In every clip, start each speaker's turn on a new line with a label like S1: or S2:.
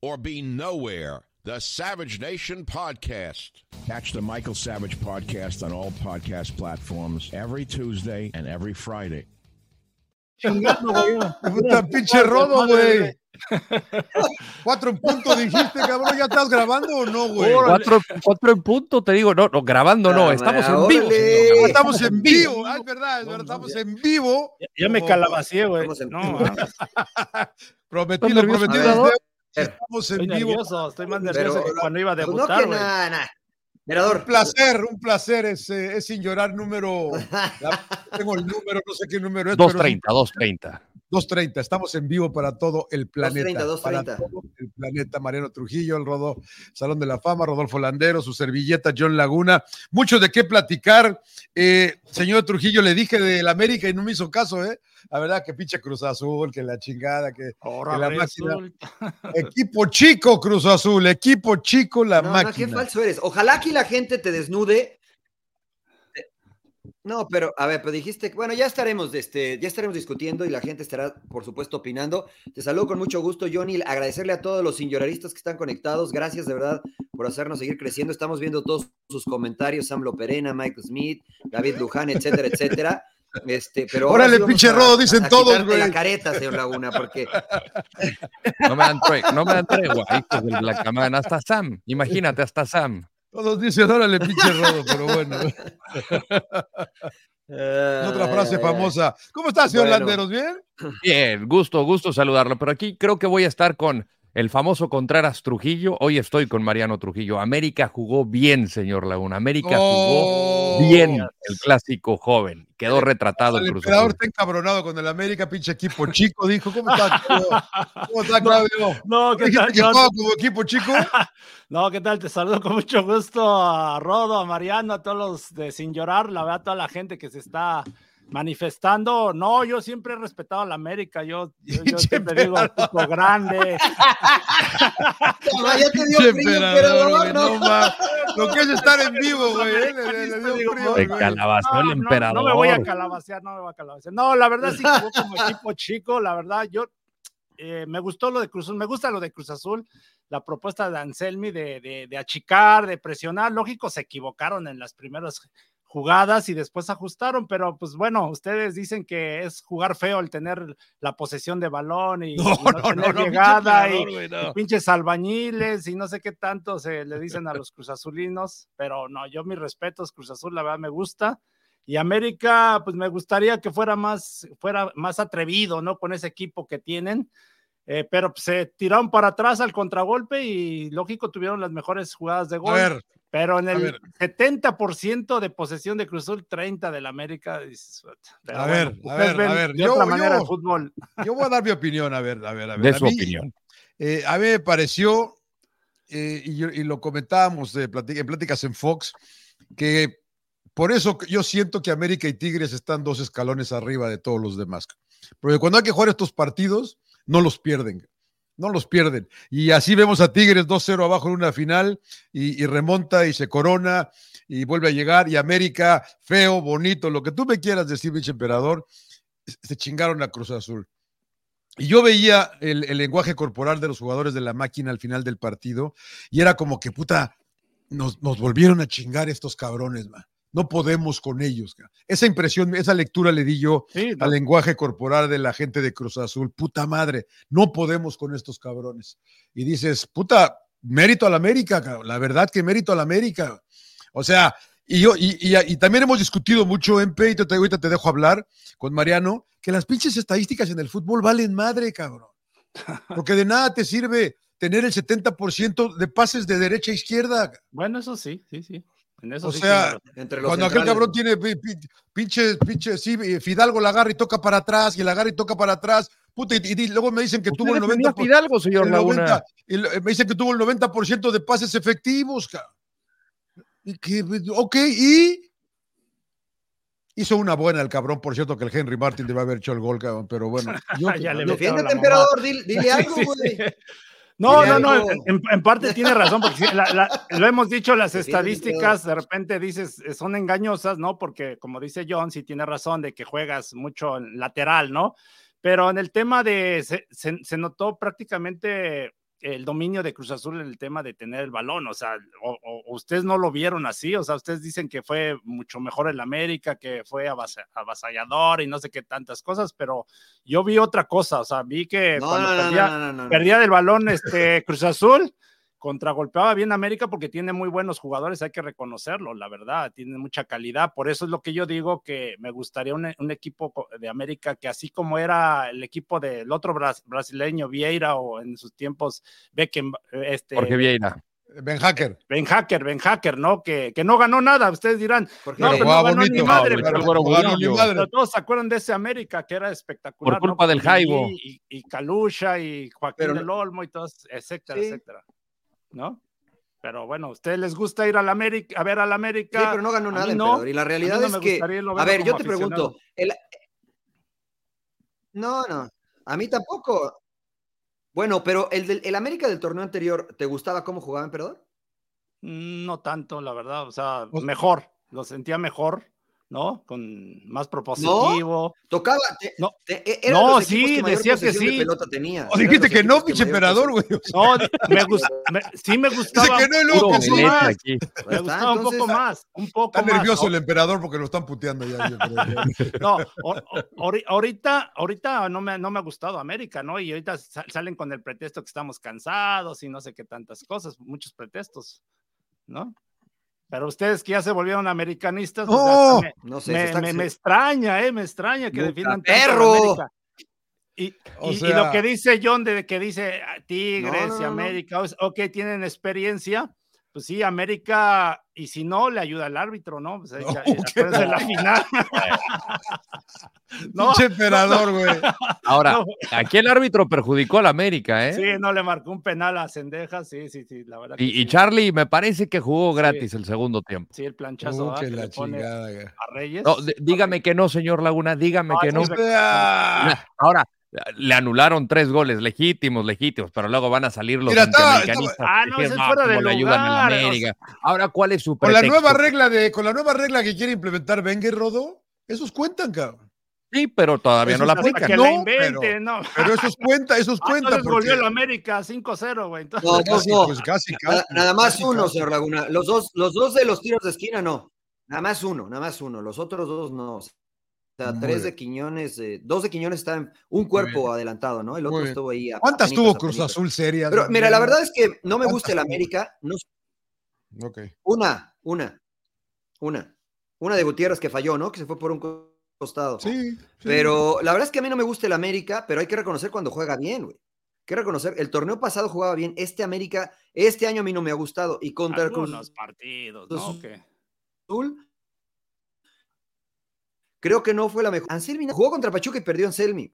S1: or be nowhere. The Savage Nation Podcast. Catch the Michael Savage Podcast on all podcast platforms every Tuesday and every Friday.
S2: chingando, güey.
S3: Puta pinche rodo, güey.
S2: Cuatro en punto dijiste, cabrón, ¿ya estás grabando o no, güey?
S3: Cuatro, cuatro en punto, te digo, no, no grabando no,
S4: Ah,
S3: estamos en
S4: órale.
S3: vivo. señor.
S2: Ah, Estamos en vivo, ah, es verdad, es verdad, estamos en vivo.
S5: Ya, ya me
S2: Como-
S5: calabacié, güey.
S4: Estamos pues, en-
S5: No, ah,
S2: Prometido,
S3: nervioso,
S2: prometido.
S3: Salvador?
S2: desde hoy. Estamos
S5: estoy
S2: en vivo.
S5: nervioso, estoy más nervioso
S4: Pero-
S5: que cuando iba a
S4: Pues no
S5: debutar,
S4: que
S5: güey.
S4: nada, nada.
S2: Un
S4: Mirador.
S2: placer, un placer, es, eh, es sin llorar número. la- tengo el número, no sé qué número es. pero es un
S3: 2.30, 2.30.
S2: 2.30, estamos en vivo para todo el planeta.
S4: 2:30,
S2: Para
S4: 2:30.
S2: todo el planeta. Mariano Trujillo, el Rodo, Salón de la Fama, Rodolfo Landero, su servilleta, John Laguna. Mucho de qué platicar. Eh, señor Trujillo, le dije del América y no me hizo caso, ¿eh? La verdad que pinche Cruz Azul, que la chingada, que
S5: Ahora
S2: que la
S5: resulta-
S2: equipo chico Cruz Azul, equipo chico la
S4: No, no, qué
S2: máquina.
S4: falso eres. Ojalá aquí la gente te desnude. No, pero a ver, pero dijiste, que- bueno, ya estaremos, este, ya estaremos discutiendo y la gente estará, por supuesto, opinando. Te saludo con mucho gusto, Johnny. Agradecerle a todos los señoraristas que están conectados. Gracias de verdad por hacernos seguir creciendo. Estamos viendo todos sus comentarios, Sam Perena, Michael Smith, David Luján, etcétera, etcétera. Este, pero ahora
S2: Órale,
S4: sí vamos
S2: pinche
S4: a-
S2: Rodo, dicen
S4: a
S2: todos,
S4: quitarte
S2: güey.
S4: la careta, señor Laguna, porque
S3: No me dan, tregua, no me dan tregua, pues, hijos del Blacamán. Hasta Sam, imagínate, hasta Sam.
S2: Todos dicen, órale, pinche Rodo, pero bueno. Otra
S4: Ay,
S2: frase
S4: ay, ay.
S2: famosa. ¿Cómo estás, señor
S4: Bueno.
S2: Landeros? ¿Bien?
S3: Bien, gusto, gusto saludarlo. Pero aquí creo que voy a estar con el famoso Contreras Trujillo. Hoy estoy con Mariano Trujillo. América jugó bien, señor Laguna. América
S2: Oh.
S3: jugó bien el clásico joven. Quedó retratado
S2: El
S3: el Cruz
S2: emperador
S3: Azul.
S2: está encabronado con el América, pinche equipo chico. Dijo, ¿cómo está, Claudio? ¿Cómo está,
S5: No,
S2: Claudio?
S5: No, ¿qué
S2: Dijiste
S5: tal,
S2: que
S5: John?
S2: jugaba como equipo chico.
S5: No, ¿qué tal? Te saludo con mucho gusto a Rodo, a Mariano, a todos los de Sin Llorar, la verdad, toda la gente que se está manifestando. No, yo siempre he respetado a la América, yo, yo, yo
S2: Pinche
S5: siempre digo tipo grande.
S4: No, ya te dio
S2: Pinche
S4: frío,
S2: emperador,
S4: emperador,
S2: güey,
S4: no.
S2: no mames. Lo que es estar en vivo, güey. eh, Le, le- le dio
S5: Digo,
S2: frío,
S3: Se
S2: güey.
S3: calabazó
S5: No,
S3: el
S5: no,
S3: emperador.
S5: no me voy a calabacear, no me voy a calabacear. No, la verdad sí jugó como equipo chico, la verdad yo eh, me gustó lo de Cruz Azul, me gusta lo de Cruz Azul, la propuesta de Anselmi de, de- de achicar, de presionar, lógico, se equivocaron en las primeras jugadas y después ajustaron, pero pues bueno, ustedes dicen que es jugar feo el tener la posesión de balón y y no, tener
S2: pinche
S5: llegada y
S2: emperador, güey, no.
S5: pinches albañiles y no sé qué tanto se le dicen a los cruzazulinos, pero no, yo mis respetos, Cruz Azul, la verdad me gusta. Y América, pues me gustaría que fuera más, fuera más atrevido, ¿no? Con ese equipo que tienen. Eh, pero pues, se tiraron para atrás al contragolpe y lógico tuvieron las mejores jugadas de
S2: A
S5: gol.
S2: ver,
S5: pero en
S2: a
S5: el
S2: ver.
S5: 70% de posesión de Cruz Azul, 30 del América. dices, pero
S2: A ver, a
S5: ustedes
S2: ver,
S5: ven
S2: a ver,
S5: De
S2: yo-
S5: otra manera
S2: yo-
S5: el fútbol.
S2: yo voy a dar mi opinión, a ver, a ver, a ver.
S3: De
S2: A
S3: su
S2: mí,
S3: opinión.
S2: eh, a mí me pareció, eh, y, yo- y lo comentábamos de plati- en pláticas en Fox, que por eso yo siento que América y Tigres están dos escalones arriba de todos los demás. Porque cuando hay que jugar estos partidos, no los pierden. no los pierden. Y así vemos a Tigres 2-0 abajo en una final y, y remonta y se corona y vuelve a llegar. Y América, feo, bonito, lo que tú me quieras decir, bicho emperador, se chingaron a Cruz Azul. Y yo veía el, el lenguaje corporal de los jugadores de la máquina al final del partido y era como que puta, nos, nos volvieron a chingar estos cabrones, man. No podemos con ellos. ca. Esa impresión, esa lectura le di yo
S5: Sí,
S2: al lenguaje corporal de la gente de Cruz Azul. Puta madre, no podemos con estos cabrones. Y dices, puta, mérito a la América, cabrón. la verdad que mérito a la América. O sea, y yo, y, y- y también hemos discutido mucho en Pay, ahorita te dejo hablar con Mariano, que las pinches estadísticas en el fútbol valen madre, cabrón. Porque de nada te sirve tener el 70% de pases de derecha a izquierda.
S5: Bueno, eso sí, sí, sí. En eso
S2: O
S5: sí
S2: sea,
S5: tiene razón.
S4: Entre los
S2: Cuando aquel
S4: centrales,
S2: cabrón
S4: güey.
S2: tiene pi- pi- pinche, pinche, sí, eh, Fidalgo la agarra y toca para atrás, y la agarra y toca para atrás. Puta, y, y- y luego me dicen que tuvo el 90%. por-
S3: Hidalgo, señor
S2: el 90,
S3: Laguna.
S2: y lo- eh, me dicen que tuvo el 90% de pases efectivos, cabrón. Y que, ok, y. Hizo una buena el cabrón, por cierto, que el Henry Martin debe haber hecho el gol, cabrón, pero bueno. yo-
S5: Ya le Toda la
S2: yo-
S4: Defiéndete, emperador, dile, dile
S5: Sí,
S4: algo,
S5: sí,
S4: güey.
S5: sí. No,
S4: Dile
S5: no, no,
S4: algo.
S5: en, en parte tiene razón, porque sí, la- la- lo hemos dicho, las
S4: Defiende,
S5: estadísticas de repente dices eh, son engañosas, ¿no? Porque como dice John, sí tiene razón de que juegas mucho en lateral, ¿no? Pero en el tema de, se, se- se notó prácticamente el dominio de Cruz Azul en el tema de tener el balón, o sea, o, o- o ustedes no lo vieron así, o sea, ustedes dicen que fue mucho mejor el América, que fue avasa- avasallador y no sé qué tantas cosas, pero yo vi otra cosa, o sea, vi que
S4: No,
S5: cuando
S4: no, no,
S5: perdía-
S4: no, no, no, no.
S5: perdía del balón este Cruz Azul, contragolpeaba bien América porque tiene muy buenos jugadores, hay que reconocerlo, la verdad, tiene mucha calidad, por eso es lo que yo digo que me gustaría un, un equipo co- de América que así como era el equipo del otro bras- brasileño Vieira o en sus tiempos Beckham, este
S3: Jorge Vieira.
S2: Ben Hacker.
S5: Ben Hacker, Ben Hacker, ¿no? Que, que no ganó nada, ustedes dirán,
S4: Porque-
S5: No,
S2: pero
S5: pero
S2: jugaba
S5: ganó ni
S2: bonito.
S5: madre,
S2: Claro,
S5: pero-
S2: jugaba
S3: Bueno,
S2: ni
S3: yo-
S2: madre.
S5: pero todos se acuerdan de ese América que era espectacular.
S3: Por culpa del
S5: Y-
S3: Jaibo.
S5: Y, y Calucha y Joaquín
S4: Pero-
S5: del Olmo y todos, etcétera,
S4: Sí.
S5: etcétera. ¿No? Pero bueno, a ustedes les gusta ir al América, a ver al América.
S4: Sí, pero no ganó
S5: A mí
S4: nada,
S5: no.
S4: emperador. Y la realidad
S5: no
S4: es
S5: me
S4: que.
S5: gustaría irlo
S4: A
S5: verlo
S4: ver, yo
S5: como
S4: te pregunto.
S5: aficionado.
S4: el- No, no. A mí tampoco. Bueno, pero el, del, el América del torneo anterior, ¿te gustaba cómo jugaba, emperador?
S5: Mm, No tanto, la verdad. O sea,
S2: O-
S5: mejor. Lo sentía mejor, ¿no? Con más propositivo.
S4: Tocaba. te-
S5: No.
S4: te- e- eran
S5: No,
S4: los equipos
S5: sí,
S4: mayor
S5: decía que
S4: posesión de
S5: sí.
S4: pelota tenía.
S2: O
S4: Eran
S2: dijiste
S4: los
S2: que no,
S4: equipos
S2: pinche
S4: mayor
S2: emperador,
S4: posesión-
S2: güey. O
S5: No, me gust- me- sí me
S2: sea,
S5: gustaba.
S2: Dice que no y luego
S3: Puro
S2: que sí
S3: belete
S2: más.
S3: aquí.
S4: Ahí
S5: Me
S4: está,
S5: gustaba un poco
S4: Ah, entonces,
S5: más, un poco
S2: Está
S5: más,
S2: nervioso
S5: ¿no?
S2: el emperador porque lo están puteando ya. yo creo.
S5: No, o- o- ahori- ahorita, ahorita no me, no me ha gustado América, ¿no? Y ahorita sa- salen con el pretexto que estamos cansados y no sé qué tantas cosas, muchos pretextos, ¿no? Pero ustedes que ya se volvieron americanistas, pues,
S2: No,
S5: hasta
S4: No sé.
S5: me, me-
S4: se ¡Oh! está-
S5: me-
S4: se-
S5: me extraña, ¿eh? Me extraña que
S4: Nunca,
S5: defiendan
S4: perro.
S5: a la América. Y,
S2: O
S5: y- y
S2: sea-
S5: lo que dice John, de que dice ah, Tigres
S4: No, no,
S5: y
S4: no.
S5: América, o- ok, tienen experiencia, pues sí, América, y si no, le ayuda al árbitro, ¿no? Pues, eh, ya-
S2: No, qué-
S5: acuérdense la final. no,
S2: Pinche emperador, güey.
S3: Ahora,
S5: no,
S3: aquí el árbitro perjudicó al América, ¿eh?
S5: sí, no le marcó un penal a Cendeja, sí, sí, sí, la verdad. que
S3: Y, y
S5: sí.
S3: Charlie me parece que jugó
S5: Sí.
S3: gratis el segundo tiempo.
S5: Sí, el planchazo
S2: Uh,
S5: ah,
S2: que
S5: que
S2: la
S5: le pone a
S2: chingada, güey.
S5: Reyes.
S3: No, d- dígame que no, señor Laguna, dígame
S5: No,
S3: que
S5: sí,
S3: no.
S2: O sea,
S3: Ahora, le anularon tres goles legítimos, legítimos, pero luego van a salir los
S2: Mira, estaba-
S3: antiamericanistas.
S5: estaba- Ah, no,
S3: y
S5: ese es fuera de
S3: cómo le ayudan a la
S5: lugar, o sea.
S3: América. Ahora, ¿cuál es su
S2: con la
S3: pretexto?
S2: nueva regla de, con la nueva regla que quiere implementar Wenger Rodo, esos cuentan, cabrón.
S3: Sí, pero todavía
S2: Eso
S3: no la
S2: es
S5: Hasta
S3: aplican.
S5: que
S2: No,
S5: la invente,
S2: pero-
S5: no.
S2: Pero esos cuentan, esos
S5: Ah,
S2: cuentan.
S5: entonces volvió
S2: porque-
S5: el América 5-0, güey. Entonces,
S4: No, dos
S2: Casi,
S4: no.
S2: pues, casi,
S4: Nada,
S2: casi,
S4: nada más
S2: casi,
S4: uno,
S2: casi.
S4: señor Laguna. Los dos, los dos de los tiros de esquina, no. Nada más uno, nada más uno. Los otros dos no. O sea,
S2: Muy
S4: tres
S2: bien.
S4: de Quiñones, eh, dos de Quiñones están un
S2: bien.
S4: cuerpo adelantado, ¿no? El
S2: Muy
S4: otro
S2: bien.
S4: estuvo ahí. a-
S2: ¿Cuántas
S4: apenitas,
S2: tuvo Cruz
S4: apenitas.
S2: Azul serias?
S4: Pero
S2: güey?
S4: mira, la verdad es que no me
S2: ¿Cuántas
S4: gusta el
S2: tuvo?
S4: América. No, sé,
S2: Ok.
S4: una, una, una. Una de Gutiérrez que falló, ¿no? Que se fue por un co- costado.
S2: Sí, sí.
S4: Pero la verdad es que a mí no me gusta el América, pero hay que reconocer cuando juega bien, güey. Hay que reconocer, el torneo pasado jugaba bien, este América, este año a mí no me ha gustado. Y contra el Cruz
S5: algunos partidos, ¿no?
S4: Cruz-
S5: Que-
S4: Azul, creo que no fue la mejor. Anselmi no- jugó contra Pachuca y perdió Anselmi.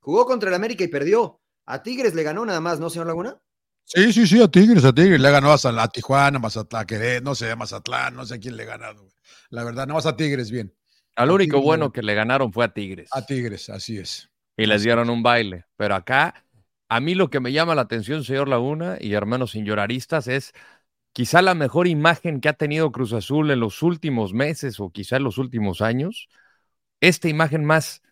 S4: Jugó contra el América y perdió. A Tigres le ganó nada más, ¿no, señor Laguna?
S2: Sí, sí, sí, a Tigres, a Tigres. Le ganó a, Sal- a Tijuana, Mazatlán, a Querétaro, no sé, a Mazatlán, no sé a quién le ha ganado. güey. La verdad, no más a Tigres, bien.
S3: Al único
S2: Tigres,
S3: bueno
S2: güey.
S3: que le ganaron fue a Tigres.
S2: A Tigres, así es.
S3: Y les dieron un baile. Pero acá, A mí lo que me llama la atención, señor Laguna y hermanos sin lloraristas, es quizá la mejor imagen que ha tenido Cruz Azul en los últimos meses o quizá en los últimos años. Esta imagen más,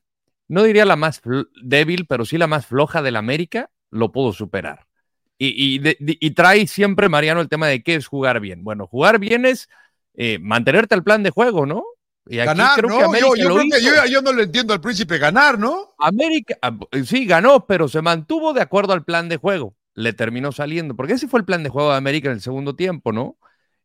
S3: no diría la más fl- débil, pero sí la más floja del América, lo pudo superar. Y, y de- de- y trae siempre, Mariano, el tema de qué es jugar bien. Bueno, jugar bien es eh, mantenerte al plan de juego, ¿no? Y aquí
S2: Ganar,
S3: creo
S2: ¿no?
S3: que América
S2: yo, yo
S3: lo
S2: creo que
S3: hizo.
S2: yo, yo no le entiendo al príncipe ganar, ¿no?
S3: América ah, eh, sí ganó, pero se mantuvo de acuerdo al plan de juego. Le terminó saliendo, porque ese fue el plan de juego de América en el segundo tiempo, ¿no?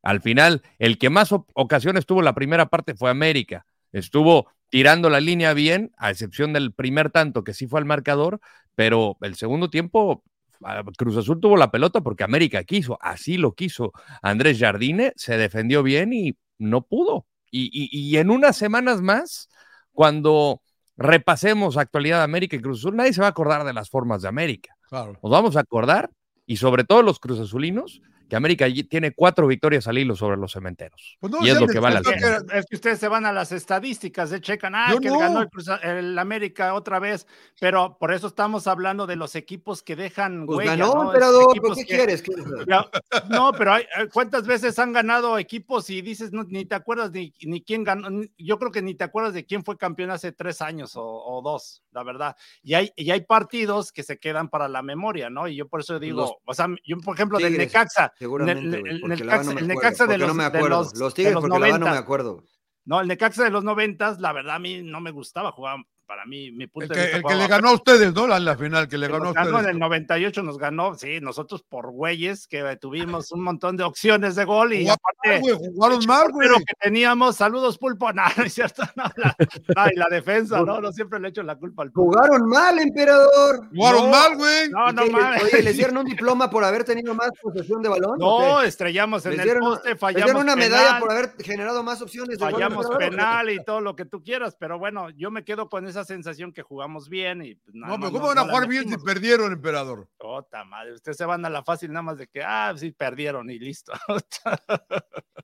S3: Al final, el que más op- ocasiones tuvo la primera parte fue América. Estuvo tirando la línea bien, a excepción del primer tanto que sí fue al marcador, pero el segundo tiempo ah, Cruz Azul tuvo la pelota porque América quiso, así lo quiso. Andrés Jardine se defendió bien y no pudo. Y- y- y en unas semanas más, cuando repasemos actualidad de América y Cruz Azul, nadie se va a acordar de las formas de América.
S2: Claro.
S3: Nos vamos a acordar, y sobre todo los Cruz Azulinos, que América allí tiene cuatro victorias al hilo sobre los cementeros.
S2: Pues no,
S3: y es
S2: ya
S3: lo
S2: me-
S3: que vale
S2: yo
S3: la
S2: creo
S3: pena.
S2: que-
S5: Es que ustedes se van a las estadísticas, de checan, ah,
S2: Yo
S5: que
S2: no.
S5: ganó el, Cruz- el América otra vez, pero por eso estamos hablando de los equipos que dejan
S4: Pues
S5: huella,
S4: ganó,
S5: ¿no? Esos
S4: emperador, ¿pero
S5: equipos
S4: ¿qué
S5: que-
S4: quieres?
S5: Ya, No, pero hay- eh, ¿cuántas veces han ganado equipos y dices, no, ni te acuerdas ni, ni quién ganó? ni- Yo creo que ni te acuerdas de quién fue campeón hace tres años o, o dos, la verdad. Y hay, y hay partidos que se quedan para la memoria, ¿no? Y yo por eso digo,
S4: Los
S5: o sea, yo por ejemplo del
S4: Tigres,
S5: Necaxa,
S4: Seguramente,
S5: Ne-
S4: güey,
S5: el
S4: porque la
S5: Necaxa-
S4: va no me
S5: el
S4: acuerdo,
S5: Necaxa de
S4: porque no
S5: los-
S4: me
S5: de
S4: acuerdo.
S5: los-
S4: Los
S5: de
S4: Tigres
S5: los
S4: porque la va no me
S5: 90.
S4: acuerdo.
S5: no, el Necaxa de los noventas, la verdad a mí no me gustaba jugar, para mí, mi punto
S2: El
S5: de
S2: que,
S5: vista.
S2: el que
S5: jugaba
S2: le ganó a ustedes, ¿no? La, la final que le
S5: que
S2: ganó a
S5: nos ganó en
S2: ustedes.
S5: el 98 nos ganó, sí, nosotros por güeyes que tuvimos un montón de opciones de gol y
S2: Jugaron mal,
S5: aparte
S2: Ah, güey, jugaron mal, güey.
S5: pero que teníamos, saludos pulpo, no, no es cierto, no, la, no, y la defensa, no, no siempre le echo la culpa al pulpo.
S4: Jugaron mal, emperador.
S2: Jugaron
S5: No,
S2: mal, güey.
S5: No, no
S4: ¿Y qué, les-
S5: mames.
S4: Oye, ¿les dieron un diploma por haber tenido más posesión de balón? o
S5: No,
S4: qué?
S5: estrellamos en
S4: Les
S5: el
S4: dieron-
S5: poste,
S4: ¿Les
S5: fallamos
S4: dieron una medalla
S5: penal,
S4: por haber generado más opciones de gol,
S5: fallamos
S4: emperador?
S5: penal y todo lo que tú quieras, pero bueno, yo me quedo con esa sensación que jugamos bien y pues, nada
S2: No, pero
S5: más
S2: ¿cómo
S5: no-
S2: van a
S5: no la
S2: jugar bien si
S5: metimos.
S2: perdieron, emperador?
S5: Puta madre, ustedes se van a la fácil nada más de que, ah, sí, perdieron y listo.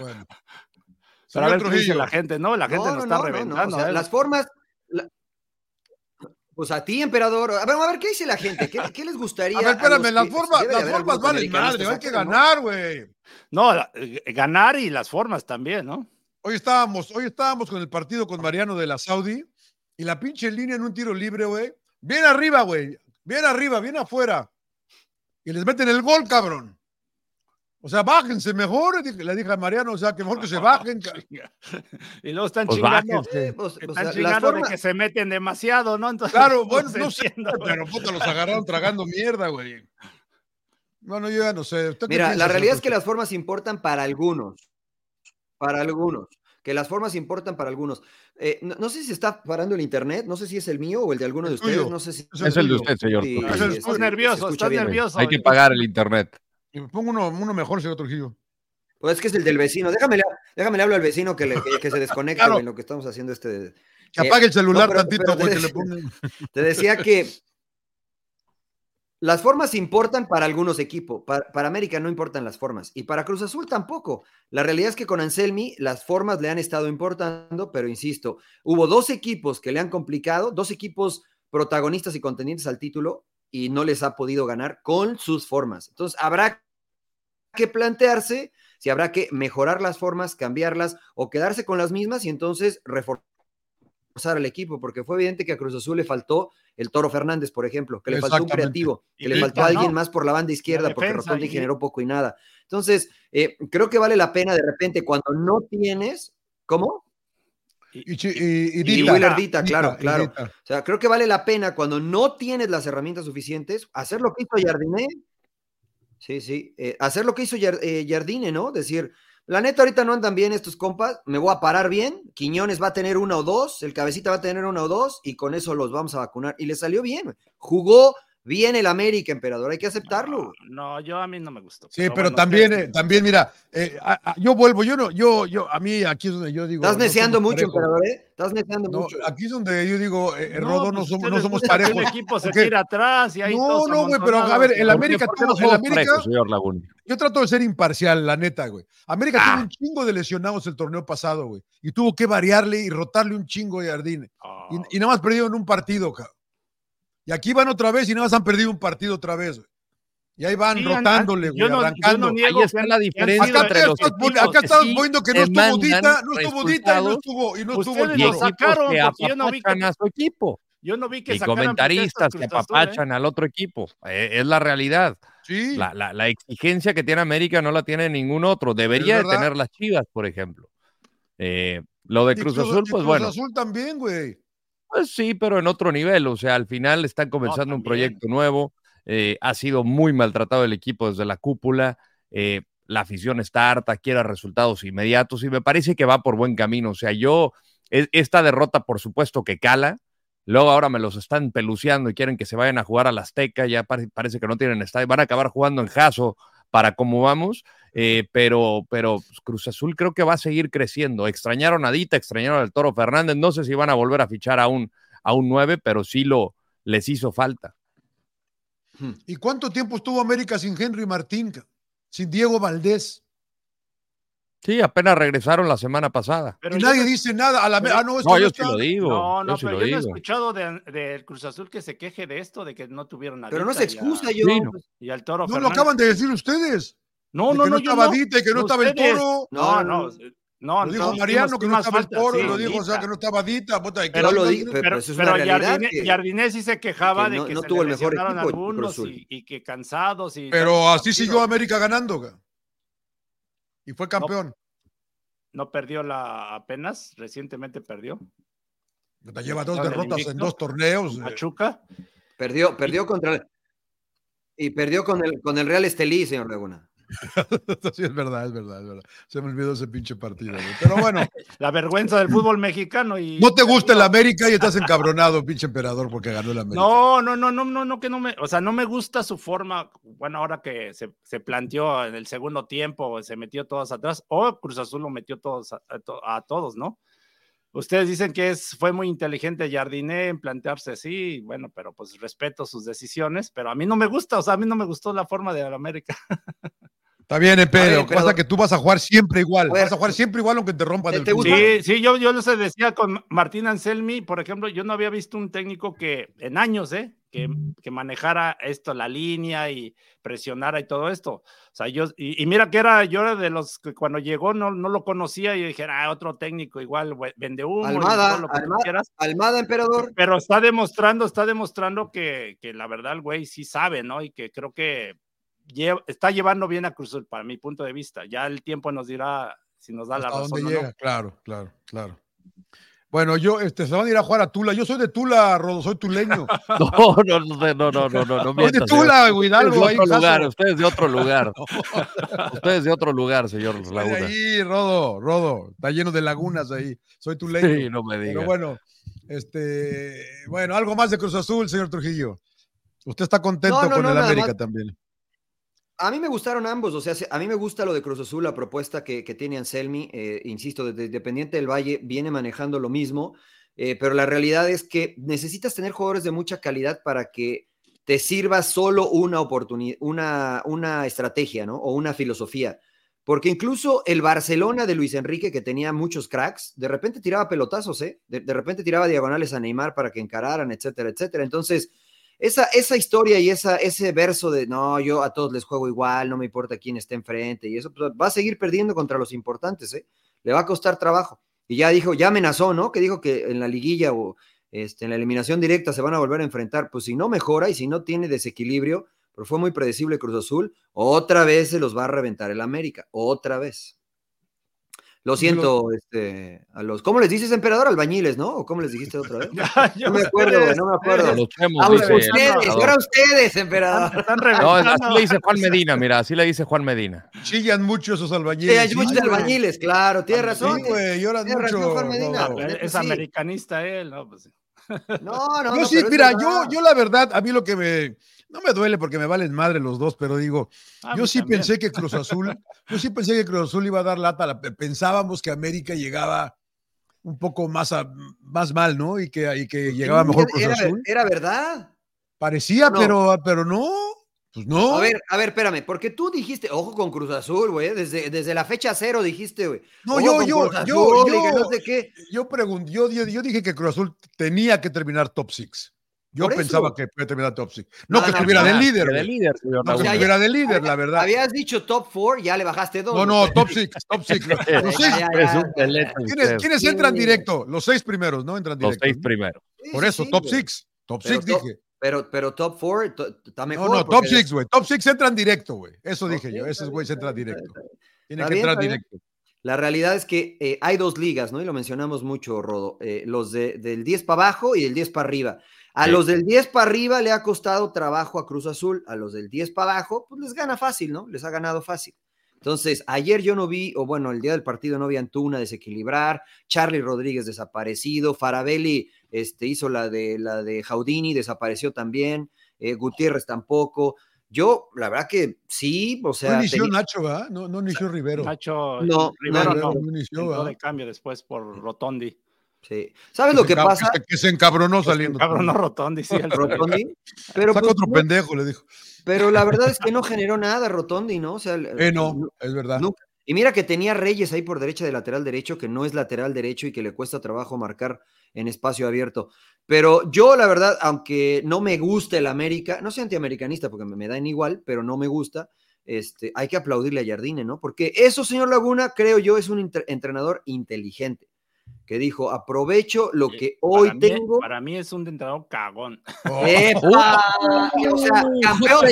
S2: Bueno.
S5: Pero a
S2: Señor
S5: ver qué dice
S2: Trujillo.
S5: la gente, ¿no? La gente
S4: No,
S5: nos
S4: no,
S5: está
S4: no, no, no,
S5: reventando.
S4: o sea,
S5: ¿eh?
S4: las formas. la- Pues a ti, emperador. A ver, a ver, ¿qué dice la gente? ¿Qué, qué les gustaría?
S2: A ver, espérame, las formas,
S4: formas
S2: las formas valen madre,
S5: este
S2: hay que ganar, güey.
S5: No, la- eh, ganar y las formas también, ¿no?
S2: Hoy estábamos, hoy estábamos con el partido con Mariano de la Saudi y la pinche línea en un tiro libre, güey. Bien arriba, güey. Bien arriba, bien afuera. Y les meten el gol, cabrón. O sea, bájense mejor, dije- le dije a Mariano, o sea, que mejor que se bajen. ca-
S5: y luego están
S3: Pues
S5: chingando,
S4: pues,
S5: están
S4: o sea, las
S5: chingando
S4: formas-
S5: de que se meten demasiado, ¿no? Entonces,
S2: Claro, bueno, no sé,
S5: entiendo, güey.
S2: pero puta, los agarraron tragando mierda, güey. Bueno, yo ya no sé. ¿Usted qué
S4: Mira,
S2: piensa,
S4: la realidad
S2: señor
S4: es que las formas importan para algunos. Para algunos. Que las formas importan para algunos. Eh, no, no sé si está parando el internet, no sé si es el mío o el de alguno de
S2: El tuyo.
S4: ustedes. No sé si.
S2: Trujillo?
S3: Es el de
S2: tuyo.
S3: usted, señor.
S4: si-
S3: Trujillo.
S2: es el tuyo.
S4: si- si-
S5: Estás
S4: este, se
S5: nervioso,
S4: escucha
S5: estás
S4: bien.
S5: nervioso. eh.
S3: Hay que pagar el internet.
S2: Y me pongo uno, uno mejor, señor Trujillo.
S4: Pues es que es el del vecino. Déjame, le- déjame le hablo al vecino que, le- que- que se desconecte
S2: Claro.
S4: güey, en lo que estamos haciendo este.
S2: Que
S4: Eh,
S2: apague el celular
S4: no, pero-
S2: tantito,
S4: pero
S2: güey,
S4: te-
S2: que le pongan.
S4: Te decía que las formas importan para algunos equipos. Para, para América no importan las formas. Y para Cruz Azul tampoco. La realidad es que con Anselmi las formas le han estado importando, pero insisto, hubo dos equipos que le han complicado, dos equipos protagonistas y contendientes al título y no les ha podido ganar con sus formas. Entonces habrá que plantearse si habrá que mejorar las formas, cambiarlas o quedarse con las mismas y entonces reforzar al equipo, porque fue evidente que a Cruz Azul le faltó el Toro Fernández, por ejemplo, que le faltó un
S2: Exactamente.
S4: creativo, que
S5: Y
S4: le
S5: Lita,
S4: faltó alguien
S5: ¿no?
S4: más por la banda izquierda, porque
S5: defensa,
S4: Rotondi
S5: y-
S4: generó poco y nada. Entonces, eh, creo que vale la pena de repente cuando no tienes, ¿cómo?
S2: Y, chi- y, y
S5: Y
S2: Dita.
S4: Willardita,
S2: Dita,
S4: claro,
S2: y
S4: claro.
S2: Dita.
S4: O sea, creo que vale la pena cuando no tienes las herramientas suficientes, hacer lo que hizo Jardine. Sí, sí, eh, hacer lo que hizo Yar- eh, Jardine, ¿no? Decir, la neta, ahorita no andan bien estos compas, me voy a parar bien, Quiñones va a tener una o dos, el cabecita va a tener una o dos, y con eso los vamos a vacunar. Y le salió bien, jugó bien el América, emperador, hay que aceptarlo. güey.
S5: No, yo a mí no me gustó.
S2: Sí, pero,
S5: bueno,
S2: también,
S5: ustedes-
S2: eh, también, mira, eh, a- a- yo vuelvo, yo no, yo, yo, a mí aquí es donde yo digo.
S4: Estás
S2: no
S4: neceando
S2: somos
S4: mucho,
S2: parejos.
S4: emperador, ¿eh? Estás neceando
S2: No,
S4: mucho.
S2: aquí es donde yo digo, eh, eh,
S5: No,
S2: Rodo, no
S5: pues
S2: somos, no
S5: ustedes
S2: somos
S5: gustan que
S2: parejos.
S5: Un equipo se
S2: Porque-
S5: tira atrás y ahí
S2: No,
S5: todos
S2: no, güey, pero a ver, el
S5: amontonados.
S2: América
S3: ¿Por qué
S2: tuvo,
S3: somos
S2: el América,
S3: parejos, señor Laguna?
S2: yo trato de ser imparcial, la neta, güey. América
S3: Ah.
S2: tuvo un chingo de lesionados el torneo pasado, güey. Y tuvo que variarle y rotarle un chingo de Jardine.
S5: Ah,
S2: Y, y nada más perdieron un partido, cabrón. Y aquí van otra vez y nada más han perdido un partido otra vez. güey. Y ahí van
S5: Sí, an-
S2: rotándole,
S5: yo
S2: güey,
S5: no- yo no
S2: arrancando.
S5: niego
S3: Ahí está
S5: que
S3: la
S5: han- que han sido
S3: diferencia
S2: Acá,
S3: entre
S2: acá
S3: los
S2: estás-
S3: equipos
S2: acá
S3: que
S2: estamos
S3: sí
S2: viendo que no estuvo
S3: demandan
S2: Dita, no estuvo Dita y no
S3: resultados
S2: estuvo, y no
S5: Ustedes
S2: estuvo el
S5: lo
S3: y
S5: Lo
S2: toro.
S3: equipos
S5: sacaron
S3: que
S5: porque yo no vi que-
S3: apapachan a su equipo
S5: Yo no vi que
S3: y
S5: sacaran protestas
S3: comentaristas que
S5: Cruz Azul, ¿eh?
S3: apapachan al otro equipo. Eh, es la realidad.
S2: Sí,
S3: La, la- la exigencia que tiene América no la tiene ningún otro. Debería de
S2: verdad.
S3: tener las Chivas, por ejemplo. Eh, lo de
S2: y
S3: Cruz Azul,
S2: y
S3: pues
S2: Cruz
S3: bueno,
S2: Azul también, güey.
S3: pues sí, pero en otro nivel. O sea, al final están comenzando un
S5: también.
S3: proyecto nuevo. eh, ha sido muy maltratado el equipo desde la cúpula. eh, la afición está harta, quiere resultados inmediatos y me parece que va por buen camino. O sea, yo, e- esta derrota, por supuesto que cala. Luego ahora me los están peluceando y quieren que se vayan a jugar a la Azteca. Ya pare- parece que no tienen estadio. Van a acabar jugando en Jaso para cómo vamos. eh, pero, pero pues, Cruz Azul creo que va a seguir creciendo. Extrañaron a Dita, extrañaron al Toro Fernández. No sé si van a volver a fichar a un, a un 9, pero sí lo les hizo falta. Mm.
S2: ¿Y cuánto tiempo estuvo América sin Henry Martín? ca- Sin Diego Valdés.
S3: Sí, apenas regresaron la semana pasada.
S5: Pero
S2: y
S5: yo
S2: nadie
S5: no-
S2: dice nada. A la, me-
S5: Pero-
S2: ah, no, es que
S3: No,
S2: no
S3: yo sí
S2: está-
S3: lo digo.
S5: No,
S3: yo
S5: no,
S3: sí
S5: pero
S3: lo
S5: yo no he
S3: digo.
S5: escuchado del de, del Cruz Azul que se queje de esto, de que no tuvieron nada.
S4: Pero no se excusa, yo. pues,
S3: Sí, no.
S5: Y al toro.
S2: No lo
S5: Fernández.
S2: acaban de decir ustedes.
S5: No,
S2: de
S5: no,
S2: que
S5: no,
S2: no
S5: yo
S2: estaba
S5: no.
S2: Dita y que no estaba el
S5: Ustedes.
S2: toro.
S5: No,
S4: No,
S5: no. No,
S2: Lo dijo
S5: no,
S2: Mariano que no
S5: hicimos
S2: estaba el
S5: falta,
S2: toro.
S5: sí,
S2: lo dijo, o sea,
S5: Dita.
S2: que no estaba Dita. puta, que
S5: Pero
S2: no-
S4: lo
S2: no-
S4: di-
S2: no-
S4: pero-
S5: Pero,
S4: eso es una
S5: pero
S4: realidad
S5: Jardine,
S4: que-
S5: Jardine sí se quejaba
S4: que no-
S5: de que
S4: no
S5: se le
S4: tuvo el mejor
S5: lesionaron
S4: equipo,
S5: algunos
S4: Cruz
S5: y, y que cansados. Y
S2: Pero así
S5: sí
S2: siguió América ganando. ca. Y fue campeón.
S5: No perdió la apenas, recientemente perdió.
S2: Te lleva dos
S5: Estaba en el
S2: derrotas en
S5: invicto.
S2: dos torneos. eh.
S5: Pachuca.
S4: Perdió, perdió contra. el- Y perdió con el, con el Real Estelí, señor Laguna.
S2: Sí, es verdad, es verdad, es verdad. Se me olvidó ese pinche partido. güey. Pero bueno,
S5: La vergüenza del fútbol mexicano. y
S2: no te gusta el América y estás encabronado, pinche emperador, porque ganó el América.
S5: No, no, no, no, no, no, que no me, o sea, no me gusta su forma. Bueno, ahora que se, se planteó en el segundo tiempo, se metió todos atrás, o Cruz Azul lo metió todos a, a to- a todos, ¿no? Ustedes dicen que es, fue muy inteligente Jardiné en plantearse así, bueno, pero pues respeto sus decisiones, pero a mí no me gusta, o sea, a mí no me gustó la forma de la América.
S2: Está bien, eh, pero
S4: Oye,
S2: lo que pasa
S4: emperador.
S2: es que tú vas a jugar siempre igual.
S4: Pues-
S2: vas a jugar siempre igual aunque te rompan
S4: ¿Te-
S2: el
S4: te
S2: culo.
S4: gusta?
S5: Sí, sí, yo, yo les decía con Martín Anselmi, por ejemplo, yo no había visto un técnico que en años, ¿eh? Que, que manejara esto, la línea y presionara y todo esto. O sea, yo, y, y mira que era, yo era de los que cuando llegó no, no lo conocía y yo dije, ah, otro técnico igual, güey, vende humo, y
S4: Almada,
S5: todo lo que tú
S4: Almada.
S5: quieras".
S4: Almada, emperador.
S5: Pero está demostrando, está demostrando que, que la verdad el güey sí sabe, ¿no? Y que creo que lleva- está llevando bien a Cruz Azul, para mi punto de vista. Ya el tiempo nos dirá si nos da la
S2: ¿Hasta
S5: razón o
S2: dónde
S5: no.
S2: llega? Claro, claro, claro. Bueno, yo, este, se van a ir a jugar a Tula. Yo soy de Tula, Rodo, soy tuleño.
S3: No, no, no, no, no, no, no, no
S2: Soy de
S3: mientas, señor.
S2: Tula, güey,
S3: Ustedes de
S2: Hidalgo, ahí
S3: ¿eh?
S2: en
S3: otro lugar,
S2: Jaso.
S3: ustedes de otro lugar. ustedes de otro lugar, señor
S2: Soy de
S3: Laguna.
S2: ahí, Rodo, Rodo. Está lleno de lagunas ahí. Soy tuleño.
S3: Sí, no me diga.
S2: Pero bueno, este, bueno, algo más de Cruz Azul, señor Trujillo. Usted está contento
S4: No, no,
S2: con
S4: no,
S2: el
S4: nada
S2: América
S4: más.
S2: también.
S4: A mí me gustaron ambos, o sea, se- a mí me gusta lo de Cruz Azul, la propuesta que, que tiene Anselmi, eh, insisto, desde Independiente del Valle viene manejando lo mismo, eh, pero la realidad es que necesitas tener jugadores de mucha calidad para que te sirva solo una oportunidad, una, una estrategia, ¿no? O una filosofía. Porque incluso el Barcelona de Luis Enrique, que tenía muchos cracks, de repente tiraba pelotazos, ¿eh? De, de repente tiraba diagonales a Neymar para que encararan, etcétera, etcétera. Entonces, esa, esa historia y esa, ese verso de no, yo a todos les juego igual, no me importa quién esté enfrente, y eso pues, va a seguir perdiendo contra los importantes, ¿eh? le va a costar trabajo. Y ya dijo, ya amenazó, ¿no? Que dijo que en la liguilla o este, en la eliminación directa se van a volver a enfrentar. Pues si no mejora y si no tiene desequilibrio, pero fue muy predecible Cruz Azul, otra vez se los va a reventar el América, otra vez. Lo siento, este, a los. ¿Cómo les dices, emperador? Albañiles, ¿no? ¿O cómo les dijiste otra vez?
S5: Yo
S4: No me acuerdo, güey, no me acuerdo.
S3: Los chemos,
S4: Ah,
S3: dice el
S4: ustedes,
S3: emperador.
S4: ahora ustedes, emperador.
S5: Están Ah,
S3: No,
S5: reventando.
S3: así le dice Juan Medina, mira, así le dice Juan Medina.
S2: Chillan mucho esos albañiles.
S4: Sí, hay muchos
S2: Sí, güey.
S4: albañiles, claro, tienes razón.
S2: Sí, güey, lloras
S4: Tienes
S2: mucho.
S4: razón, Juan Medina.
S2: Rodo.
S4: La neta,
S5: eh, Es
S4: sí.
S5: americanista él, ¿no? Pues,
S4: No, no,
S2: Yo
S4: no,
S2: sí,
S4: pero es
S2: mira, yo,
S4: verdad.
S2: yo la verdad, a mí lo que me. No me duele porque me valen madre los dos, pero digo,
S5: ah,
S2: yo
S5: pues
S2: sí
S5: también.
S2: pensé que Cruz Azul, yo sí pensé que Cruz Azul iba a dar lata. la- Pensábamos que América llegaba un poco más, a- más mal, ¿no? Y que, y que llegaba
S4: Sí,
S2: mejor Cruz
S4: era,
S2: Azul.
S4: Era verdad.
S2: Parecía,
S4: No.
S2: pero, pero no. Pues no.
S4: A ver, a ver, espérame, porque tú dijiste, ojo con Cruz Azul, güey, desde, desde la fecha cero dijiste, güey.
S2: no,
S4: ojo
S2: yo,
S4: con
S2: yo,
S4: Cruz Azul,
S2: yo,
S4: y que
S2: yo,
S4: no sé qué.
S2: yo pregun- yo, yo- yo dije que Cruz Azul tenía que terminar top six. Yo
S4: Por
S2: pensaba
S4: eso.
S2: que podía terminar top six. No,
S4: No,
S2: que
S4: no,
S2: estuviera
S4: no,
S2: de
S3: Ah,
S2: líder.
S3: De
S2: güey.
S3: líder, señor
S2: No, pues, que
S3: Raúl.
S4: sea, ya-
S2: estuviera de líder, la verdad.
S4: Habías dicho top four, ya le bajaste dos.
S2: No, no, top six, top six. Los
S4: Ya,
S2: seis.
S4: ya,
S3: Es un delete
S2: ¿Quiénes,
S3: usted.
S2: quiénes
S4: Sí.
S2: entran directo? Los seis primeros, ¿no? Entran
S3: Los
S2: directo.
S3: seis primeros.
S4: Sí,
S2: Por
S4: sí,
S2: eso,
S4: sí,
S2: top
S4: güey.
S2: six. Top
S4: Pero
S2: six
S4: top-
S2: dije.
S4: Pero, pero top four to- está mejor.
S2: No, no, top
S4: porque-
S2: six, güey. Top six entran directo, güey. Eso dije
S4: Ok,
S2: yo.
S4: está
S2: Esos
S4: bien,
S2: güeyes
S4: está
S2: entran
S4: bien, está
S2: directo.
S4: bien, está
S2: Tienen
S4: Está
S2: que
S4: bien,
S2: entrar
S4: está bien.
S2: directo.
S4: bien. La realidad es que eh, hay dos ligas, ¿no? Y lo mencionamos mucho, Rodo. eh, los de- del 10 para abajo y del 10 para arriba. A
S3: Sí.
S4: los del 10 para arriba le ha costado trabajo a Cruz Azul. A los del 10 para abajo, pues les gana fácil, ¿no? Les ha ganado fácil. Entonces, ayer yo no vi, o bueno, el día del partido no vi a Antuna desequilibrar, Charlie Rodríguez desaparecido, Farabelli este, hizo la de, la de Jaudini, desapareció también, eh, Gutiérrez tampoco. Yo, la verdad que sí, o
S2: No
S4: sea,
S2: inició
S4: tenía-
S2: Nacho, ¿verdad? No, no inició Rivero.
S5: Nacho
S4: No,
S5: Rivero
S4: no,
S5: no,
S2: no inició,
S5: entró
S2: ¿verdad?
S5: de cambio después por Rotondi.
S4: sí. ¿Sabes lo que
S2: se encab-
S4: pasa?
S2: se- Que se encabronó saliendo.
S5: Cabrón, no Rotondi, sí. el-
S4: Rotondi. Pero,
S2: Saca
S4: pues,
S2: otro
S4: no,
S2: pendejo, le dijo.
S4: pero la verdad es que no generó nada Rotondi, ¿no? O sea, el-
S2: Eh, no, es verdad.
S4: no. Y mira que tenía Reyes ahí por derecha de lateral derecho, que no es lateral derecho y que le cuesta trabajo marcar en espacio abierto. Pero yo, la verdad, aunque no me gusta el América, no soy antiamericanista porque me, me dan igual, pero no me gusta, este, hay que aplaudirle a Jardine, ¿no? Porque eso, señor Laguna, creo yo, es un inter- entrenador inteligente, que dijo, aprovecho lo
S5: Sí,
S4: que
S5: Para
S4: hoy
S5: mí-
S4: tengo.
S5: Para mí es un entrenador cagón.
S2: Oh,
S4: ¡Epa! O sea, campeón, ca- campeón,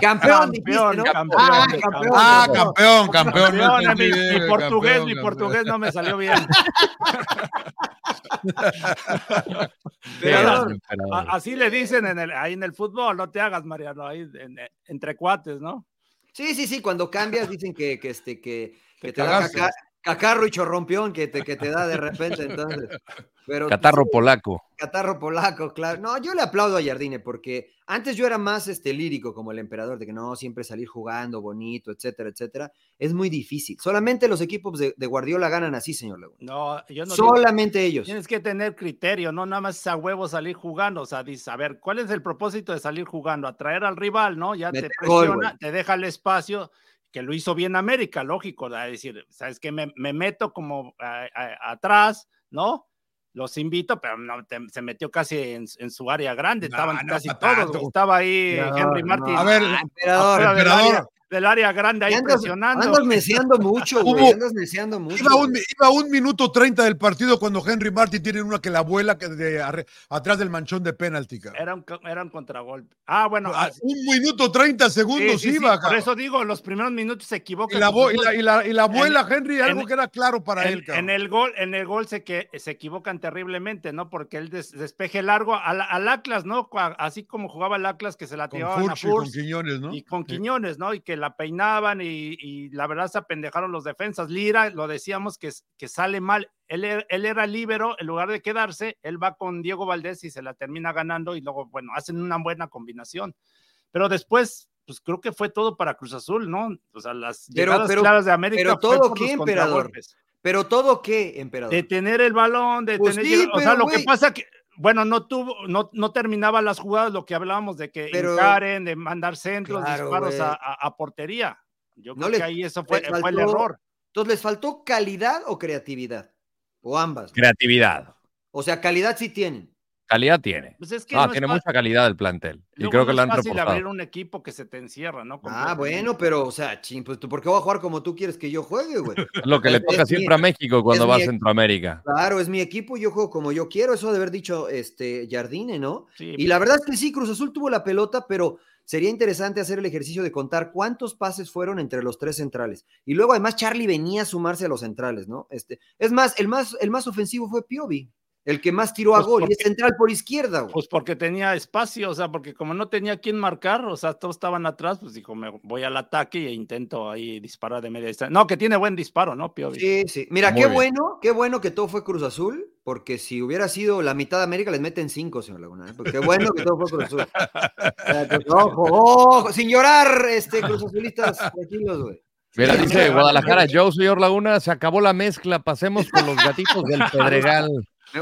S5: Campeón,
S4: dijiste, ¿no?
S5: campeón,
S4: ah,
S5: campeón.
S4: campeón.
S2: Ah,
S4: campeón.
S2: campeón, campeón. no
S5: Campeón, mi, mi
S2: entendí bien,
S5: portugués,
S2: campeón,
S5: mi
S2: campeón.
S5: portugués no me salió bien.
S3: Era
S5: Pero-
S3: el emperador.
S5: A- Así le dicen en el, ahí en el fútbol, no te hagas, Mariano, ahí en- en- entre cuates, ¿no?
S4: Sí, sí, sí, cuando cambias dicen que, que, este, que,
S5: Te
S4: que te da
S2: cagaste.
S4: caca- cacarro y chorrompión que te, que te da de repente, entonces. Pero
S3: Catarro polaco.
S4: Catarro polaco, claro. No, yo le aplaudo a Jardine porque antes yo era más este lírico como el emperador, de que no, siempre salir jugando bonito, etcétera, etcétera. Es muy difícil. Solamente los equipos de, de Guardiola ganan así, señor Laguna.
S5: No, yo no digo-
S4: Solamente
S2: Pues
S4: ellos.
S5: Tienes que tener criterio, no nada más a huevo salir jugando, o sea, dices, a ver, ¿cuál es el propósito de salir jugando? Atraer al rival, ¿no? Ya
S4: Meter
S5: te
S4: gol,
S5: presiona,
S4: güey.
S5: te deja el espacio, que lo hizo bien América, lógico, a decir, sabes que me, me meto como a- a- atrás, ¿no? Los invito, pero no, te- se metió casi en, en su área grande,
S2: No,
S5: estaban
S2: no
S5: casi
S2: pa'
S5: todos,
S2: tanto.
S5: güey, estaba ahí
S4: No,
S5: Henry
S4: no.
S5: Martin.
S2: A ver,
S5: ah,
S4: Emperador,
S5: fuera del
S2: emperador.
S5: área, del área grande ahí
S4: andas-
S5: presionando.
S4: Andas meseando mucho,
S2: Hubo-
S4: güey. Andas meseando mucho.
S2: Iba un,
S4: güey.
S2: iba un minuto treinta del partido cuando Henry Martin tiene una que la abuela que de arre- atrás del manchón de penalti. cabrón.
S5: Era un, co- era un contragolpe. Ah, bueno,
S2: A- Un minuto treinta
S5: Sí,
S2: segundos
S5: sí, sí,
S2: iba.
S5: por
S2: cabrón.
S5: eso digo, los primeros minutos se equivoca.
S2: y, la, abo-
S5: Cruz
S2: y
S5: Azul.
S2: la- y la- y la abuela Henry, algo
S5: en-
S2: que era claro para
S5: en,
S2: él. cabrón.
S5: en el gol, en el gol se que se equivocan terriblemente, ¿no? Porque él des- despeje largo al, al Atlas, ¿no? Cua- Así como jugaba el Atlas que se la
S2: con
S5: tiraban a
S2: Furch y con
S5: Furch
S2: Quiñones, ¿no?
S5: y con
S2: Sí.
S5: Quiñones, ¿no? Y que la peinaban y, y la verdad se apendejaron los defensas. Lira, lo decíamos que, s- que sale mal. Él, er- él era líbero, en lugar de quedarse, él va con Diego Valdés y se la termina ganando y luego, bueno, hacen una buena combinación. Pero después, pues creo que fue todo para Cruz Azul, ¿no? O sea, las
S4: Pero-
S5: llegadas
S4: pero-
S5: claras de América.
S4: pero
S5: fue
S4: todo
S5: por
S4: qué,
S5: los
S4: emperador?
S5: contragolpes.
S4: Pero todo qué, emperador.
S5: De tener el balón, de
S4: Pues
S5: tener...
S4: sí,
S5: llegada- o sea,
S4: pero,
S5: lo
S4: güey.
S5: que pasa que, bueno, no tuvo, no, no terminaba las jugadas, lo que hablábamos de que
S4: Pero-
S5: encaren, de mandar centros,
S4: Claro,
S5: disparos
S4: güey.
S5: a, a- a portería. Yo
S4: No
S5: creo
S4: le-
S5: que ahí eso
S4: le
S5: fue, fue el
S4: faltó-
S5: error.
S4: Entonces, ¿les faltó calidad o creatividad? O ambas.
S3: Creatividad.
S4: O sea, calidad sí tienen.
S3: Calidad tiene.
S5: Pues es que
S3: Ah,
S5: no es
S3: tiene
S5: fa-
S3: mucha calidad el plantel. Y
S5: luego
S3: creo
S5: no
S3: que
S5: es
S3: lo han
S5: fácil abrir
S3: reforzado.
S5: un equipo que se te encierra, ¿no?
S4: Ah,
S5: Completamente.
S4: bueno, pero, o sea, ching, pues tú, ¿por qué voy a jugar como tú quieres que yo juegue, güey?
S3: Es lo que le
S4: es-
S3: toca
S4: es mi-
S3: siempre a México cuando
S4: es
S3: va a
S4: mi-
S3: Centroamérica.
S4: Claro, es mi equipo, yo juego como yo quiero, eso de haber dicho este Jardine, ¿no?
S5: Sí,
S4: Y la verdad es que sí, Cruz Azul tuvo la pelota, pero sería interesante hacer el ejercicio de contar cuántos pases fueron entre los tres centrales. Y luego además Charlie venía a sumarse a los centrales, ¿no? Este, es más, el más, el más ofensivo fue Piovi, el que más tiró a
S5: Pues
S4: gol, y es
S5: porque-
S4: central por izquierda, güey.
S5: Pues porque tenía espacio, o sea, porque como no tenía quien marcar, o sea, todos estaban atrás, pues dijo, me voy al ataque e intento ahí disparar de media distancia. No, que tiene buen disparo, ¿no, Piovi?
S4: Sí, sí. Mira,
S3: Muy
S4: qué
S3: bien.
S4: bueno, qué bueno que todo fue Cruz Azul, porque si hubiera sido la mitad de América, les meten cinco, señor Laguna. ¿eh? Pues Qué bueno que todo fue Cruz Azul. O sea, que- Ojo, ojo, sin llorar, este, Cruz Azulistas, tranquilos, güey.
S3: Mira,
S4: Sí,
S3: dice
S4: sí.
S3: Guadalajara Joe, señor Laguna, se acabó la mezcla, pasemos con los gatitos del Pedregal.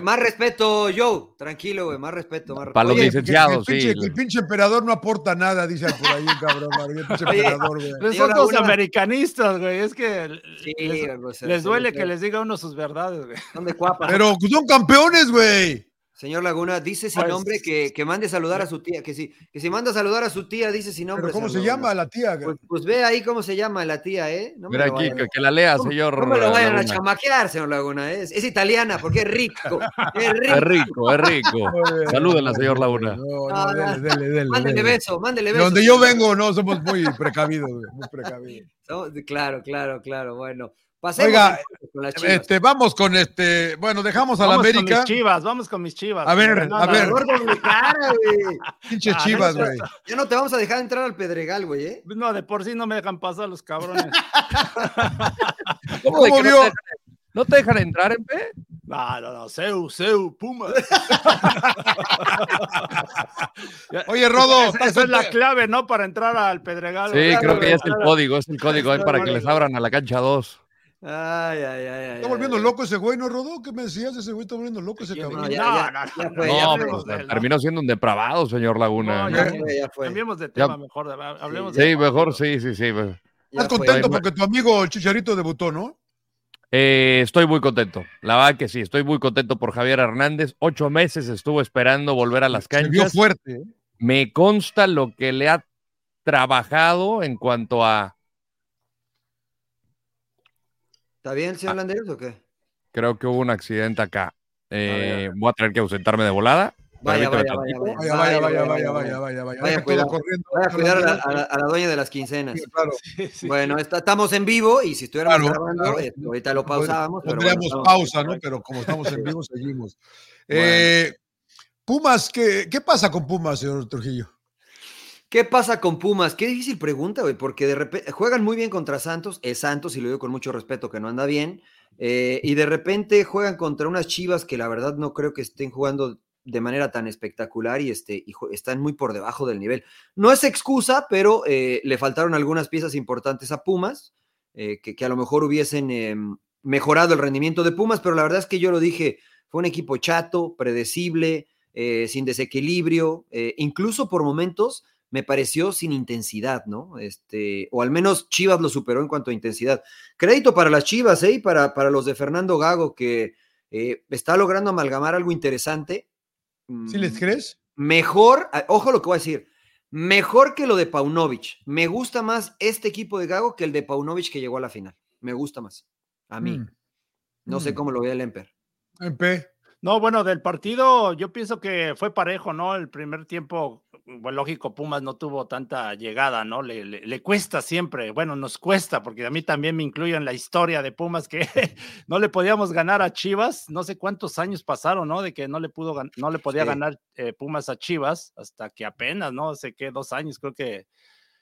S4: Más respeto, Joe, tranquilo, güey, más respeto, más
S3: Pa'
S4: respeto.
S3: los
S2: Oye,
S4: Oye,
S3: licenciados,
S2: que el, pinche,
S3: sí.
S2: que el pinche emperador no aporta nada, dicen por ahí, cabrón. madre, el pinche
S4: Oye,
S2: emperador, güey.
S4: Señora
S5: Nosotros
S4: Laguna.
S5: americanistas, güey, es que
S4: sí,
S5: les,
S4: o sea,
S5: les
S4: se
S5: duele que
S4: creo.
S5: les diga uno sus verdades, güey.
S4: Son de cuapa.
S2: Pero son campeones, güey.
S4: Señor Laguna, dice sin
S5: Pues-
S4: nombre que, que mande saludar a su tía, que si, que si manda a saludar a su tía, dice sin nombre.
S2: Pero ¿cómo se
S4: señor
S2: llama
S4: Laguna.
S2: la tía?
S4: Pues, pues ve ahí cómo se llama la tía, ¿eh? No me
S3: Mira
S4: lo
S3: aquí,
S4: vayan-
S3: que, que la lea,
S4: no-
S3: señor.
S4: no me lo vayan a
S3: Laguna.
S4: chamaquear, señor Laguna. ¿eh? Es, es italiana, porque es rico. Es rico.
S3: Es rico, es rico.
S5: Pues,
S3: Salúdenla, señor Laguna.
S2: No,
S4: Ah,
S2: no, dele, dele, dele,
S4: Mándele
S2: dele.
S4: beso, mándele
S2: De
S4: beso.
S2: donde yo vengo, no, somos muy precavidos, güey, muy precavidos.
S4: No, Claro, claro, claro. Bueno, pasemos
S2: Oiga,
S4: entonces con las chivas.
S2: Este, vamos con este, bueno, dejamos a la
S5: Vamos con
S2: América,
S5: mis chivas, vamos con mis chivas.
S2: A ver,
S5: No,
S2: a
S5: no,
S2: ver.
S5: no,
S4: Gordo en mi cara, güey.
S2: pinche
S5: Ah, no,
S2: chivas,
S5: no,
S2: güey.
S4: Ya no te vamos a dejar entrar al Pedregal, güey, ¿eh?
S5: No, de por sí no me dejan pasar los cabrones.
S3: ¿Cómo, de
S2: ¿Cómo
S3: que
S2: vio?
S3: No te, dejan, no te dejan entrar, MP?
S5: No, no, no, Seu, Seu, Puma.
S2: Oye, Rodo,
S5: Esa, esa es la clave, ¿no? Para entrar al Pedregal.
S3: Sí,
S5: Claro,
S3: creo que ya es el
S5: claro.
S3: código, es el código ahí para que les abran a la cancha 2.
S4: Ay, ay, ay, ay.
S2: está
S4: ay,
S2: volviendo
S4: ay.
S2: loco ese güey, ¿no, Rodo? ¿Qué me decías? Ese güey está volviendo loco ese
S4: Yo-
S2: cabrón.
S4: no, ya,
S5: No,
S4: ya,
S5: no,
S4: ya
S5: no,
S4: fue,
S5: no,
S3: No,
S4: ya fue.
S5: hablemos de
S3: pues
S5: él, ¿no?
S3: terminó siendo un depravado, señor Laguna.
S5: No, ya
S4: Ya fue, ya fue.
S5: Cambiemos de
S3: Ya-
S5: tema mejor, de- hablemos de
S3: Sí, mejor, sí, sí, sí.
S4: Ya
S2: Estás
S4: fue.
S2: contento
S3: Bueno.
S2: porque tu amigo el Chicharito debutó, ¿no?
S3: Eh, estoy muy contento. La verdad que sí, estoy muy contento por Javier Hernández. Ocho meses estuvo esperando volver a las
S2: Se vio
S3: canchas.
S2: fuerte. ¿eh?
S3: Me consta lo que le ha trabajado en cuanto a,
S4: ¿Está bien, señor Landeros, o qué?
S3: creo que hubo un accidente acá. Eh,
S4: A ver.
S3: voy a tener que ausentarme de volada.
S4: Vaya,
S3: Permíteme
S4: vaya,
S3: tantito.
S4: vaya,
S2: Vaya, vaya, vaya, vaya, vaya, vaya, vaya.
S4: Vaya,
S2: Deja todo
S4: cuidado.
S2: corriendo.
S4: Voy a cuidar a la, a la- a la dueña de las quincenas.
S2: Sí, claro.
S4: Bueno, está- estamos en vivo y si estuviéramos
S2: Claro,
S4: grabando,
S2: claro.
S4: eh, ahorita lo pausábamos. pero
S2: Pondríamos
S4: bueno, estamos-
S2: pausa, ¿no? Pero como estamos en vivo, seguimos. Eh, Pumas, ¿qué, ¿qué pasa con Pumas, señor Trujillo?
S4: ¿Qué pasa con Pumas? Qué difícil pregunta, güey, porque de repente juegan muy bien contra Santos, es Santos y lo digo con mucho respeto que no anda bien, eh, y de repente juegan contra unas Chivas que la verdad no creo que estén jugando de manera tan espectacular y, este, y jue- están muy por debajo del nivel. No es excusa, pero eh, le faltaron algunas piezas importantes a Pumas, eh, que, que a lo mejor hubiesen em, mejorado el rendimiento de Pumas, pero la verdad es que yo lo dije, fue un equipo chato, predecible, eh, sin desequilibrio, eh, incluso por momentos me pareció sin intensidad, ¿no? Este, o al menos Chivas lo superó en cuanto a intensidad. Crédito para las Chivas, ¿eh? Y para, para los de Fernando Gago, que eh, está logrando amalgamar algo interesante.
S2: ¿Sí les
S4: Mm,
S2: crees?
S4: Mejor, a- ojo lo que voy a decir, mejor que lo de Paunovic. Me gusta más este equipo de Gago que el de Paunovic que llegó a la final. Me gusta más. A mí.
S2: Mm.
S4: No sé
S2: Mm.
S4: cómo lo ve el Emper.
S2: MP.
S5: No, bueno, del partido yo pienso que fue parejo, ¿no? El primer tiempo, bueno, lógico, Pumas no tuvo tanta llegada, ¿no? Le, le- le cuesta siempre, bueno, nos cuesta, porque a mí también me incluyo en la historia de Pumas que no le podíamos ganar a Chivas, no sé cuántos años pasaron, ¿no? De que no le pudo, gan- no le podía
S4: Sí.
S5: ganar eh, Pumas a Chivas hasta que apenas, ¿no? Sé qué, dos años creo que...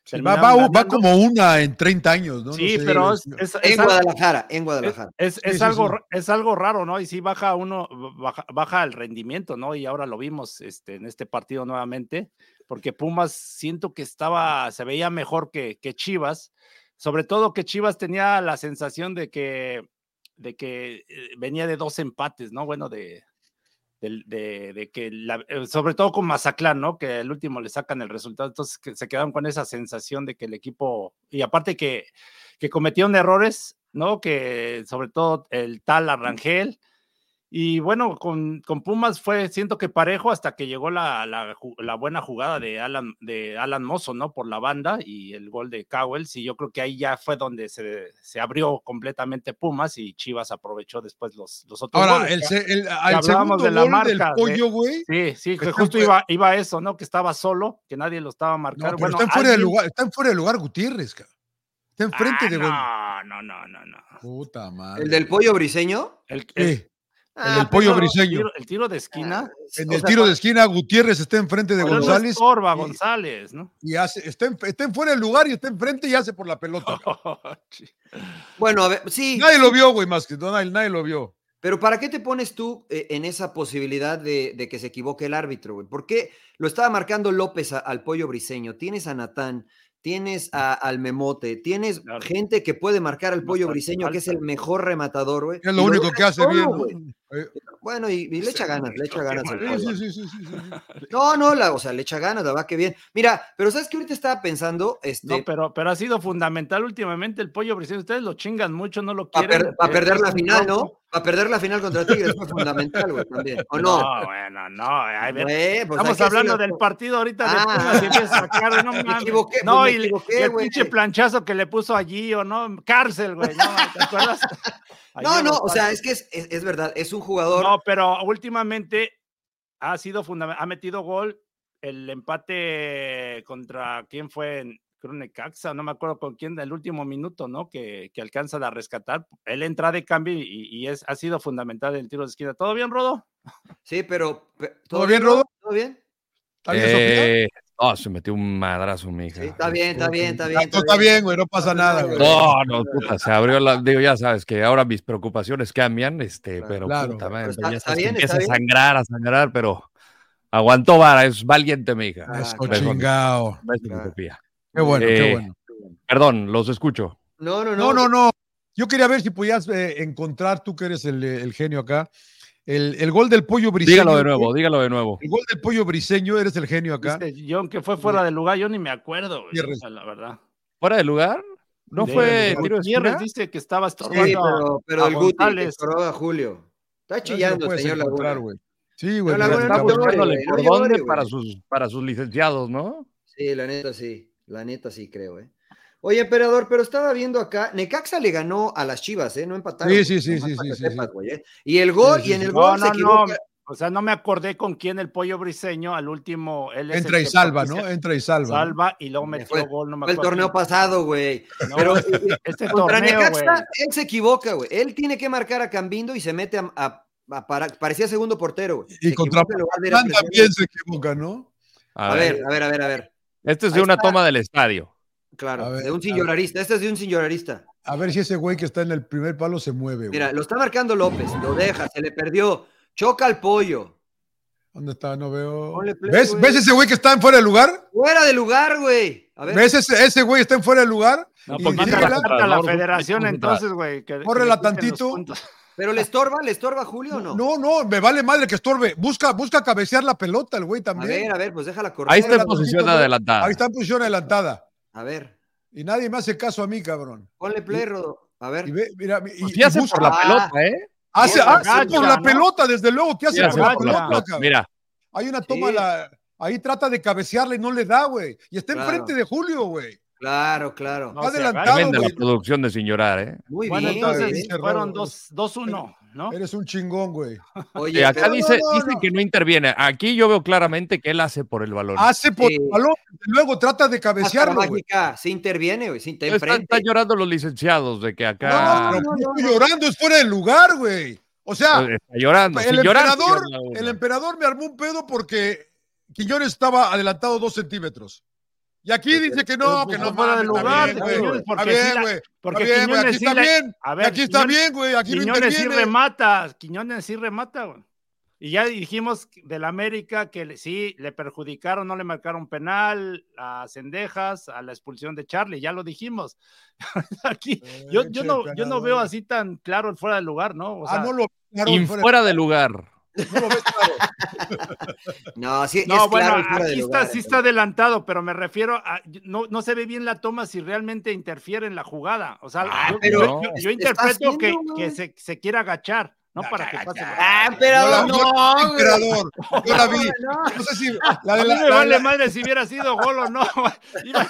S2: Sí, va, va-
S5: terminaron
S2: va
S5: ganando.
S2: como una en 30 años, ¿no? No
S5: Sí,
S2: sé,
S5: pero es,
S2: este,
S5: es- es
S4: En
S5: algo-
S4: Guadalajara, en
S5: es,
S4: Guadalajara.
S5: es- es
S2: sí,
S5: algo,
S2: sí.
S5: ra- es algo raro, ¿no? Y sí baja uno, baja, baja el rendimiento, ¿no? Y ahora lo vimos este, en este partido nuevamente, porque Pumas siento que estaba, se veía mejor que, que Chivas, sobre todo que Chivas tenía la sensación de que, de que eh, venía de dos empates, ¿no? Bueno, de, del- de, de que, la- eh, sobre todo con Mazatlán, ¿no? Que el último le sacan el resultado, entonces que se quedaron con esa sensación de que el equipo, y aparte que, que cometieron errores, ¿no? Que sobre todo el tal Arrangel. Y bueno, con, con Pumas fue, siento que parejo hasta que llegó la, la ju- la buena jugada de Alan, de Alan Mozo, ¿no? Por la banda y el gol de Cowell. Y yo creo que ahí ya fue donde se, se abrió completamente Pumas y Chivas aprovechó después los, los otros.
S2: Ahora,
S5: goles.
S2: el, se- el, al
S5: hablábamos
S2: segundo
S5: de la
S2: gol del
S5: marca,
S2: pollo, güey.
S5: Sí, sí, que
S2: que está en
S5: justo
S2: fue-
S5: iba, iba a eso, ¿no? Que estaba solo, que nadie lo estaba
S2: No,
S5: marcando.
S2: pero
S5: bueno,
S2: está fuera de
S5: alguien-
S2: lugar, está fuera de lugar Gutiérrez, cabrón. Está enfrente
S5: Ah,
S2: de Gómez.
S5: No, no, no, no, no.
S2: Puta madre.
S4: El del pollo briseño.
S5: El, el-
S2: Sí,
S4: Ah,
S2: Eh,
S4: pues,
S2: del pollo
S5: pero
S2: briseño.
S5: tiro- El tiro de esquina.
S2: en
S4: o
S2: el
S4: sea,
S2: tiro de esquina, Gutiérrez está enfrente de
S5: pero no
S2: González
S5: estorba a
S2: y-
S5: González, ¿no?
S2: y hace, está, en, está en fuera del lugar y está enfrente y hace por la pelota. cabrón.
S4: Bueno, a ver, Oh, sí,
S2: Nadie lo vio, güey, más que no, nadie, nadie lo vio.
S4: pero ¿para qué te pones tú eh, en esa posibilidad de, de que se equivoque el árbitro, güey? ¿Por qué lo estaba marcando López a- al pollo briseño? Tienes a Natán, tienes a- al Memote, tienes
S5: Claro.
S4: gente que puede marcar al pollo
S5: Bastante
S4: briseño, que es
S5: alta.
S4: el mejor rematador, güey.
S2: Es
S4: y
S2: lo único
S4: dejas
S2: que hace
S4: solo,
S2: bien.
S4: güey.
S2: ¿no? Eh.
S4: Bueno, y, y le echa ganas, le echa ganas. al
S2: Sí,
S4: Córdoba.
S2: sí, sí, sí, sí, sí.
S4: No, no, la, o sea, le echa ganas, la va que bien. Mira, pero ¿sabes qué? Ahorita estaba pensando, este,
S5: No, pero, pero ha sido fundamental últimamente el pollo brasileño. Ustedes lo chingan mucho, no lo
S4: para
S5: quieren. eh,
S4: perder
S5: es
S4: la
S5: un
S4: final,
S5: loco.
S4: ¿no? Para perder la final contra Tigres fue fundamental, güey, también. ¿O no?
S5: No, bueno, no. a ver,
S4: Güey, pues, hay
S5: Estamos
S4: que
S5: hablando
S4: decirlo.
S5: del partido ahorita
S4: Ah.
S5: de Pumas y empieza a sacar, no mames.
S4: equivoqué,
S5: no,
S4: pues, me
S5: y, le-
S4: equivoqué,
S5: y el
S4: güey.
S5: pinche planchazo que le puso allí o no, cárcel, güey. No, ¿te acuerdas? Allí
S4: No, no,
S5: en
S4: o
S5: los
S4: sea, es que es, es- es verdad, es un jugador.
S5: No, pero últimamente ha sido fundamental, ha metido gol el empate contra quién fue en creo Necaxa, no me acuerdo con quién del último minuto, ¿no? Que, que alcanza a rescatar. Él entra de cambio y, y es, ha sido fundamental el tiro de esquina. ¿Todo bien, Rodo?
S4: Sí, pero. pe-
S2: ¿Todo bien, Rodo?
S4: ¿Todo bien?
S2: ¿Está bien, Sofía?
S3: Eh, no, se metió un madrazo, mi
S2: Ah,
S3: hija.
S4: Sí, está bien, está bien, está bien.
S2: No, Ah, está bien, güey, no pasa nada, güey.
S3: No, no, puta, se abrió la. Digo, ya sabes que ahora mis preocupaciones cambian, este, pero
S2: Claro.
S3: puta madre,
S4: Pero está-
S3: ya
S4: está
S3: sabes que
S4: bien,
S3: empieza
S4: está
S3: a
S4: bien.
S3: sangrar, a sangrar, pero aguantó vara, es valiente, mi hija.
S4: Ah,
S2: Eso,
S4: claro.
S2: chingao.
S3: Beso, mi
S4: claro.
S3: Sofía.
S2: Qué bueno, qué
S3: Eh,
S2: bueno.
S3: Perdón, los escucho.
S4: No, no,
S2: No, no,
S4: no.
S2: no. Yo quería ver si podías eh, encontrar, tú que eres el, eh, el genio acá, el, el gol del pollo briseño.
S3: Dígalo de nuevo, dígalo de nuevo.
S2: El gol del pollo briseño, eres el genio acá.
S5: Este, yo, aunque fue fuera de lugar, yo ni me acuerdo, güey,
S2: Gutiérrez.
S5: o sea, la verdad.
S3: ¿Fuera de lugar? ¿No
S5: De-
S3: fue
S5: de
S3: tiro de
S5: Gutiérrez
S3: esquina?
S5: dice que estaba
S4: Sí,
S5: estorbando.
S4: pero, pero
S5: a
S4: el Guti que
S5: González.
S4: estorba a Julio. Está
S2: Ya lo
S4: chillando el
S2: puedes
S4: señor
S2: encontrar,
S4: Laguna.
S2: güey. Sí, güey.
S4: No,
S2: mira,
S4: Laguna
S3: Está
S2: está
S4: no
S2: bueno.
S4: llore,
S3: buscándole
S4: güey,
S3: por
S4: no llore,
S3: dónde
S4: güey.
S3: para sus, para sus licenciados, ¿no?
S4: Sí, la neta sí. La neta sí, creo, ¿eh? Oye, emperador, pero estaba viendo acá. Necaxa le ganó a las chivas, ¿eh? No empataron.
S2: Sí, sí,
S4: güey,
S2: sí,
S4: nomás
S2: sí,
S4: para
S2: sí,
S4: que
S2: sí, sí.
S4: sepas, güey, ¿eh? Y el gol,
S2: Sí, sí,
S4: y en
S2: sí.
S4: el
S5: No,
S4: gol
S5: no,
S4: se
S5: no.
S4: equivoca.
S5: O sea, no me acordé con quién el pollo briseño al último. Él es el
S2: Entra y
S5: que
S2: salva,
S5: propicia-
S2: ¿no? Entra y salva. ¿no?
S5: Salva y luego metió
S4: Fue-
S5: gol, no me
S4: Fue el
S5: acuerdo.
S4: torneo pasado, güey.
S5: No,
S4: Pero
S5: este
S4: Contra
S5: torneo, güey.
S4: Necaxa, él se equivoca, güey. Él tiene que marcar a Cambindo y se mete a. a- a para- parecía segundo portero, güey.
S2: Y
S4: Se
S2: contra
S4: equivoca en lugar de ir a
S2: Juan
S4: presionar.
S2: también se equivoca, ¿no?
S3: A,
S4: A
S3: ver,
S4: ver, a ver, a ver, a ver.
S3: este es de
S4: ahí
S3: una
S4: está.
S3: toma del estadio.
S4: Claro,
S2: A ver,
S4: de un
S2: a ver.
S4: señorarista. Este es de un señorarista.
S2: A ver si ese güey que está en el primer palo se mueve, güey.
S4: Mira, lo está marcando López. Lo deja, se le perdió. Choca al pollo.
S2: ¿Dónde está? No veo.
S4: Ponle play,
S2: ¿Ves,
S4: güey.
S2: ¿Ves ese güey que está en fuera de lugar?
S4: Fuera de lugar, güey. A ver.
S2: ¿Ves ese, ese güey está en fuera de lugar?
S3: No,
S2: Y
S3: pues,
S5: Manda
S3: Dígala.
S5: la,
S2: síguela.
S5: carta a la
S3: Dígala.
S5: federación entonces, güey. que- que
S2: Córrela
S5: le quiten los
S2: tantito.
S5: puntos.
S4: Pero le estorba, le estorba a Julio o no?
S2: No, no, me vale madre que estorbe. Busca, busca cabecear la pelota el güey
S4: A
S2: también.
S4: ver, a ver, pues déjala correr.
S3: Ahí está en
S2: la
S3: posición
S2: tantito,
S3: adelantada.
S2: Ahí está en posición adelantada.
S4: A ver,
S2: Y nadie me hace caso a mí, cabrón.
S4: ponle play, Rodo. A ver.
S2: Y ve, mira, y,
S3: Pues
S2: y
S3: sí hace
S2: busca.
S3: por la
S4: Ah,
S3: pelota, ¿eh?
S2: Hace,
S4: Bien,
S2: hace
S5: agacha,
S2: por la
S5: ¿no?
S2: pelota, desde luego que hace
S3: Sí hace
S2: por la
S3: por la
S2: pelota.
S3: pelota.
S2: cabrón.
S3: Mira,
S2: Hay una toma,
S4: Sí.
S2: la, ahí trata de cabecearle y no le da, güey. Y está
S4: Claro.
S2: enfrente de Julio, güey.
S4: Claro, claro.
S5: No
S2: Va
S5: se
S2: adelantado,
S5: agacha.
S3: tremenda la
S2: Ah, güey.
S3: producción de sin llorar, ¿eh?
S4: Muy
S5: Bueno,
S4: bien.
S5: entonces
S4: güey.
S2: güey.
S5: fueron dos- 2-1, ¿no?
S2: Eres un chingón, güey.
S3: Eh,
S4: Oye,
S3: acá
S4: pero-
S3: dice,
S2: no, no,
S3: dice
S2: no.
S3: que no interviene. Aquí yo veo claramente que él hace por el balón.
S2: Hace por
S4: Sí.
S2: el balón, desde luego trata de
S4: Hasta la
S2: cabecearlo, güey.
S4: mágica, se interviene, güey, se te
S3: están,
S4: enfrenta.
S3: están llorando los licenciados de que acá
S2: No,
S3: eh,
S2: pero estoy llorando, es fuera del lugar, güey. O sea,
S3: está llorando.
S2: el
S3: sin llorar,
S2: emperador,
S3: sin llorar.
S2: el emperador me armó un pedo porque Quiñones estaba adelantado dos centímetros. Y aquí dice que no, que no
S5: Pues fuera de
S2: mames, está
S5: lugar,
S2: bien,
S5: Quiñones,
S2: güey. Está
S5: porque sí
S2: bien,
S5: la-
S2: güey.
S5: porque
S2: está bien, güey,
S5: Quiñones
S2: aquí
S5: sí
S2: está
S5: la-
S2: bien.
S5: A
S2: Y aquí está
S5: Quiñones-
S2: bien, güey. Aquí no
S5: Quiñones sí
S2: interviene.
S5: remata, Quiñones sí remata, güey. Y ya dijimos del América que le- sí le perjudicaron, no le marcaron penal a Cendejas, a la expulsión de Charlie, ya lo dijimos. Aquí,
S2: Eh,
S5: yo, yo, no, yo no veo así tan claro el fuera de lugar, ¿no? O sea,
S2: ah, no lo claro,
S3: Y
S2: fuera-
S3: fuera de lugar.
S2: no lo ves claro.
S4: No, sí,
S5: No,
S4: es
S5: bueno,
S4: claro el fuera de
S5: aquí
S4: lugar,
S5: está, sí está adelantado, pero me refiero a, no, no se ve bien la toma si realmente interfiere en la jugada. O sea,
S4: Ah,
S5: yo,
S4: pero
S5: yo- yo- yo
S4: está
S5: interpreto
S4: haciendo,
S5: que,
S4: güey.
S5: que se, se quiere agachar, no para que pase. la-
S4: Ah, emperador,
S2: No,
S4: no, güey.
S2: Emperador, yo la vi.
S4: No,
S2: No sé si la
S5: A
S2: de
S5: mí
S2: la,
S5: me
S2: la-
S5: vale
S2: la-
S5: madre si hubiera sido gol o no. Iba-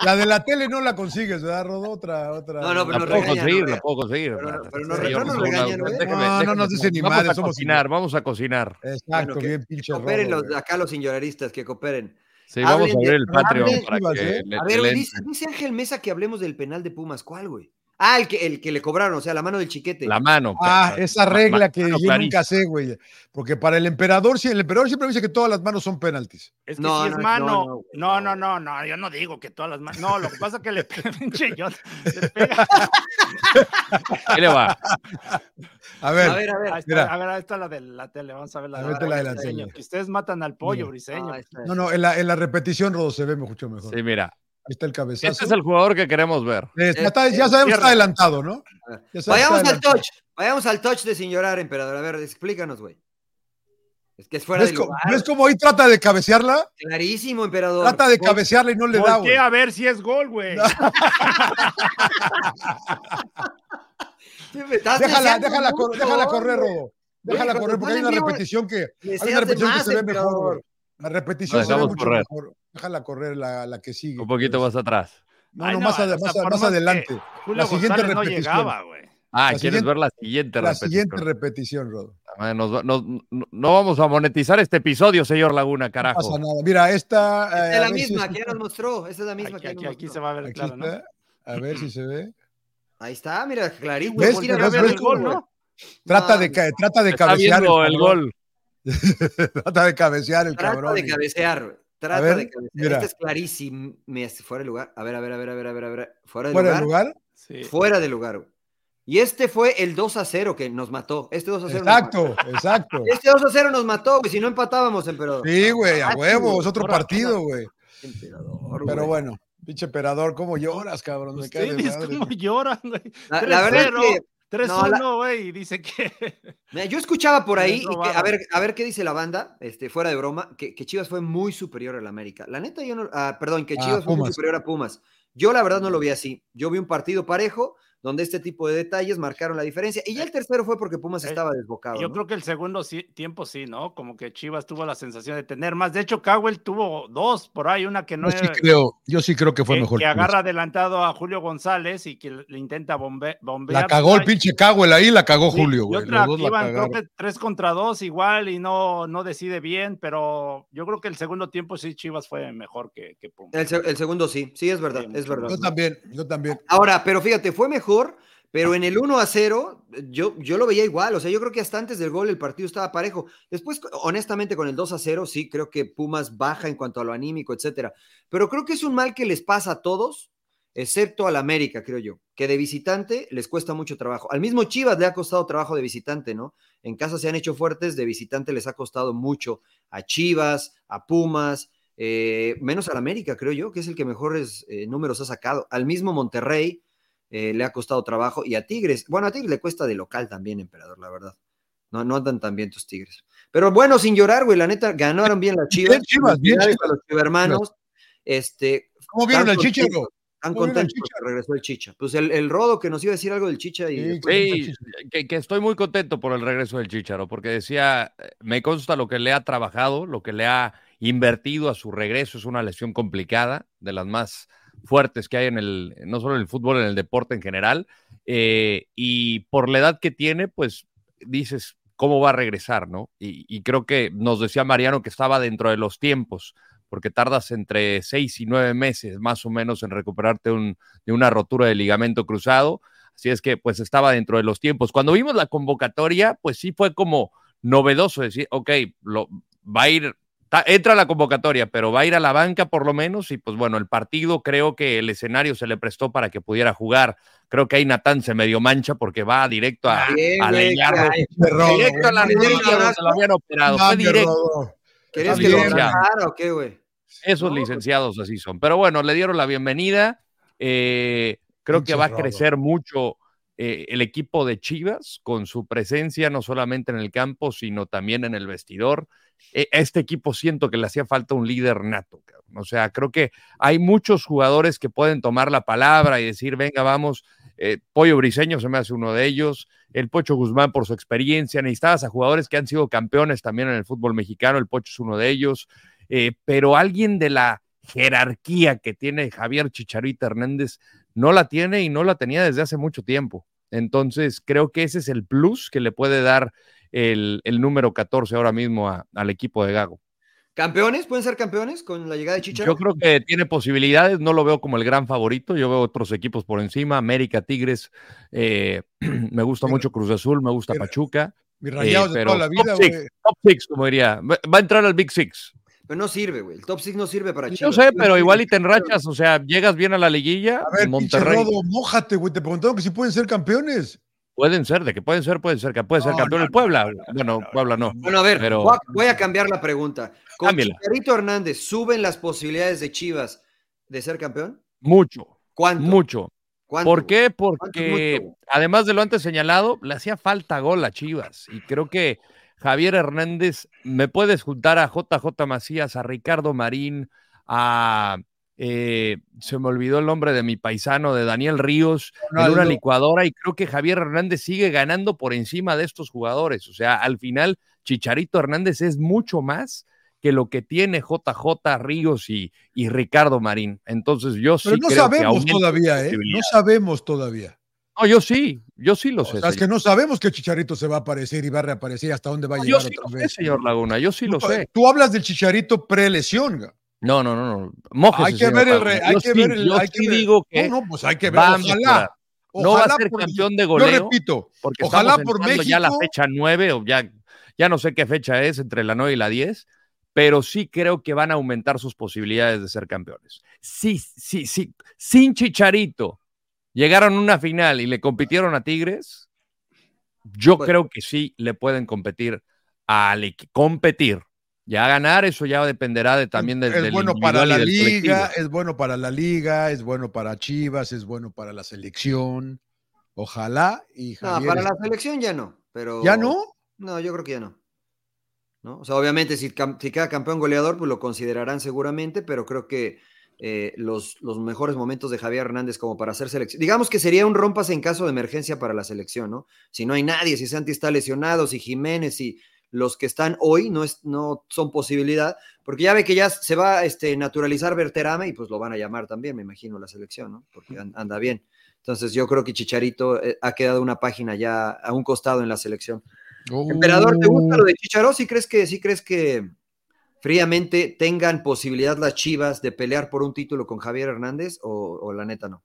S2: la de la tele no la consigues, ¿verdad, Rodo? Otra, otra.
S4: No, no,
S3: La
S4: pero
S3: puedo
S4: nos regañan,
S3: conseguir,
S4: güey.
S3: la puedo conseguir.
S4: Pero no-
S3: Marta.
S4: pero no-
S3: Señor,
S4: no nos
S3: por favor,
S4: regañan, güey.
S3: déjeme-
S2: No, no
S3: déjeme-
S2: nos dicen ni
S3: vamos
S2: madre,
S3: a
S2: somos-
S3: cocinar, vamos a cocinar.
S2: Exacto,
S4: Bueno, que-
S2: bien pinche Rodo.
S4: Cooperen los,
S2: güey.
S4: acá los sin lloraristas, que cooperen.
S3: Sí, vamos a
S4: Hablen de-
S3: abrir el Patreon
S4: hablen,
S3: para
S2: Chivas,
S3: que
S2: ¿eh?
S3: le-
S4: A ver,
S3: le-
S4: dice, dice Ángel Mesa que hablemos del penal de Pumas, ¿cuál, güey? Ah, el que, el que le cobraron, o sea, la mano del chiquete.
S3: la mano.
S2: Ah,
S3: pero-
S2: esa
S3: ma-
S2: regla
S3: ma-
S2: que
S3: mano
S2: yo
S3: clarísima.
S2: nunca sé, güey. Porque para el emperador, sí, el emperador siempre dice que todas las manos son penaltis.
S5: Es que
S4: No,
S5: si es
S4: no, no, no,
S5: mano.
S4: güey,
S5: No,
S4: no.
S5: no, no, no, yo no digo que todas las manos. No, lo que pasa es que le pe- pinche yo- le pega.
S3: Ahí le va.
S2: A
S4: a
S2: ver,
S4: ver, a ver.
S5: Ahí
S2: Mira.
S5: está, a ver, ahí está la de la tele. Vamos a ver la,
S2: A ver, la de la
S5: Briseño,
S2: tele.
S5: Que ustedes matan al pollo,
S2: Mira.
S5: Briseño.
S4: Ah, ahí está.
S2: no, no, en la, en la repetición, Rodo, se ve mucho mejor.
S3: Sí, mira.
S2: está el cabezazo.
S3: Este es el jugador que queremos ver.
S2: Eh, ya, está- ya sabemos que está adelantado, ¿no? Ya sabemos que está
S4: Ah. Vayamos al
S2: adelantado.
S4: touch. Vayamos al touch de sin llorar, emperador. A ver, explícanos, güey. Es que es fuera
S2: ¿Ves,
S4: de
S2: co-
S4: lugar.
S2: ves cómo hoy trata de cabecearla?
S4: Clarísimo, emperador.
S2: Trata de cabecearla y no le da, güey.
S5: Voltea a ver si es gol, güey.
S4: Sí, me estás
S2: Déjala,
S4: deseando
S2: déjala,
S4: mucho,
S2: cor- déjala correr,
S4: hombre.
S2: Rodo. Déjala
S4: Güey,
S2: correr porque hay una
S4: ponle mío,
S2: repetición que, hay una
S4: Me deseas de
S2: repetición que
S4: más,
S2: se ve mejor,
S4: emperador.
S2: güey. La repetición
S3: La
S2: se ve
S3: dejamos
S2: mucho
S3: correr.
S2: mejor. Déjala correr la, la que sigue.
S3: Un poquito más atrás.
S2: No,
S5: Ay,
S2: no,
S5: no,
S2: más, ade-
S5: o sea,
S2: más-
S5: por
S2: más
S5: más que-
S2: adelante.
S5: Julio
S2: La siguiente
S5: González no
S2: repetición.
S5: llegaba, güey.
S3: Ah,
S2: La
S3: ¿quieres
S2: siguiente-
S3: ver la siguiente
S2: La
S3: repetición?
S2: siguiente repetición, Rodo.
S3: Ah, nos va- nos- no, no vamos a monetizar este episodio, señor Laguna,
S2: No pasa
S3: carajo.
S2: nada. Mira, esta. eh,
S4: Es
S2: a ver
S4: la
S2: si
S4: misma
S2: es-
S4: que ya nos mostró. Esa es la misma
S5: Aquí,
S4: que ya
S5: aquí-
S4: nos
S5: aquí se
S4: mostró.
S5: va a ver
S2: Aquí
S5: claro, ¿no?
S2: está. A ver si se ve.
S4: Ahí está, mira, clarito.
S2: ¿Ves?
S4: Mira,
S2: ¿Ves?
S4: mira,
S2: ¿Ves
S4: el
S2: cómo,
S4: gol,
S2: güey?
S4: ¿no?
S2: Trata
S4: No,
S2: de,
S4: no.
S2: ca- trata de
S3: Está
S2: cabecear.
S3: viendo el
S2: cabrón.
S3: gol.
S2: Trata de cabecear el
S4: Trata
S2: cabrón.
S4: de cabecear. Trata
S2: ver,
S4: de cabecear.
S2: mira.
S4: Esta es clarísima. Fuera de lugar. A ver, a ver, a ver, a ver, a ver. a ver. Fuera de
S2: ¿Fuera de
S4: lugar.
S2: lugar?
S5: Sí.
S4: Fuera de lugar. güey. Y este fue el 2 a 0 que nos mató. Este 2 a 0. nos mató.
S2: Exacto, exacto.
S4: Este 2 a 0 nos mató, güey. Si no empatábamos, emperador.
S2: Sí, güey, a
S4: Fácil,
S2: huevo,
S4: güey.
S2: es otro
S5: Ahora,
S2: partido, güey.
S4: Emperador,
S2: Pero
S4: güey. Pues
S2: bueno, pinche emperador, ¿cómo lloras, cabrón? Me cae de
S5: Ustedes
S2: madre.
S5: cómo lloran, güey.
S4: La, la verdad es
S5: 3-0.
S4: que
S5: 3-1, güey, y dice que...
S4: mira, yo escuchaba por
S5: Les
S4: ahí, y que- a,
S5: robaron.
S4: ver, a ver qué dice la banda, este, fuera de broma, que, que Chivas fue muy superior al América. La neta, yo no. ah, perdón, que
S2: Ah,
S4: Chivas fue muy
S2: Pumas.
S4: superior a Pumas. Yo la verdad no lo vi así. Yo vi un partido parejo donde este tipo de detalles marcaron la diferencia. Y ya el tercero fue porque Pumas
S5: Eh,
S4: estaba desbocado.
S5: Yo
S4: ¿no?
S5: creo que el segundo sí- tiempo sí, ¿no? Como que Chivas tuvo la sensación de tener más. De hecho, Cowell tuvo dos por ahí, una que no
S2: Yo Pues sí
S5: era-
S2: creo, yo sí creo que fue
S5: que,
S2: mejor.
S5: que
S2: Pumas.
S5: agarra adelantado a Julio González y que le intenta bombe- bombear.
S2: La cagó el
S5: Ay,
S2: pinche Cagüel ahí, la cagó
S5: sí,
S2: Julio,
S5: y
S2: güey.
S5: otra
S2: Los dos
S5: que
S2: la
S5: iban, creo
S2: cagaron.
S5: que tres contra dos igual y no, no decide bien, pero yo creo que el segundo tiempo sí Chivas fue mejor que, que Pumas.
S4: El, se- el segundo sí, sí, es verdad,
S5: Sí,
S4: es verdad.
S2: Yo también, yo también.
S4: Ahora, pero fíjate, fue mejor,
S5: Ah.
S4: pero en el 1 a 0, yo, yo lo veía igual. O sea, yo creo que hasta antes del gol el partido estaba parejo. Después, honestamente, con el 2 a 0, sí, creo que Pumas baja en cuanto a lo anímico, etcétera. Pero creo que es un mal que les pasa a todos, excepto al América, creo yo, que de visitante les cuesta mucho trabajo. Al mismo Chivas le ha costado trabajo de visitante, ¿no? En casa se han hecho fuertes, de visitante les ha costado mucho a Chivas, a Pumas, eh, menos al América, creo yo, que es el que mejores eh, números ha sacado. Al mismo Monterrey eh, le ha costado trabajo y a Tigres, bueno, a Tigres le cuesta de local también, emperador, la verdad. No, no andan tan bien tus Tigres. Pero bueno, sin llorar, güey, la neta, ganaron bien las Chivas.
S2: Bien Chivas, bien
S4: Felicidades
S2: Chivas.
S4: a los chivermanos. Este,
S2: ¿Cómo vieron el
S4: Tanto
S2: chichero?
S4: tan
S2: Muy bien el
S4: contentos que regresó el Chicha. Pues el, el Rodo que nos iba a decir algo del Chicha y
S2: Sí,
S3: Sí, que, que estoy muy contento por el regreso del Chicharo, porque decía, eh, me consta lo que le ha trabajado, lo que le ha invertido a su regreso, es una lesión complicada, de las más fuertes que hay en el, no solo en el fútbol, en el deporte en general, eh, y por la edad que tiene, pues dices, ¿cómo va a regresar? ¿no? Y, y creo que nos decía Mariano que estaba dentro de los tiempos, porque tardas entre seis y nueve meses más o menos en recuperarte un- de una rotura de ligamento cruzado. Así es que pues estaba dentro de los tiempos. Cuando vimos la convocatoria, pues sí fue como novedoso decir, ok, lo, va a ir, ta- entra a la convocatoria, pero va a ir a la banca por lo menos. Y pues bueno, el partido creo que el escenario se le prestó para que pudiera jugar. Creo que ahí Natán se medio mancha porque va directo a,
S4: Bien,
S3: Ah, a
S4: güey,
S3: Leñardo.
S4: caray.
S2: Rodo,
S3: Directo a la
S2: güey.
S4: Bien,
S3: rodilla
S4: cabrón.
S3: donde lo habían operado. Fue
S2: Mames,
S3: directo.
S2: Rodo.
S4: ¿Querías que
S2: Está
S4: lo
S2: bien.
S4: ganara o qué, güey?
S3: Esos
S4: No,
S3: licenciados así son. Pero bueno, le dieron la bienvenida. Eh, creo
S2: Pinche
S3: que va a
S2: robo.
S3: crecer mucho eh, el equipo de Chivas con su presencia, no solamente en el campo, sino también en el vestidor. Eh, a este equipo siento que le hacía falta un líder nato. cabrón. O sea, creo que hay muchos jugadores que pueden tomar la palabra y decir, venga, vamos. Eh, Pollo Briseño se me hace uno de ellos. El Pocho Guzmán por su experiencia. Necesitabas a jugadores que han sido campeones también en el fútbol mexicano. El Pocho es uno de ellos eh, pero alguien de la jerarquía que tiene Javier Chicharito Hernández no la tiene y no la tenía desde hace mucho tiempo. Entonces, creo que ese es el plus que le puede dar el, el número 14 ahora mismo a- al equipo de Gago.
S4: ¿Campeones? ¿Pueden ser campeones con la llegada de Chicha?
S3: Yo creo que tiene posibilidades, no lo veo como el gran favorito, yo veo otros equipos por encima, América, Tigres, eh, me gusta mucho Cruz Azul, me gusta
S2: Mira.
S3: Pachuca,
S2: Mi
S3: eh,
S2: rayados de
S3: pero
S2: toda la vida,
S3: top six,
S2: güey.
S3: top six, como diría, va va a entrar al Big Six.
S4: Pero no sirve, güey. El top 6 no sirve
S2: Ah,
S4: para
S3: Yo
S4: Chivas.
S3: sé, pero igual y te enrachas, o sea, llegas bien a la liguilla,
S2: A ver, pinche
S3: Monterrey.
S2: Rodo, mójate, güey. Te preguntaron que si pueden ser campeones.
S3: Pueden ser, de que pueden ser, pueden ser, que puede ser
S2: No,
S3: campeón
S2: no,
S3: el Puebla. bueno, Puebla no.
S4: Bueno, a ver,
S3: Pero-
S4: voy, a, voy a cambiar la pregunta. Con
S3: Cámbiala.
S4: Chicharito Hernández, ¿suben las posibilidades de Chivas de ser campeón?
S3: Mucho,
S4: ¿Cuánto?
S3: mucho.
S4: ¿Cuánto?
S3: ¿Por qué?
S4: ¿Cuánto
S3: Porque
S4: es mucho?
S3: además de lo antes señalado, le hacía falta gol a Chivas. Y creo que Javier Hernández, me puedes juntar a JJ Macías, a Ricardo Marín, a... eh, se me olvidó el nombre de mi paisano, de Daniel Ríos, en
S2: Ronaldo.
S3: una licuadora y creo que Javier Hernández sigue ganando por encima de estos jugadores. O sea, al final Chicharito Hernández es mucho más que lo que tiene JJ Ríos y, y Ricardo Marín. Entonces yo
S2: Pero
S3: sí
S2: no
S3: creo que
S2: sabemos
S3: aumenta
S2: todavía, ¿eh? No
S3: posibilidades.
S2: sabemos todavía.
S3: No, yo sí, yo sí lo
S2: O
S3: sé.
S2: sea, es que
S3: señor.
S2: no sabemos que Chicharito se va a aparecer y va a reaparecer y hasta dónde va a
S3: yo
S2: llegar
S3: sí lo
S2: otra
S3: sé,
S2: vez.
S3: señor Laguna, yo sí lo
S2: Tú-
S3: sé.
S2: Tú hablas del Chicharito pre-lesión. güey.
S3: No, no, no, no. mójese,
S2: Hay que
S3: señor
S2: ver el...
S3: Laguna.
S2: re- hay
S3: Yo
S2: que
S3: sí-
S2: ver el-
S3: yo
S2: hay que
S3: sí
S2: ver-
S3: digo que
S2: No, no, pues hay que ver.
S3: va a mejorar.
S2: Ojalá.
S3: No va a
S2: ojalá
S3: ser
S2: por-
S3: campeón de
S2: Yo
S3: goleo.
S2: repito,
S3: porque
S2: Ojalá
S3: estamos
S2: por
S3: entrando ya a la
S2: México.
S3: fecha 9 o ya, ya no sé qué fecha es, entre la 9 y la 10, pero sí creo que van a aumentar sus posibilidades de ser campeones. Sí, sí, sí, sin Chicharito llegaron a una final y le compitieron a Tigres, yo
S4: Bueno.
S3: creo que sí le pueden competir al equi- competir. Ya ganar, eso ya dependerá de, también del,
S2: es
S3: del
S2: bueno
S3: individual
S2: para
S3: y
S2: la
S3: del
S2: liga,
S3: colectivo.
S2: es bueno para la liga, es bueno para Chivas, es bueno para la selección. Ojalá y
S4: No,
S2: Javier
S4: para
S2: es-
S4: la selección ya no, pero...
S2: ¿Ya no?
S4: No, yo creo que ya no. ¿No? O sea, obviamente, si, cam- si queda campeón goleador, pues lo considerarán seguramente, pero creo que eh, los, los mejores momentos de Javier Hernández como para hacer selección. Digamos que sería un rompas en caso de emergencia para la selección, ¿no? Si no hay nadie, si Santi está lesionado, si Jiménez, si los que están hoy no, es, no son posibilidad, porque ya ve que ya se va a este, naturalizar Berterame y pues lo van a llamar también, me imagino, la selección, ¿no? Porque an- anda bien. Entonces yo creo que Chicharito eh, ha quedado una página ya a un costado en la selección. Emperador, ¿te gusta
S5: Uh.
S4: lo de Chicharó? ¿Sí crees que, sí crees que fríamente tengan posibilidad las Chivas de pelear por un título con Javier Hernández o, o la neta no?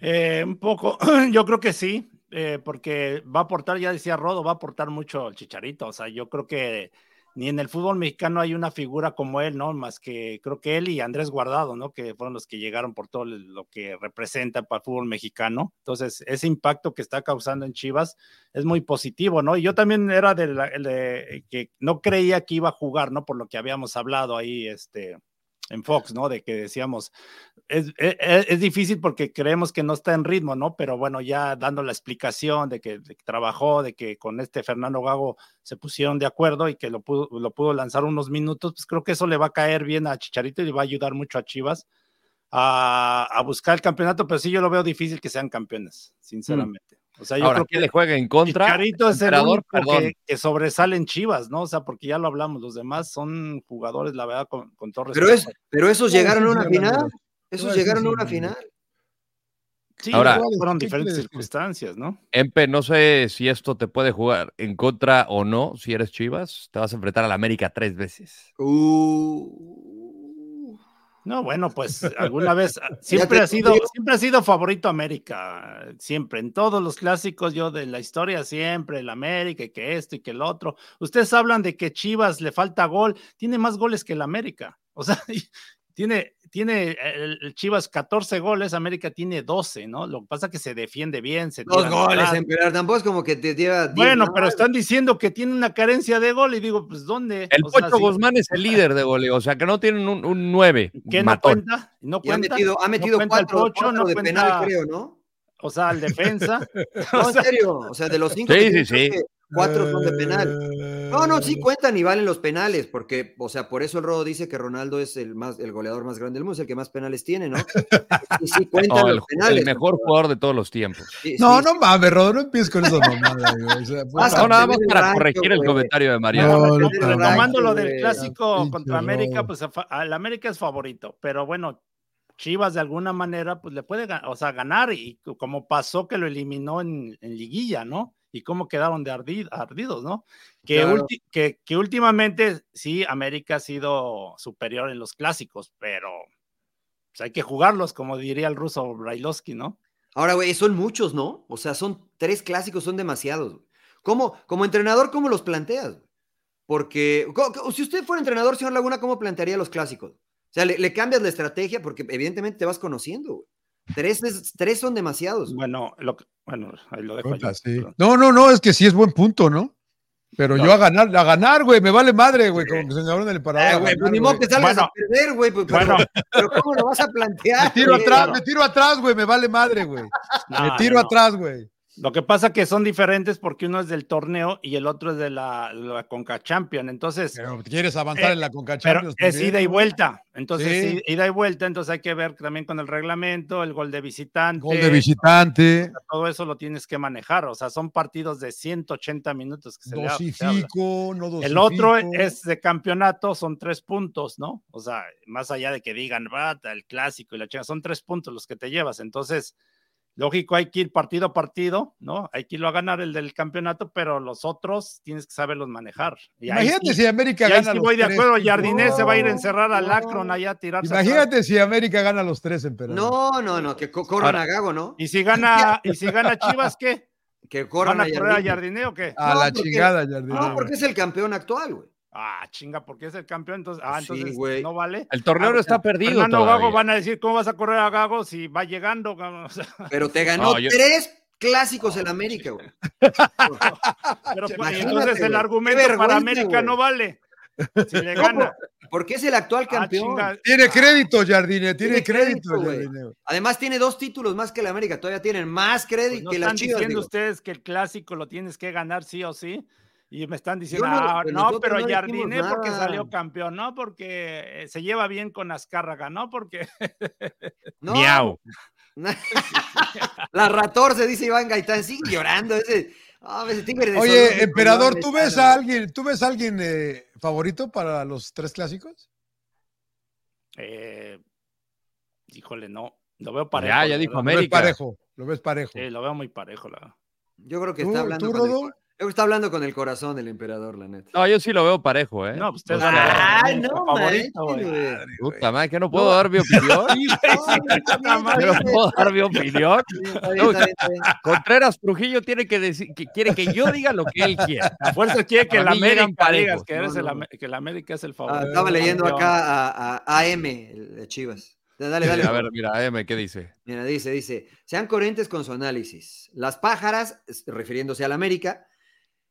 S5: Eh, un poco, yo creo que sí, eh, porque va a aportar, ya decía Rodo, va a aportar mucho el chicharito. O sea, yo creo que ni en el fútbol mexicano hay una figura como él, ¿no? Más que creo que él y Andrés Guardado, ¿no? Que fueron los que llegaron por todo lo que representa para el fútbol mexicano. Entonces, ese impacto que está causando en Chivas es muy positivo, ¿no? Y yo también era de, la- el de- que no creía que iba a jugar, ¿no? Por lo que habíamos hablado ahí, este, en Fox, ¿no? De que decíamos, es, e- e- es difícil porque creemos que no está en ritmo, ¿no? Pero bueno, ya dando la explicación de que, de que trabajó, de que con este Fernando Gago se pusieron de acuerdo y que lo pudo, lo pudo lanzar unos minutos, pues creo que eso le va a caer bien a Chicharito y le va a ayudar mucho a Chivas a, a buscar el campeonato, pero sí yo lo veo difícil que sean campeones, sinceramente. O sea, yo
S3: Ahora,
S5: creo
S3: ¿quién
S5: que
S3: le juega en contra?
S5: Chicharito es el
S3: Emperador,
S5: único
S3: perdón.
S5: que, que sobresale en Chivas, ¿no? O sea, porque ya lo hablamos, los demás son jugadores, la verdad, con, con todo respeto.
S4: Pero, es, pero esos
S2: Sí,
S4: llegaron
S2: sí,
S4: a una
S2: sí, la
S4: final.
S2: verdad.
S4: Esos
S2: Sí, sí,
S4: llegaron a
S2: sí,
S4: una
S2: la
S4: final.
S5: Sí,
S3: Ahora-
S5: fueron
S2: ¿Qué
S5: diferentes
S2: crees que-
S5: circunstancias, ¿no?
S3: Empe, no sé si esto te puede jugar en contra o no, si eres Chivas, te vas a enfrentar al América tres veces.
S4: Uh,
S5: No, bueno, pues alguna vez ah, siempre
S4: te
S5: ha sido,
S4: digo.
S5: siempre ha sido favorito América, eh, siempre en todos los clásicos yo de la historia siempre el América y que esto y que el otro. Ustedes hablan de que Chivas le falta gol, tiene más goles que el América. O sea, y tiene tiene el el Chivas 14 goles, América tiene 12, ¿no? Lo que pasa es que se defiende bien, se
S4: dos
S5: tiran
S4: goles,
S5: atrás.
S4: emperador. Tampoco es como que te lleva. diez,
S5: Bueno,
S4: ¿no?
S5: pero están diciendo que tiene una carencia de gol y digo, pues ¿dónde?
S3: El
S5: O sea,
S3: Pocho
S5: sí,
S3: Guzmán es el líder de goleo, o sea que no tienen un, un 9.
S5: ¿qué no
S3: matón.
S5: cuenta? No
S4: Y ha
S5: cuenta.
S4: metido, ha metido
S5: cuenta el
S4: cuatro,
S5: Pocho,
S4: cuatro
S5: no
S4: de
S5: cuenta-
S4: penal, creo, ¿no?
S5: O sea, al defensa.
S4: No,
S5: O
S4: en
S5: sea,
S4: serio. O sea, de los cinco.
S3: Sí,
S4: que
S3: sí,
S4: tiene,
S3: sí.
S4: creo que Cuatro son de
S5: Eh.
S4: penal.
S2: Uh,
S4: No, no,
S2: Eh.
S4: sí cuentan y valen los penales, porque, o sea, por eso el Rodo dice que Ronaldo es el más, el goleador más grande del mundo, es el que más penales tiene, ¿no? Y sí cuentan
S3: No, el,
S4: los penales.
S3: el mejor
S4: porque-
S3: jugador de todos los tiempos.
S4: sí,
S2: No,
S4: sí,
S2: no mames, Rodo, no empieces con esa mamada, güey. O sea, por
S4: Vas
S3: No,
S4: a-
S2: favor.
S3: nada más
S4: tener
S3: para
S4: rancho,
S3: corregir el
S4: güey.
S3: comentario de Mariano.
S2: No,
S5: no,
S2: no,
S5: pero
S2: no,
S4: rancho,
S5: tomando lo
S4: güey,
S5: del clásico
S2: pinche
S5: contra América,
S2: robo.
S5: pues a fa- al América es favorito, pero bueno, Chivas de alguna manera pues le puede, ga- o sea, ganar y c- como pasó que lo eliminó en, en liguilla, ¿no? Y cómo quedaron de ardi- ardidos, ¿no? Que,
S4: Claro.
S5: ulti- que, que últimamente sí, América ha sido superior en los clásicos, pero pues, hay que jugarlos, como diría el ruso Brailovsky, ¿no?
S4: Ahora, güey, son muchos, ¿no? O sea, son tres clásicos, son demasiados. güey. ¿Cómo, como entrenador, cómo los planteas? Porque, co- co- si usted fuera entrenador, señor Laguna, ¿cómo plantearía los clásicos? O sea, le, le cambias la estrategia porque evidentemente te vas conociendo. güey. Tres, es- tres son
S5: Pues,
S4: demasiados. güey.
S5: Bueno, lo, que- bueno ahí lo dejo. yo,
S2: Puta, sí.
S5: perdón.
S2: No, no, no, es que sí es buen punto, ¿no? Pero yo a ganar, a ganar, güey, me vale madre, güey, como que se me del
S4: Ah,
S2: parador. a
S4: güey,
S2: ganar,
S4: pues ni modo que salgas
S5: Bueno.
S4: a perder, güey. pues, pero,
S5: Bueno.
S4: pero ¿cómo lo vas a plantear?
S2: Me tiro
S4: güey?
S2: atrás, me tiro atrás, güey, me vale madre, güey.
S5: No,
S2: me
S5: no,
S2: tiro
S5: Ah, no.
S2: atrás, güey.
S5: Lo que pasa que son diferentes porque uno es del torneo y el otro es de la, la Conca Champion. Entonces,
S2: Pero quieres avanzar
S5: Eh,
S2: en la Conca
S5: pero
S2: Champions
S5: es
S2: también.
S5: ida y vuelta. Entonces,
S2: Sí.
S5: i- ida y vuelta. Entonces hay que ver también con el reglamento, el gol de visitante.
S2: Gol de visitante,
S5: Todo eso lo tienes que manejar. O sea, son partidos de 180 minutos que se le ha- se habla.
S2: dosifico, no dosifico.
S5: El otro es de campeonato, son tres puntos, ¿no? O sea, más allá de que digan, bata, el clásico y la chingada, son tres puntos los que te llevas. Entonces, lógico, hay que ir partido a partido, ¿no? Hay que irlo a ganar el del campeonato, pero los otros tienes que saberlos manejar. Y ahí
S2: Imagínate
S5: sí-
S2: si América
S5: y ahí
S2: gana
S5: sí
S2: los
S5: voy de
S2: tres,
S5: acuerdo,
S2: güey.
S5: Jardinés se va a ir a
S2: No.
S5: encerrar al Akron allá a tirarse. atrás.
S2: Imagínate si América gana los tres, emperador.
S4: No, no, no, que co- corran
S5: Ahora-
S4: a Gago, ¿no?
S5: Y si gana, y si gana Chivas, ¿qué?
S4: Que
S5: ¿Van
S4: corran
S5: a
S4: a
S5: correr a
S4: Jardín.
S5: Jardine o qué?
S2: A
S4: No,
S2: la
S4: porque-
S2: chingada, Jardinés.
S4: No, porque es el campeón actual, güey.
S5: Ah, chinga, porque es el campeón, entonces, ah,
S4: Sí,
S5: entonces
S4: güey.
S5: no vale.
S3: El torneo
S5: Ah,
S3: está perdido.
S5: Fernando
S3: todavía.
S5: Gago van a decir, ¿cómo vas a correr a Gago si va llegando? cabrón? O sea,
S4: Pero te ganó
S3: No, yo-
S4: tres clásicos en América, güey.
S5: pero, pues,
S4: Ah, Imagínate,
S5: entonces el
S4: güey.
S5: argumento
S4: Qué
S5: para
S4: vergüenza,
S5: América
S4: güey.
S5: no vale. Si le
S4: No,
S5: gana.
S4: Porque es el actual
S5: Ah,
S4: campeón.
S5: chinga.
S2: Tiene crédito, Jardinés, tiene,
S4: Tiene
S2: crédito,
S4: crédito, güey.
S2: Jardinés.
S4: Además, tiene dos títulos más que el América. Todavía tienen más
S5: Pues
S4: crédito
S5: no
S4: que
S5: están
S4: las Chivas.
S5: diciendo
S4: digo.
S5: ustedes que el clásico lo tienes que ganar sí o sí. Y me están diciendo,
S4: Yo no-
S5: "Ah,
S4: pues
S5: no,
S4: nosotros
S5: pero
S4: no dijimos
S5: Jardine porque
S4: nada".
S5: salió campeón, no porque eh, se lleva bien con Azcárraga, no porque
S4: No,
S3: Miau.
S4: la rator se dice Iván Gaitán. Sigue llorando. Ese, ah, ese tigre de
S2: Oye,
S4: Sonora,
S2: emperador,
S4: no,
S2: ¿tú
S4: no,
S2: ves
S4: no.
S2: a alguien, ¿tú ves a alguien eh, favorito para los tres clásicos?
S5: eh, híjole, no, lo veo parejo.
S3: Pues Ya,
S5: la
S3: ya dijo
S5: verdad.
S2: Lo ves
S3: América.
S2: parejo, lo ves parejo.
S5: Sí, lo veo muy parejo, la verdad.
S4: Yo creo que
S2: ¿Tú,
S4: está hablando.
S2: tú,
S4: con el-
S2: Rodo?
S4: yo creo que está hablando con el corazón del emperador, la neta.
S3: No, yo sí lo veo parejo, ¿eh?
S5: No, pues ustedes
S3: O sea,
S5: van a-
S4: Ay,
S5: América
S4: no,
S5: favorito,
S4: manches,
S5: güey.
S4: güey.
S3: Puta madre, que no puedo dar mi opinión.
S4: No, no,
S3: Yo
S4: no,
S3: no
S4: no,
S3: puedo dar mi opinión.
S4: está bien, está bien, está bien.
S3: Contreras Trujillo tiene que decir, que quiere que yo diga lo que él quiere.
S5: A fuerza quiere que la
S3: Para mí llegan
S5: América digas
S3: parejos.
S5: que, eres
S4: No, no,
S5: el Ame- que la América es el
S4: Ah,
S5: favorito.
S4: Estaba leyendo
S5: Campeón.
S4: acá a, a AM de Chivas. Dale, dale.
S3: A ver, mira, M, ¿qué dice?
S4: Mira, dice, dice, sean coherentes con su análisis. Las pájaras, es- refiriéndose al América,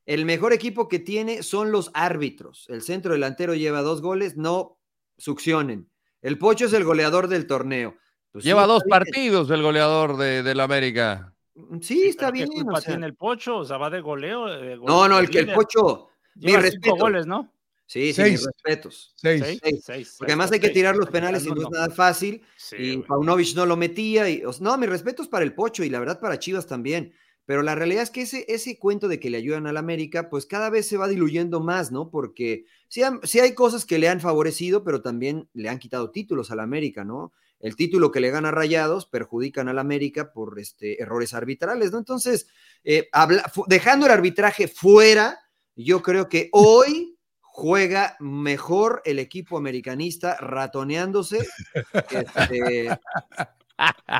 S4: el mejor equipo que tiene son los árbitros. El centro delantero lleva dos goles, no succionen. El Pocho es el goleador del torneo. Pues sí,
S3: Lleva dos
S4: está bien.
S3: partidos el goleador de, del América.
S4: Sí,
S5: ¿Pero
S4: está
S5: ¿Qué
S4: bien.
S5: culpa
S4: o sea.
S5: tiene el Pocho? O sea, va de goleo. de gol-
S4: No, no, el,
S5: de
S4: que el
S5: líder.
S4: Pocho.
S5: Lleva
S4: mi
S5: cinco
S4: respeto.
S5: goles, ¿no?
S4: Sí, sí,
S2: Seis.
S4: mis respetos.
S2: Seis.
S4: Seis.
S5: seis,
S4: Porque
S5: seis,
S4: además hay que
S5: seis.
S4: tirar los
S5: Hay que
S4: penales y
S5: tirar
S4: no es
S5: uno.
S4: nada fácil.
S5: Sí,
S4: y
S5: güey.
S4: Paunovic no lo metía. Y, o sea, no, mis respetos para el Pocho y la verdad para Chivas también. Pero la realidad es que ese, ese cuento de que le ayudan al América, pues cada vez se va diluyendo más, ¿no? Porque sí, han- sí hay cosas que le han favorecido, pero también le han quitado títulos al América, ¿no? El título que le gana Rayados perjudican al América por este, errores arbitrales, ¿no? Entonces, eh, habla- fu- dejando el arbitraje fuera, yo creo que hoy juega mejor el equipo americanista ratoneándose este,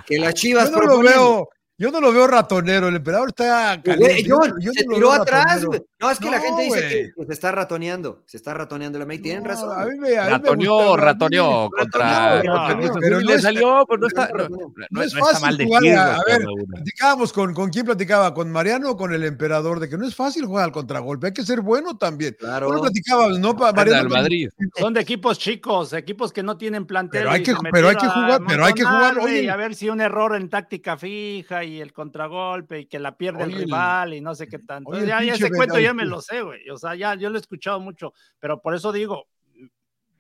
S4: que las Chivas.
S2: Yo no lo
S4: proponiendo.
S2: veo, yo no lo veo ratonero, el emperador está caliente.
S4: Güey,
S2: Yo
S4: John,
S2: no- yo
S4: se
S2: no lo
S4: tiró
S2: veo
S4: atrás,
S2: ratonero.
S4: güey. No, es que la
S2: No,
S4: gente dice
S2: güey.
S4: que, que se está ratoneando. Se está ratoneando la América. Tienen
S2: No,
S4: razón.
S2: a
S4: güey.
S2: mí me- a mí me
S3: Ratoneó,
S2: gustó,
S3: ratoneó contra.
S5: ratoneó,
S3: contra
S5: ratoneó.
S3: Cruz
S2: Pero no
S3: Azul y le
S2: es-
S3: salió, pero no está.
S4: pero
S3: No,
S4: no-
S3: no-
S2: no
S3: no
S2: es
S3: está
S2: fácil
S3: mal
S2: jugar
S3: decirlo,
S2: a- a ver,
S3: pero bueno.
S2: Platicábamos con, con quién platicaba, con Mariano o con el emperador, de que no es fácil jugar al contragolpe, hay que ser bueno también.
S4: Claro.
S2: Bueno, platicábamos, ¿no? Pa-
S3: Anda,
S2: Mariano,
S3: el Madrid.
S5: Son de equipos chicos, equipos que no tienen plantel.
S2: Pero hay
S5: y
S2: que-
S5: se
S2: pero hay que
S5: metieron a
S2: jugar, pero hay que jugar,
S5: amontonar, güey,
S2: oye.
S5: A ver si un error en táctica fija y el contragolpe y que la pierde el
S2: Oye, el- eh,
S5: rival y no sé qué tanto.
S2: oye, el
S5: ya, ya
S2: pinche
S5: ese cuento ya
S2: Bengal-
S5: me lo sé, güey. O sea, ya yo lo he escuchado mucho, pero por eso digo,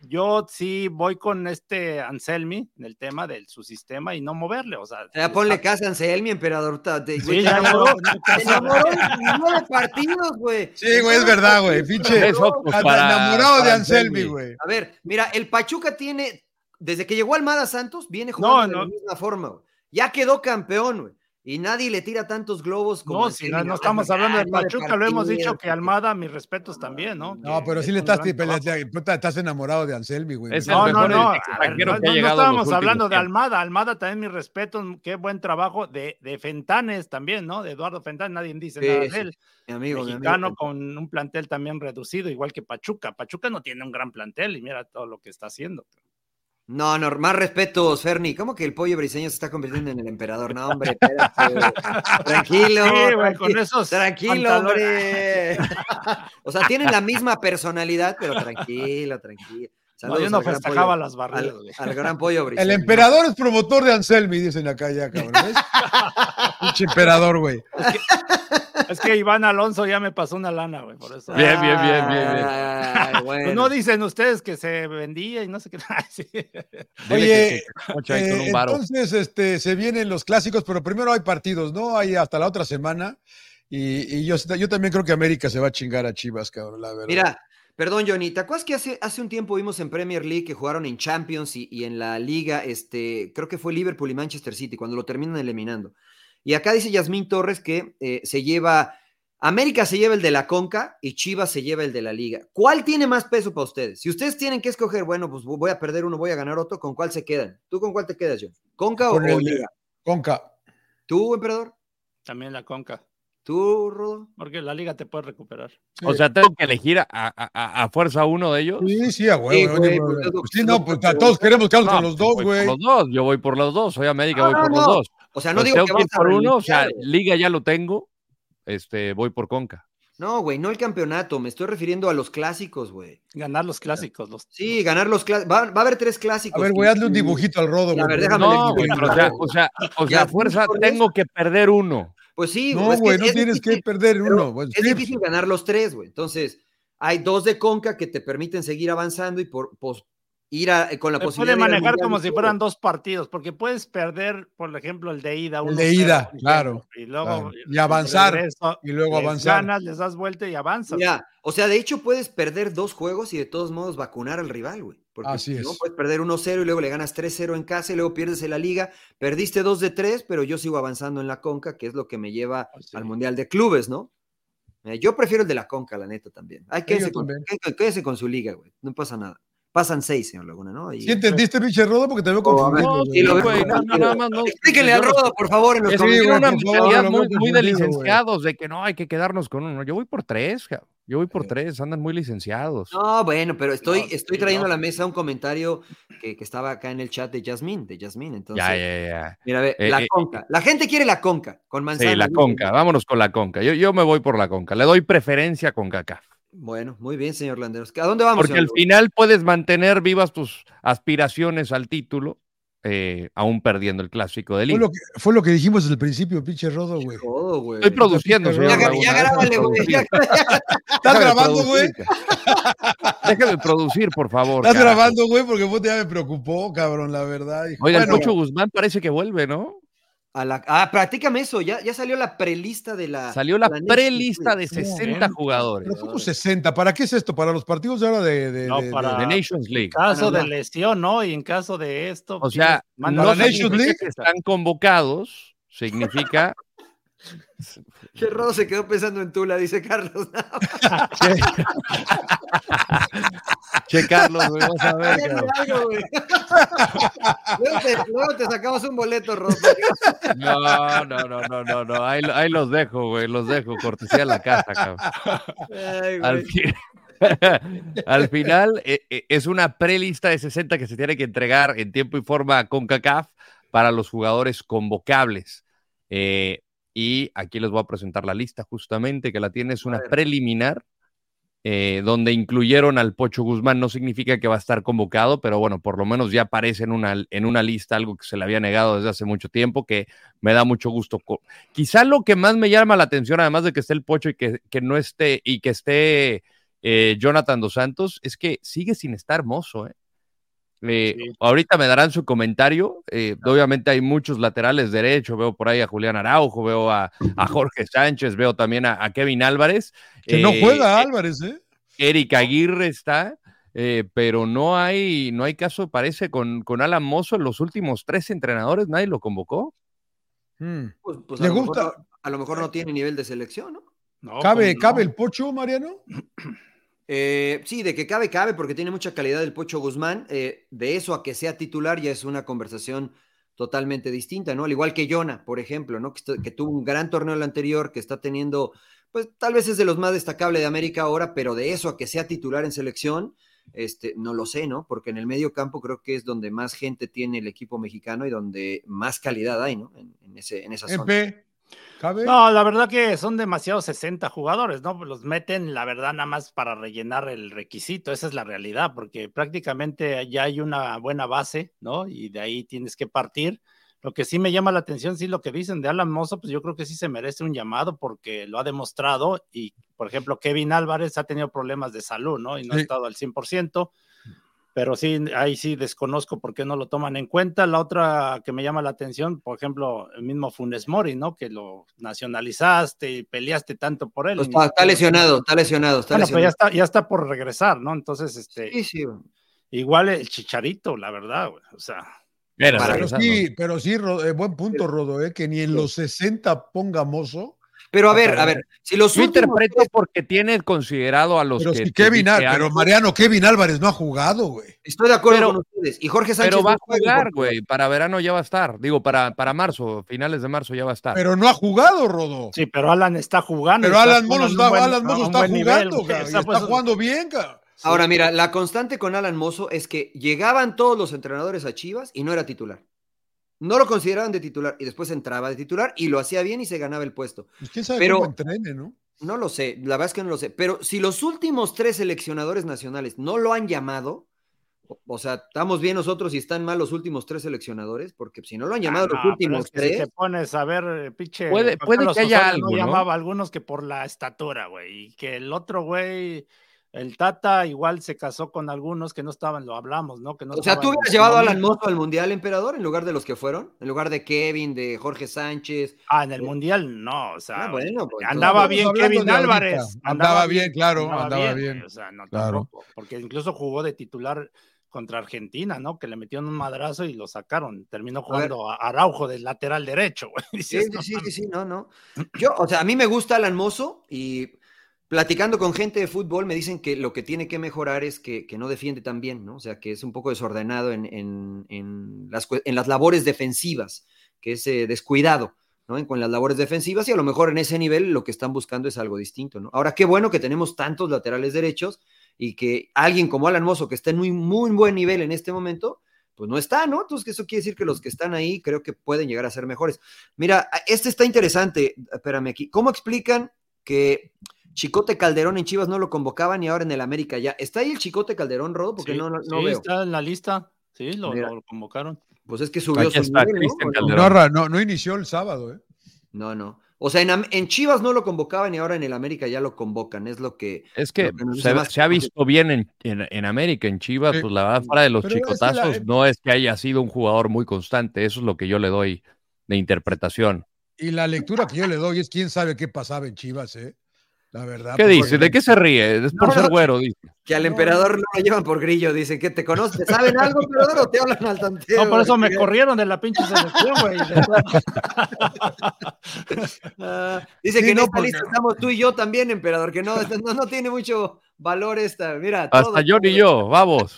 S5: yo sí voy con este Anselmi en el tema de su sistema y no moverle. O sea,
S4: Ya ponle casa a Anselmi, emperador. ta- te-
S5: Sí,
S4: güey,
S5: ya,
S4: te
S5: ya,
S4: enamoró-
S5: ya, ya,
S4: te
S5: ya.
S4: enamoró en nueve partidos, güey.
S2: Sí, güey, es verdad, güey. Pinche
S3: Tres ojos
S2: anda
S3: pues, para-
S2: enamorado de
S3: para
S2: Anselmi, güey.
S4: A ver, mira, el Pachuca tiene, desde que llegó Almada Santos, viene
S5: No,
S4: jugando de
S5: no.
S4: la misma forma, güey. Ya quedó campeón, güey. Y nadie le tira tantos globos como.
S5: No,
S4: el
S5: si
S4: Jimmy
S5: no, no
S4: Lozano.
S5: estamos hablando de
S4: Ah, nueve
S5: Pachuca, lo hemos dicho
S4: partidos,
S5: que Almada, mis respetos también, ¿no?
S2: No, pero sí
S5: Es un
S2: le estás,
S5: gran trabajo.
S2: puta, estás enamorado de Anselmi, güey.
S3: Es el
S5: No, no,
S3: mejor
S5: no. a ver,
S3: extranjero
S5: No,
S3: que ha
S5: no, no
S3: llegado en los
S5: estábamos
S3: últimos
S5: hablando de
S3: tiempos.
S5: Almada. Almada también mis respetos, qué buen trabajo de, de Fentanes también, ¿no? De Eduardo Fentanes, nadie dice
S4: Sí,
S5: nada de
S4: sí,
S5: él.
S4: Mi amigo, mi
S5: Mexicano
S4: amigo.
S5: con un plantel también reducido, igual que Pachuca. Pachuca no tiene un gran plantel y mira todo lo que está haciendo.
S4: No, no, más respetos, Ferni. ¿Cómo que el pollo briseño se está convirtiendo en el emperador? No, hombre, espérate. Tranquilo.
S5: Sí, güey,
S4: tranqui-
S5: con esos
S4: Tranquilo,
S5: pantalones.
S4: hombre. O sea, tienen la misma personalidad, pero tranquilo, tranquilo.
S5: No, yo
S4: Saludos
S5: no
S4: al gran
S5: festejaba
S4: pollo-
S5: las barridas,
S4: al-
S5: güey.
S4: Al, gran pollo briseño.
S2: El emperador es promotor de Anselmi, dicen acá ya, cabrón. ¿ves? Pinche emperador, güey.
S5: Es que Iván Alonso ya me pasó una lana, güey, por eso. Ah,
S3: Bien, bien, bien, bien, bien.
S4: Ay,
S5: Pues
S4: bueno.
S5: no dicen ustedes que se vendía y no sé qué. Ay, sí.
S3: Dile
S2: Oye,
S3: que- que- Chaito,
S2: Eh,
S3: en un varo.
S2: entonces, este, se vienen los clásicos, pero primero hay partidos, ¿no? Hay hasta la otra semana. Y, y yo, yo también creo que América se va a chingar a Chivas, cabrón, la verdad.
S4: Mira, perdón, Johnny, ¿te acuerdas que hace, hace un tiempo vimos en Premier League que jugaron en Champions y, y en la liga, este, creo que fue Liverpool y Manchester City, cuando lo terminan eliminando? Y acá dice Yasmín Torres que eh, se lleva, América se lleva el de la Conca y Chivas se lleva el de la liga. ¿Cuál tiene más peso para ustedes? Si ustedes tienen que escoger, bueno, pues voy a perder uno, voy a ganar otro, ¿con cuál se quedan? ¿Tú con cuál te quedas, John? ¿Conca o,
S2: Con el
S4: o
S2: de-
S4: liga?
S2: Conca.
S4: ¿Tú, emperador?
S5: También la conca,
S4: ¿Tú, Rodo?
S5: porque la liga te puede recuperar.
S3: O sea, tengo que elegir a, a- a- a fuerza uno de ellos.
S2: Sí, sí, a huevo.
S4: pues, Sí,
S2: güey, güey.
S4: güey, pues, es lo-
S2: Pues sí,
S4: es
S2: no,
S4: lo
S2: pues
S4: que-
S2: a todos queremos que hablen
S3: No,
S2: con
S4: pues,
S2: los dos,
S3: voy
S2: güey.
S3: Por los dos, yo voy por los dos. Soy América,
S4: No,
S3: voy por
S4: Ah, no,
S3: los
S4: no.
S3: dos.
S4: O sea, no
S3: Pues
S4: digo
S3: tengo
S4: que
S3: que
S4: vas
S3: ir por
S4: a
S3: uno, o sea,
S4: renunciar, güey.
S3: Liga ya lo tengo. Este, voy por Conca.
S4: No, güey, no el campeonato, me estoy refiriendo a los clásicos, güey.
S5: Ganar los clásicos. Los,
S4: Sí, ganar los clásicos. Va, va a haber tres clásicos.
S2: A ver, güey, hazle un dibujito al rodo,
S4: A
S2: güey.
S4: ver,
S2: porque-
S4: déjame
S3: No, güey,
S4: elegir.
S3: pero o sea, o sea, o
S4: Ya,
S3: sea, fuerza
S4: por
S3: tengo que perder uno.
S4: Pues sí,
S2: No,
S4: es que
S2: güey,
S4: es-
S2: no
S4: es
S2: tienes que
S4: difícil-
S2: perder
S4: pero
S2: uno. Bueno,
S4: Es
S2: sí,
S4: difícil ganar los tres, güey. Entonces, hay dos de Conca que te permiten seguir avanzando y por pues, ir a- eh, con la
S5: se puede
S4: posibilidad de ir al
S5: manejar
S4: Mundial
S5: como
S4: y
S5: si
S4: todo.
S5: fueran dos partidos, porque puedes perder, por ejemplo, el de ida.
S2: El
S5: 1-0,
S2: de ida,
S5: por ejemplo,
S2: claro,
S5: Y luego
S2: claro. Y
S5: de
S2: avanzar,
S5: regreso,
S2: y luego
S5: les
S2: avanzar.
S5: ganas, les das vuelta y avanzas.
S4: Mira, o sea, de hecho puedes perder dos juegos y de todos modos vacunar al rival, güey. Porque
S2: Así
S4: ¿no?
S2: es.
S4: puedes perder 1-0 y luego le ganas 3-0 en casa y luego pierdes en la liga. Perdiste dos de tres, pero yo sigo avanzando en la Conca, que es lo que me lleva
S5: Sí.
S4: al Mundial de Clubes, ¿no? Eh, yo prefiero el de la Conca, la neta, también. Ay, quédese,
S2: yo
S4: con,
S2: también.
S4: quédese- quédese con su liga, güey. No pasa nada. Pasan seis, señor Laguna, ¿no? Y-
S2: ¿Sí entendiste, pinche rodo? Porque te veo
S4: Oh, a ver,
S2: confundido.
S3: No,
S4: sí,
S2: güey.
S4: lo veo
S3: güey, no, no, nada más no.
S4: Explíquenle
S3: Yo
S4: al
S3: no-
S4: Rodo, por favor, en los
S3: Es
S2: Sí,
S3: que
S4: comentarios.
S2: güey,
S3: era una
S2: por favor,
S3: mentalidad
S2: lo veo
S3: muy, muy de
S2: confundido, güey.
S3: licenciados, de que no, hay que quedarnos con uno. Yo voy por tres, cabrón. yo voy por tres, andan muy licenciados.
S4: No, bueno, pero estoy,
S5: No, sí,
S4: estoy trayendo
S5: no.
S4: a la mesa un comentario que, que estaba acá en el chat de Jasmine, de Jasmine. Entonces,
S3: ya, ya, ya.
S4: mira, ve,
S3: Eh,
S4: la
S3: eh,
S4: conca. La gente quiere la conca, con manzana.
S3: Sí, la
S4: dicen.
S3: conca, vámonos con la conca. Yo, yo me voy por la conca, le doy preferencia con Kaká.
S4: Bueno, muy bien, señor Landeros. ¿A dónde vamos?
S3: Porque
S4: señor
S3: al
S4: Laguna?
S3: final puedes mantener vivas tus aspiraciones al título, eh, aún perdiendo el clásico del
S2: Fue
S3: Liga.
S2: lo, que, fue lo que dijimos desde el principio, pinche rodo, güey.
S4: Todo, güey.
S3: Estoy produciendo,
S2: Ya
S3: señor.
S4: Ya, gra-
S3: Laguna,
S4: ya
S3: déjame
S4: grábale, güey.
S3: producir,
S4: ya-
S2: ¿Estás
S3: déjame
S2: grabando, güey?
S3: producir, cara. Déjame producir, por favor.
S2: ¿Estás
S3: carajo.
S2: grabando, güey? Porque vos ya me preocupó, cabrón, la verdad. Dije,
S3: Oiga,
S2: bueno,
S3: el Pocho Guzmán parece que vuelve, ¿no?
S4: a la- ah, practícame eso. Ya, ya salió la prelista de Ah, la.
S3: Salió la
S4: Netflix,
S3: prelista
S4: güey.
S3: de
S2: Sí,
S3: 60 jugadores.
S2: pero ¿cómo 60? ¿Para qué es esto? ¿Para los partidos de ahora de, de,
S5: No,
S2: de-
S5: para-
S3: De Nations League.
S5: caso
S4: Panamá.
S5: de lesión, ¿no? Y en caso de esto. pues,
S3: O sea,
S5: manda-
S3: no
S2: Para Nations
S3: significa
S2: League.
S3: que están convocados, significa
S4: Che, Rodo se quedó pensando en Tula, dice Carlos.
S3: checarlos, güey, vas a ver, cabrón.
S4: Algo, güey. luego, te, luego te sacamos un boleto, Rodo.
S3: No, no, no, no, no, no. Ahí, lo- ahí los dejo, güey, los dejo, cortesía de la casa, cabrón.
S4: Ay, güey.
S3: Al, fi- Al final eh, eh, es una prelista de 60 que se tiene que entregar en tiempo y forma con CACAF para los jugadores convocables. Eh, y aquí les voy a presentar la lista justamente que la tiene, es una
S4: ver.
S3: preliminar eh, donde incluyeron al Pocho Guzmán. No significa que va a estar convocado, pero bueno, por lo menos ya aparece en una, en una lista, algo que se le había negado desde hace mucho tiempo, que me da mucho gusto. Co- Quizá lo que más me llama la atención, además de que esté el Pocho y que, que no esté, y que esté eh, Jonathan dos Santos, es que sigue sin estar hermoso, ¿eh? Eh,
S5: Sí.
S3: Ahorita me darán su comentario. eh, obviamente hay muchos laterales derecho. Veo por ahí a Julián Araujo, veo a, a Jorge Sánchez, veo también a, a Kevin Álvarez.
S2: que no
S3: Eh,
S2: juega Álvarez, ¿eh?
S3: Eric Aguirre está, eh, pero no hay, no hay caso, parece, con, con Alan Mozo en los últimos tres entrenadores, nadie lo convocó.
S2: Mm.
S4: Pues- pues
S2: Le
S4: a lo mejor
S2: gusta.
S4: no- a lo mejor no tiene nivel de selección, ¿no?
S5: No, pues,
S2: ¿Cabe,
S5: ¿cómo no?
S2: ¿Cabe el Pocho, Mariano?
S4: Eh, sí, de que cabe, cabe, porque tiene mucha calidad el Pocho Guzmán. eh, de eso a que sea titular ya es una conversación totalmente distinta, ¿no? Al igual que Jonah, por ejemplo, ¿no? Que, está- que tuvo un gran torneo el anterior, que está teniendo, pues tal vez es de los más destacables de América ahora, pero de eso a que sea titular en selección, Este, no lo sé, ¿no? Porque en el medio campo creo que es donde más gente tiene el equipo mexicano y donde más calidad hay, ¿no? En, en ese, en esa zona.
S2: EP, ¿cabe?
S5: No, la verdad que son demasiados 60 jugadores, ¿no? Los meten, la verdad, nada más para rellenar el requisito. Esa es la realidad, porque prácticamente ya hay una buena base, ¿no? Y de ahí tienes que partir. Lo que sí me llama la atención, sí, lo que dicen de Alan Mozo, pues yo creo que sí se merece un llamado porque lo ha demostrado. Y, por ejemplo, Kevin Álvarez ha tenido problemas de salud, ¿no? Y no ha
S2: Sí. Mm.
S5: estado al 100%. Pero sí, ahí sí desconozco por qué no lo toman en cuenta. La otra que me llama la atención, por ejemplo, el mismo Funes Mori, ¿no? Que lo nacionalizaste y peleaste tanto por él.
S4: Pues está, está lesionado, está lesionado, está
S5: Bueno, pero ya
S4: lesionado.
S5: está, ya está por regresar, ¿no? Entonces, este,
S4: Sí, sí, güey.
S5: igual el chicharito, la verdad, güey. O sea,
S3: Era
S4: Para
S2: Pero
S3: regresando.
S2: sí, pero sí, Ro- eh, buen punto, Rodo, eh, que ni en los 60 ponga mozo.
S4: Pero a
S5: Ah,
S4: ver, a ver, si los
S3: Yo
S4: últimos
S3: interpreto porque tiene considerado a los
S2: Pero
S3: que
S2: si
S3: te
S2: Kevin, Al-
S3: dije
S2: pero
S3: antes,
S2: Mariano Kevin Álvarez no ha jugado, güey.
S4: Estoy de acuerdo
S3: Pero-
S4: con ustedes. Y Jorge Sánchez
S3: pero va a
S4: no juega,
S3: jugar,
S4: porque-
S3: güey. Para verano ya va a estar. Digo, para, para marzo, finales de marzo ya va a estar.
S2: Pero no ha jugado, Rodo.
S5: sí, pero Alan está jugando.
S2: Pero
S5: y está
S2: Alan
S5: jugando
S2: Mozo
S5: en un
S2: está,
S5: buen-
S2: Alan
S5: a
S2: Mozo
S5: un
S2: está
S5: buen nivel,
S2: jugando,
S5: güey.
S2: güey,
S5: O
S2: y
S5: sea,
S2: está
S5: pues,
S2: jugando bien, cabrón.
S4: Ahora mira, la constante con Alan Mozo es que llegaban todos los entrenadores a Chivas y no era titular. No lo consideraban de titular y después entraba de titular y lo hacía bien y se ganaba el puesto.
S2: Pues quién sabe
S4: Pero-
S2: cómo entrene, ¿no?
S4: No lo sé, la verdad es que no lo sé, pero si los últimos tres seleccionadores nacionales no lo han llamado, o- o sea, estamos bien nosotros y están mal los últimos tres seleccionadores, porque si no lo han llamado
S5: Ah, no,
S4: los
S5: pero
S4: últimos
S5: es que si
S4: tres,
S5: te pones a ver, eh, pinche. Juan
S3: Puede- puede
S5: Carlos
S3: que haya
S5: Osorio
S3: algo,
S5: No
S3: ¿no?
S5: llamaba a algunos que por la estatura, güey. Y que el otro, güey, el Tata igual se casó con algunos que no estaban, lo hablamos, ¿no? Que no
S4: o sea,
S5: estaban
S4: tú
S5: en
S4: hubieras
S5: su
S4: llevado a Alan
S5: momento.
S4: Mozo al Mundial Emperador en lugar de los que fueron, en lugar de Kevin, de Jorge Sánchez.
S5: Ah, en el mundial, no, o sea.
S4: Ah, bueno, pues,
S5: Andaba
S2: Estamos
S5: bien
S2: hablando
S5: Kevin
S2: de ahorita.
S5: Álvarez.
S2: Andaba bien, claro, andaba
S5: güey,
S2: bien.
S5: O sea, no
S2: Claro.
S5: tampoco, porque incluso jugó de titular contra Argentina, ¿no? Que le metieron un madrazo y lo sacaron. Terminó jugando a Araujo del lateral derecho, güey.
S4: Sí,
S5: Dices,
S4: sí,
S5: no
S4: sí, sí, sí, no, no. Yo, o sea, a mí me gusta Alan Mozo y platicando con gente de fútbol me dicen que lo que tiene que mejorar es que, que no defiende tan bien, ¿no? O sea, que es un poco desordenado en, en- en las, cue- en las labores defensivas, que es eh, descuidado, ¿no? En- con las labores defensivas y a lo mejor en ese nivel lo que están buscando es algo distinto, ¿no? Ahora, qué bueno que tenemos tantos laterales derechos y que alguien como Alan Mozo, que está en muy, muy buen nivel en este momento, pues no está, ¿no? Entonces, eso quiere decir que los que están ahí creo que pueden llegar a ser mejores. Mira, a- este está interesante. Espérame aquí. ¿Cómo explican que Chicote Calderón en Chivas no lo convocaban y ahora en el América ya? ¿Está ahí el Chicote Calderón, Rodo? Porque
S5: Sí,
S4: no, no, no
S5: sí,
S4: veo.
S5: está en la lista. Sí, lo,
S4: Mira.
S5: lo convocaron.
S4: Pues es que subió
S3: Aquí
S4: su
S3: está
S4: nivel,
S3: Cristian
S4: ¿no?
S3: Calderón.
S2: No, Ra- no, no inició el sábado, ¿eh?
S4: No, no. O sea, en, Am- en Chivas no lo convocaban y ahora en el América ya lo convocan. Es lo que.
S3: Es que
S4: Lo que nos dice
S3: se,
S4: más-
S3: se ha visto bien en, en- en América, en Chivas,
S2: Sí.
S3: pues la verdad, fuera de los
S2: Pero es que la-
S3: chicotazos, no es que haya sido un jugador muy constante. Eso es lo que yo le doy de interpretación.
S2: Y la lectura que yo le doy es quién sabe qué pasaba en Chivas, ¿eh? La verdad.
S3: ¿Qué
S2: pues,
S3: dice? ¿De
S2: porque-
S3: qué se ríe? Es por
S2: No,
S3: ser
S2: no.
S3: güero, dice.
S4: Que al
S2: No,
S4: emperador no lo llevan por grillo. Dicen que te conocen. ¿Saben algo, emperador? ¿O te hablan al tanteo?
S5: No, por eso me
S4: Porque-
S5: corrieron de la pinche selección, güey.
S4: Ah, dice
S2: Sí,
S4: que en
S2: no,
S4: esta
S2: porque-
S4: lista estamos tú y yo también, emperador. Que no, no, no tiene mucho valor esta. Mira,
S3: Hasta
S4: todos-
S3: yo ni yo, vamos.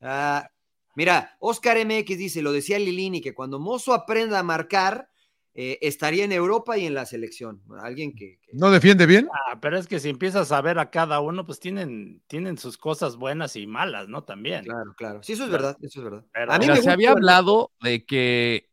S4: Ah, mira, Oscar MX dice, lo decía Lilini, que cuando Mozo aprenda a marcar, eh, estaría en Europa y en la selección. Alguien que... que-
S2: ¿No defiende bien?
S5: Ah, pero es que si empiezas a ver a cada uno, pues tienen, tienen sus cosas buenas y malas, ¿no? También.
S4: Claro, claro. Sí, eso es verdad, eso es verdad.
S5: Pero-
S4: a mí
S3: Mira,
S4: me
S3: se
S4: gusta-
S3: había hablado de que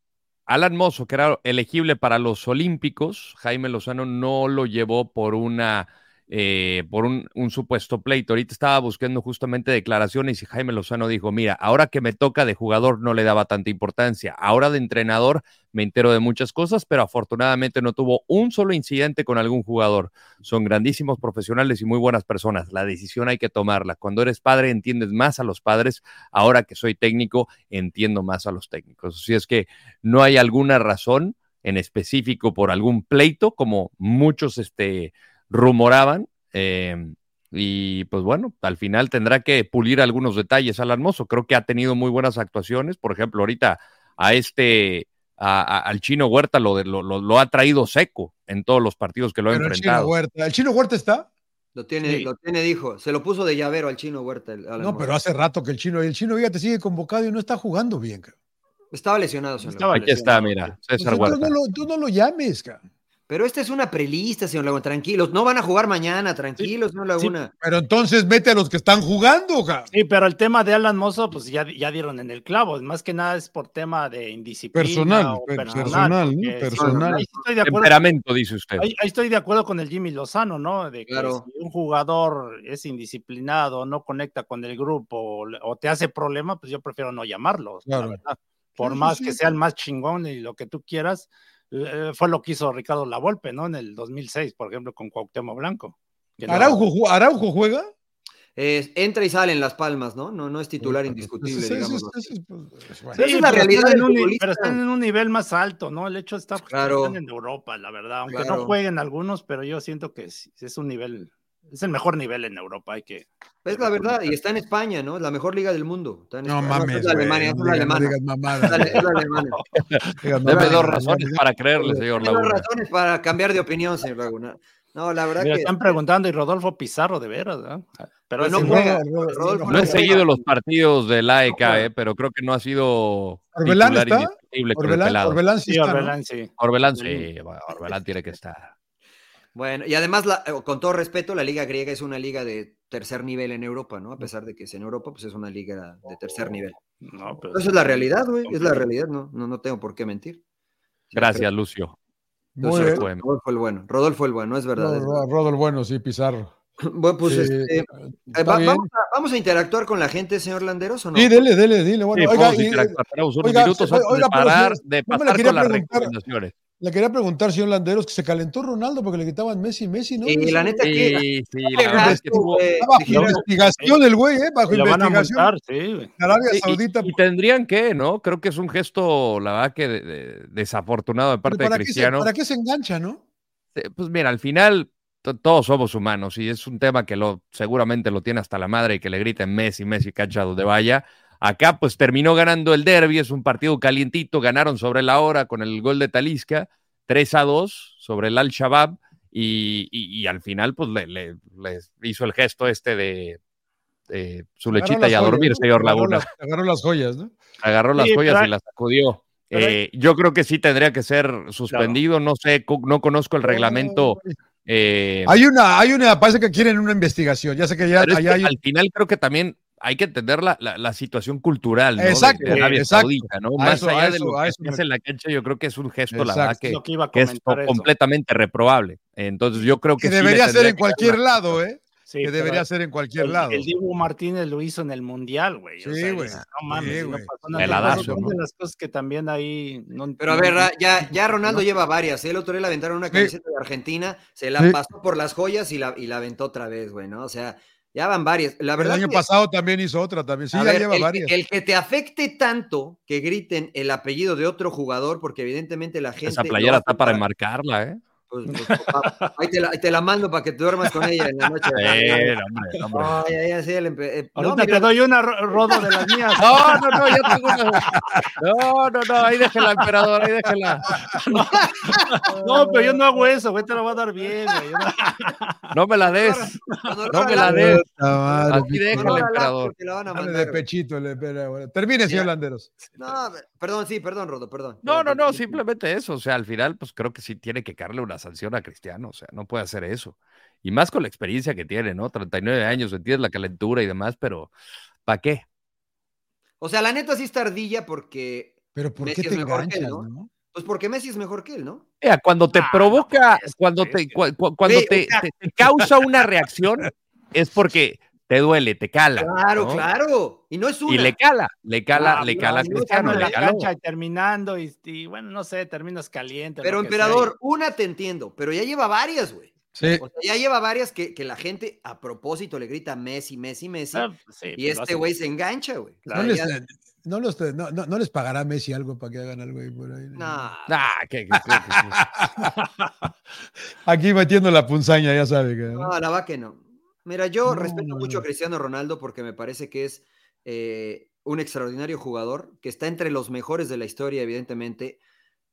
S3: Alan Mozo, que era elegible para los Olímpicos, Jaime Lozano no lo llevó por una eh, por un, un supuesto pleito. Ahorita estaba buscando justamente declaraciones y Jaime Lozano dijo: Mira, ahora que me toca de jugador no le daba tanta importancia. Ahora de entrenador me entero de muchas cosas, pero afortunadamente no tuvo un solo incidente con algún jugador. Son grandísimos profesionales y muy buenas personas. La decisión hay que tomarla. Cuando eres padre entiendes más a los padres. Ahora que soy técnico entiendo más a los técnicos. Así es que no hay alguna razón en específico por algún pleito, como muchos este, rumoraban. eh, y pues bueno, al final tendrá que pulir algunos detalles al hermoso. Creo que ha tenido muy buenas actuaciones. Por ejemplo, ahorita a este, a- a- al chino Huerta lo, de- lo, lo- lo ha traído seco en todos los partidos que lo ha
S2: Pero el Chino
S3: enfrentado.
S2: Huerta. ¿El Chino Huerta está?
S4: Lo tiene,
S5: Sí.
S4: lo tiene, dijo. Se lo puso de llavero al chino Huerta. el- al
S2: No,
S4: almuerzo.
S2: pero hace rato que el Chino. Y el Chino, ya te sigue convocado y no está jugando bien, cabrón.
S4: Estaba lesionado. señor.
S5: Estaba-
S3: Aquí está, mira,
S2: Pues
S3: César
S2: entonces
S3: Huerta.
S2: no lo, tú no lo llames, cabrón.
S4: Pero esta es una prelista, señor Laguna. Tranquilos, no van a jugar mañana, tranquilos, señor Laguna.
S2: Pero entonces mete a los que están jugando, ja.
S5: Sí, pero el tema de Alan Mozo, pues ya, ya dieron en el clavo. Más que nada es por tema de indisciplina.
S2: Personal,
S5: o
S2: per- personal,
S5: porque
S2: ¿no?
S5: sí,
S2: Personal.
S5: Ahí estoy de acuerdo.
S3: Temperamento, dice usted.
S5: Ahí, ahí estoy de acuerdo con el Jimmy Lozano, ¿no? De que
S4: Claro.
S5: si un jugador es indisciplinado, no conecta con el grupo o, le- o te hace problema, pues yo prefiero no llamarlo. la
S2: Claro.
S5: verdad. Por
S4: Sí, sí,
S5: más
S4: sí.
S5: que sea el más chingón y lo que tú quieras, eh, fue lo que hizo Ricardo Lavolpe, ¿no? En el 2006, por ejemplo, con Cuauhtémoc Blanco. Que no-
S2: Araujo, ju- Araujo juega.
S4: Es- entra y sale en Las Palmas, ¿no? No, no es titular indiscutible,
S2: Sí, sí, sí,
S4: digamos.
S2: sí, sí, pues, bueno.
S5: Sí,
S4: Esa es la
S5: pero
S4: realidad
S5: están en
S4: del
S5: un ni-
S4: futbolista.
S5: Pero están en un nivel más alto, ¿no? El hecho está pues, que
S4: Claro.
S5: están en Europa, la verdad. Aunque
S4: Claro.
S5: no jueguen algunos, pero yo siento que es, es un nivel, es el mejor nivel en Europa. Hay que.
S4: Es la verdad, y está en España, ¿no? Es la mejor liga del mundo. Está en
S2: No
S4: España.
S2: mames.
S4: es la
S2: güey,
S4: Alemania,
S2: no
S4: es la
S2: digas- no
S4: alemana.
S2: digas mamadas,
S4: Es la-
S2: güey,
S4: es la alemana.
S2: digas
S3: Deme
S2: mamadas,
S3: dos
S2: no
S3: razones
S2: digas-
S3: para creerle, señor
S4: Tengo
S3: Laguna.
S4: razones para cambiar de opinión, señor Laguna. No, la verdad
S5: Mira,
S4: que
S5: están preguntando, y Rodolfo Pizarro, de veras, ¿verdad? Pero
S4: Pues no
S5: ese-
S2: Sí,
S4: juega.
S2: Ro- Ro-
S4: Rodolfo
S2: Ro-
S3: No he seguido los partidos de la
S4: No,
S3: EK,
S4: bueno.
S3: eh, pero creo que no ha sido
S2: ¿Orbelán
S3: titular
S2: está?
S3: indiscutible con el
S2: Orbelán,
S3: pelado.
S2: Orbelán sí
S5: sí,
S2: está, ¿no?
S5: Orbelán, sí.
S3: Orbelán, sí, va, Orbelán tiene que estar.
S4: Bueno, y además, la- eh, con todo respeto, la liga griega es una liga de tercer nivel en Europa, ¿no? A pesar de que es en Europa, pues es una liga de tercer nivel.
S5: No, pues, pero-
S4: Esa es la realidad, güey. Es la realidad, ¿no? No, no tengo por qué mentir.
S3: Gracias, Lucio.
S2: Muy
S4: Entonces,
S2: bien.
S3: bien.
S4: Rodolfo el bueno. Rodolfo el bueno, es verdad.
S2: No,
S4: es
S2: Ro- Rodol, bueno, sí, Pizarro.
S4: verdad. Bueno, pues
S2: Sí,
S4: este, eh,
S2: está
S4: va-
S2: bien.
S4: vamos, a, vamos a interactuar con la gente, señor Landeros, ¿o no?
S2: Sí, dele, dele, dile. Bueno,
S3: Sí,
S2: oiga,
S3: podemos
S2: y- eh,
S3: interactuar. Tenemos unos
S2: oiga,
S3: minutos
S2: se-
S3: antes
S2: oiga,
S3: de
S2: pero
S3: parar,
S2: señor,
S3: de
S2: yo me la
S3: pasar
S2: quería
S3: con las
S2: preguntar.
S3: recomendaciones.
S2: le quería preguntar, señor Landeros, que se calentó Ronaldo porque le gritaban Messi, Messi, ¿no?
S4: Y Eh, la neta que...
S3: Sí, sí,
S4: ¿qué
S3: la verdad es que
S4: gasto,
S3: tuvo-
S4: güey?
S2: Está bajo
S4: Dije, no,
S2: investigación el güey, ¿eh? Bajo
S5: lo van a
S2: investigación.
S5: multar, sí. güey.
S2: En Arabia
S3: Sí, y-
S2: Saudita.
S3: Y, tendrían que, ¿no? Creo que es un gesto, la verdad, que de- de- desafortunado de parte de
S2: ¿para, qué se,
S3: Cristiano.
S2: ¿Para qué se engancha, no?
S3: Eh, Pues mira, al final to- todos somos humanos y es un tema que lo, seguramente lo tiene hasta la madre y que le griten Messi, Messi, cancha donde vaya. Acá pues terminó ganando el derby, es un partido calientito, ganaron sobre la hora con el gol de Talisca, 3 a 2 sobre el Al-Shabaab y, y- y al final pues le, le- les hizo el gesto este de... eh, su
S2: Agarró
S3: lechita
S2: las
S3: y a
S2: joyas,
S3: dormir,
S2: ¿no?
S3: señor
S2: Agarró
S3: Laguna.
S2: las- Agarró las joyas, ¿no?
S3: Agarró las
S5: Sí,
S3: joyas
S5: pero-
S3: y las sacudió.
S5: pero-
S3: Eh, yo creo que sí tendría que ser suspendido. No sé, cu- no conozco el reglamento. eh,
S2: Hay una, hay una, parece que quieren una investigación. Ya sé que ya
S3: pero es
S2: allá
S3: que
S2: hay.
S3: al final creo que también hay que entender la, la- la situación cultural ¿no? de-
S2: Exacto,
S3: de Arabia
S2: exacto.
S3: Saudita, ¿no?
S2: A
S3: Más
S2: eso,
S3: allá
S2: a
S3: de
S2: eso,
S3: lo
S2: a
S3: que
S2: eso
S3: se
S2: me-
S3: hace en la cancha, yo creo que es un gesto, la verdad,
S2: Exacto.
S3: Ah, que,
S5: Lo que iba a
S3: que es
S5: comentar eso.
S3: completamente reprobable. Entonces yo creo que,
S2: Que
S3: sí le
S2: debería ser
S3: tendría
S2: en
S3: que dar
S2: cualquier
S3: una-
S2: lado, ¿eh?
S5: Sí,
S2: Que
S5: pero
S2: debería ser en cualquier
S5: el-
S2: lado.
S5: El Dibu Martínez lo hizo en el Mundial, güey. O
S2: Sí,
S5: sea,
S2: güey.
S5: dices, No mames,
S2: Sí,
S5: no
S2: güey.
S5: pasó nada.
S3: Peladazo,
S5: Son
S3: ¿no?
S5: de las cosas que también ahí... no-
S4: Pero a
S5: no-
S4: ver, Ra- ya, ya Ronaldo lleva varias. ¿eh? El otro día le aventaron una camiseta de Argentina, se la
S2: Sí.
S4: pasó por las joyas y la, y la aventó otra vez, güey, ¿no? O sea, ya van varias. La
S2: El
S4: verdad
S2: año
S4: que-
S2: pasado también hizo otra, también. Sí,
S4: a
S2: ya
S4: ver,
S2: lleva
S4: el, que-
S2: varias.
S4: el que te afecte tanto que griten el apellido de otro jugador, porque evidentemente la gente.
S3: Esa
S4: lo
S3: playera
S4: hace
S3: está para enmarcarla, ¿eh?
S4: pues, pues, papá, ahí te la, ahí te la mando para que te duermas con ella en la noche.
S3: Eh, hombre, hombre.
S4: Ay, ay, ay, sí, el empe- eh, no,
S5: Ahorita
S4: mira,
S5: te doy una ro- rodo de las mías.
S3: No, no, no, yo tengo una. No, no, no, ahí déjela, emperador, ahí déjela.
S5: No, pero yo no hago eso, güey, te lo voy a dar bien, güey. Yo no-
S3: No me la des.
S4: cuando
S3: No me la
S4: hagas,
S3: des.
S2: Puta madre,
S3: Así
S2: pinche-
S3: déjala,
S4: cuando hagas,
S3: emperador.
S4: porque la van a
S2: Dale
S4: mandar,
S2: de
S4: güey.
S2: pechito. le pega, bueno. Termine, señor
S4: Mira.
S2: Landeros.
S4: No, perdón, sí, perdón, Rodo, perdón.
S3: No, no,
S4: perdón,
S3: no,
S4: perdón.
S3: simplemente eso. O sea, al final, pues creo que sí tiene que caerle una sanción a Cristiano. O sea, no puede hacer eso. Y más con la experiencia que tiene, ¿no? 39 años, entiendes la calentura y demás, pero ¿para qué?
S4: O sea, la neta sí está ardilla porque.
S2: Pero ¿por
S4: Messi
S2: qué
S4: es
S2: te
S4: mejor que él,
S2: enganchas,
S4: ¿no?
S2: no?
S4: Pues porque Messi es mejor que él, ¿no?
S3: Mira, cuando te
S5: Ah,
S3: provoca,
S5: no, es-
S3: cuando
S5: es
S3: te,
S5: que-
S3: cua- cua- cuando
S4: Güey, o
S3: te,
S4: sea-
S3: te- te causa una reacción, es porque te duele, te cala.
S4: Claro,
S3: ¿no?
S4: claro. Y no es una.
S3: Y le cala, le cala,
S5: Ah,
S3: le
S5: no,
S3: cala a
S5: no, estando
S3: Cristiano,
S5: en
S3: le
S5: la
S3: caló.
S5: cancha y terminando, y, y, bueno, no sé, terminas caliente.
S4: pero
S5: lo que sea,
S4: emperador, una te entiendo, pero ya lleva varias, güey.
S2: Sí.
S4: O sea, ya lleva varias que, que la gente a propósito le grita Messi, Messi,
S5: y-
S4: Messi.
S5: Ah, pues sí,
S4: y
S5: pues lo
S4: este
S5: hace.
S4: güey se engancha, güey.
S2: No
S4: O sea,
S2: les,
S4: ya-
S2: no, los- no- no- no les pagará Messi algo para que hagan algo ahí por ahí.
S4: Nah.
S3: Ah, que- que- que- que-
S2: Aquí metiendo la punzaña, ya sabe. que-
S4: No, la va que no. Mira,
S2: No,
S4: yo respeto
S2: no,
S4: mucho a
S2: no.
S4: Cristiano Ronaldo porque me parece que es eh, un extraordinario jugador que está entre los mejores de la historia, evidentemente,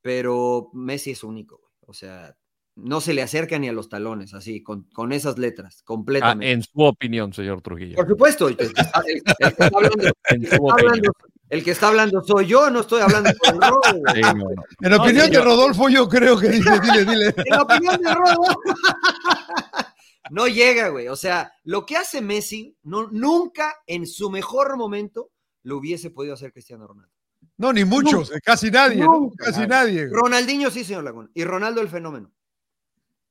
S4: pero Messi es único, güey. O sea, no se le acerca ni a los talones, así, con, con esas letras,
S3: Ah,
S4: completamente.
S3: en su opinión, señor Trujillo.
S4: Por supuesto, el que- el que está- el- el que está hablando,
S3: En
S4: el que
S3: su
S4: está
S3: opinión.
S4: hablando El que está hablando soy yo, no estoy hablando por Rodo.
S3: Sí, no, no.
S2: En opinión de
S4: señor.
S2: Rodolfo, yo creo que dile, dile, dile.
S4: En la opinión de Rodo. No llega, güey. O sea, lo que hace Messi, no, nunca en su mejor momento lo hubiese podido hacer Cristiano Ronaldo.
S2: No, ni muchos, casi nadie, ¿no?
S4: Nunca.
S2: casi nadie. güey.
S4: Ronaldinho sí, señor Laguna. Y Ronaldo el fenómeno.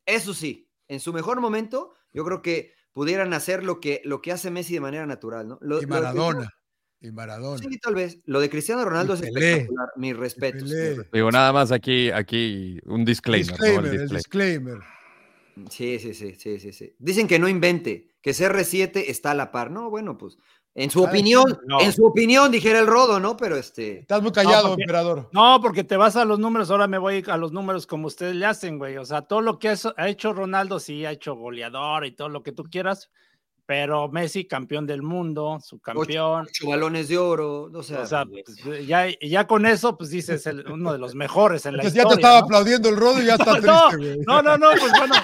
S4: Eso sí, en su mejor momento, yo creo que pudieran hacer lo que, lo que hace Messi de manera natural, ¿no? Lo-
S2: Y
S4: lo-
S2: Maradona, y Maradona.
S4: Sí, tal vez. Lo de Cristiano Ronaldo
S2: Y
S4: es
S2: Pelé.
S4: espectacular. Mis respetos. mis
S2: Pelé.
S4: respetos.
S3: Digo, nada más aquí, aquí un disclaimer. ¿no? El
S2: Disclaimer, el
S3: disclaimer.
S2: disclaimer.
S4: Sí, sí, sí, sí, sí, sí. Dicen que no invente, que CR7 está a la par. No, bueno, pues, en su
S2: Cada
S4: opinión,
S5: quien, no.
S4: en su opinión, dijera el rodo, ¿no? Pero este.
S2: Estás muy callado,
S5: No, porque-
S2: emperador.
S5: No, porque te vas a los números, ahora me voy a los números como ustedes le hacen, güey. O sea, todo lo que has- ha hecho Ronaldo, sí, ha hecho goleador y todo lo que tú quieras, pero Messi, campeón del mundo, subcampeón.
S4: Ocho balones de oro. O sea,
S5: O sea, pues, ya, ya con eso, pues dices, el- uno de los mejores en la
S2: Entonces
S5: historia.
S2: ya te estaba
S5: ¿no?
S2: aplaudiendo el rodo y ya está
S5: No,
S2: triste, güey.
S5: no, no, no, pues bueno,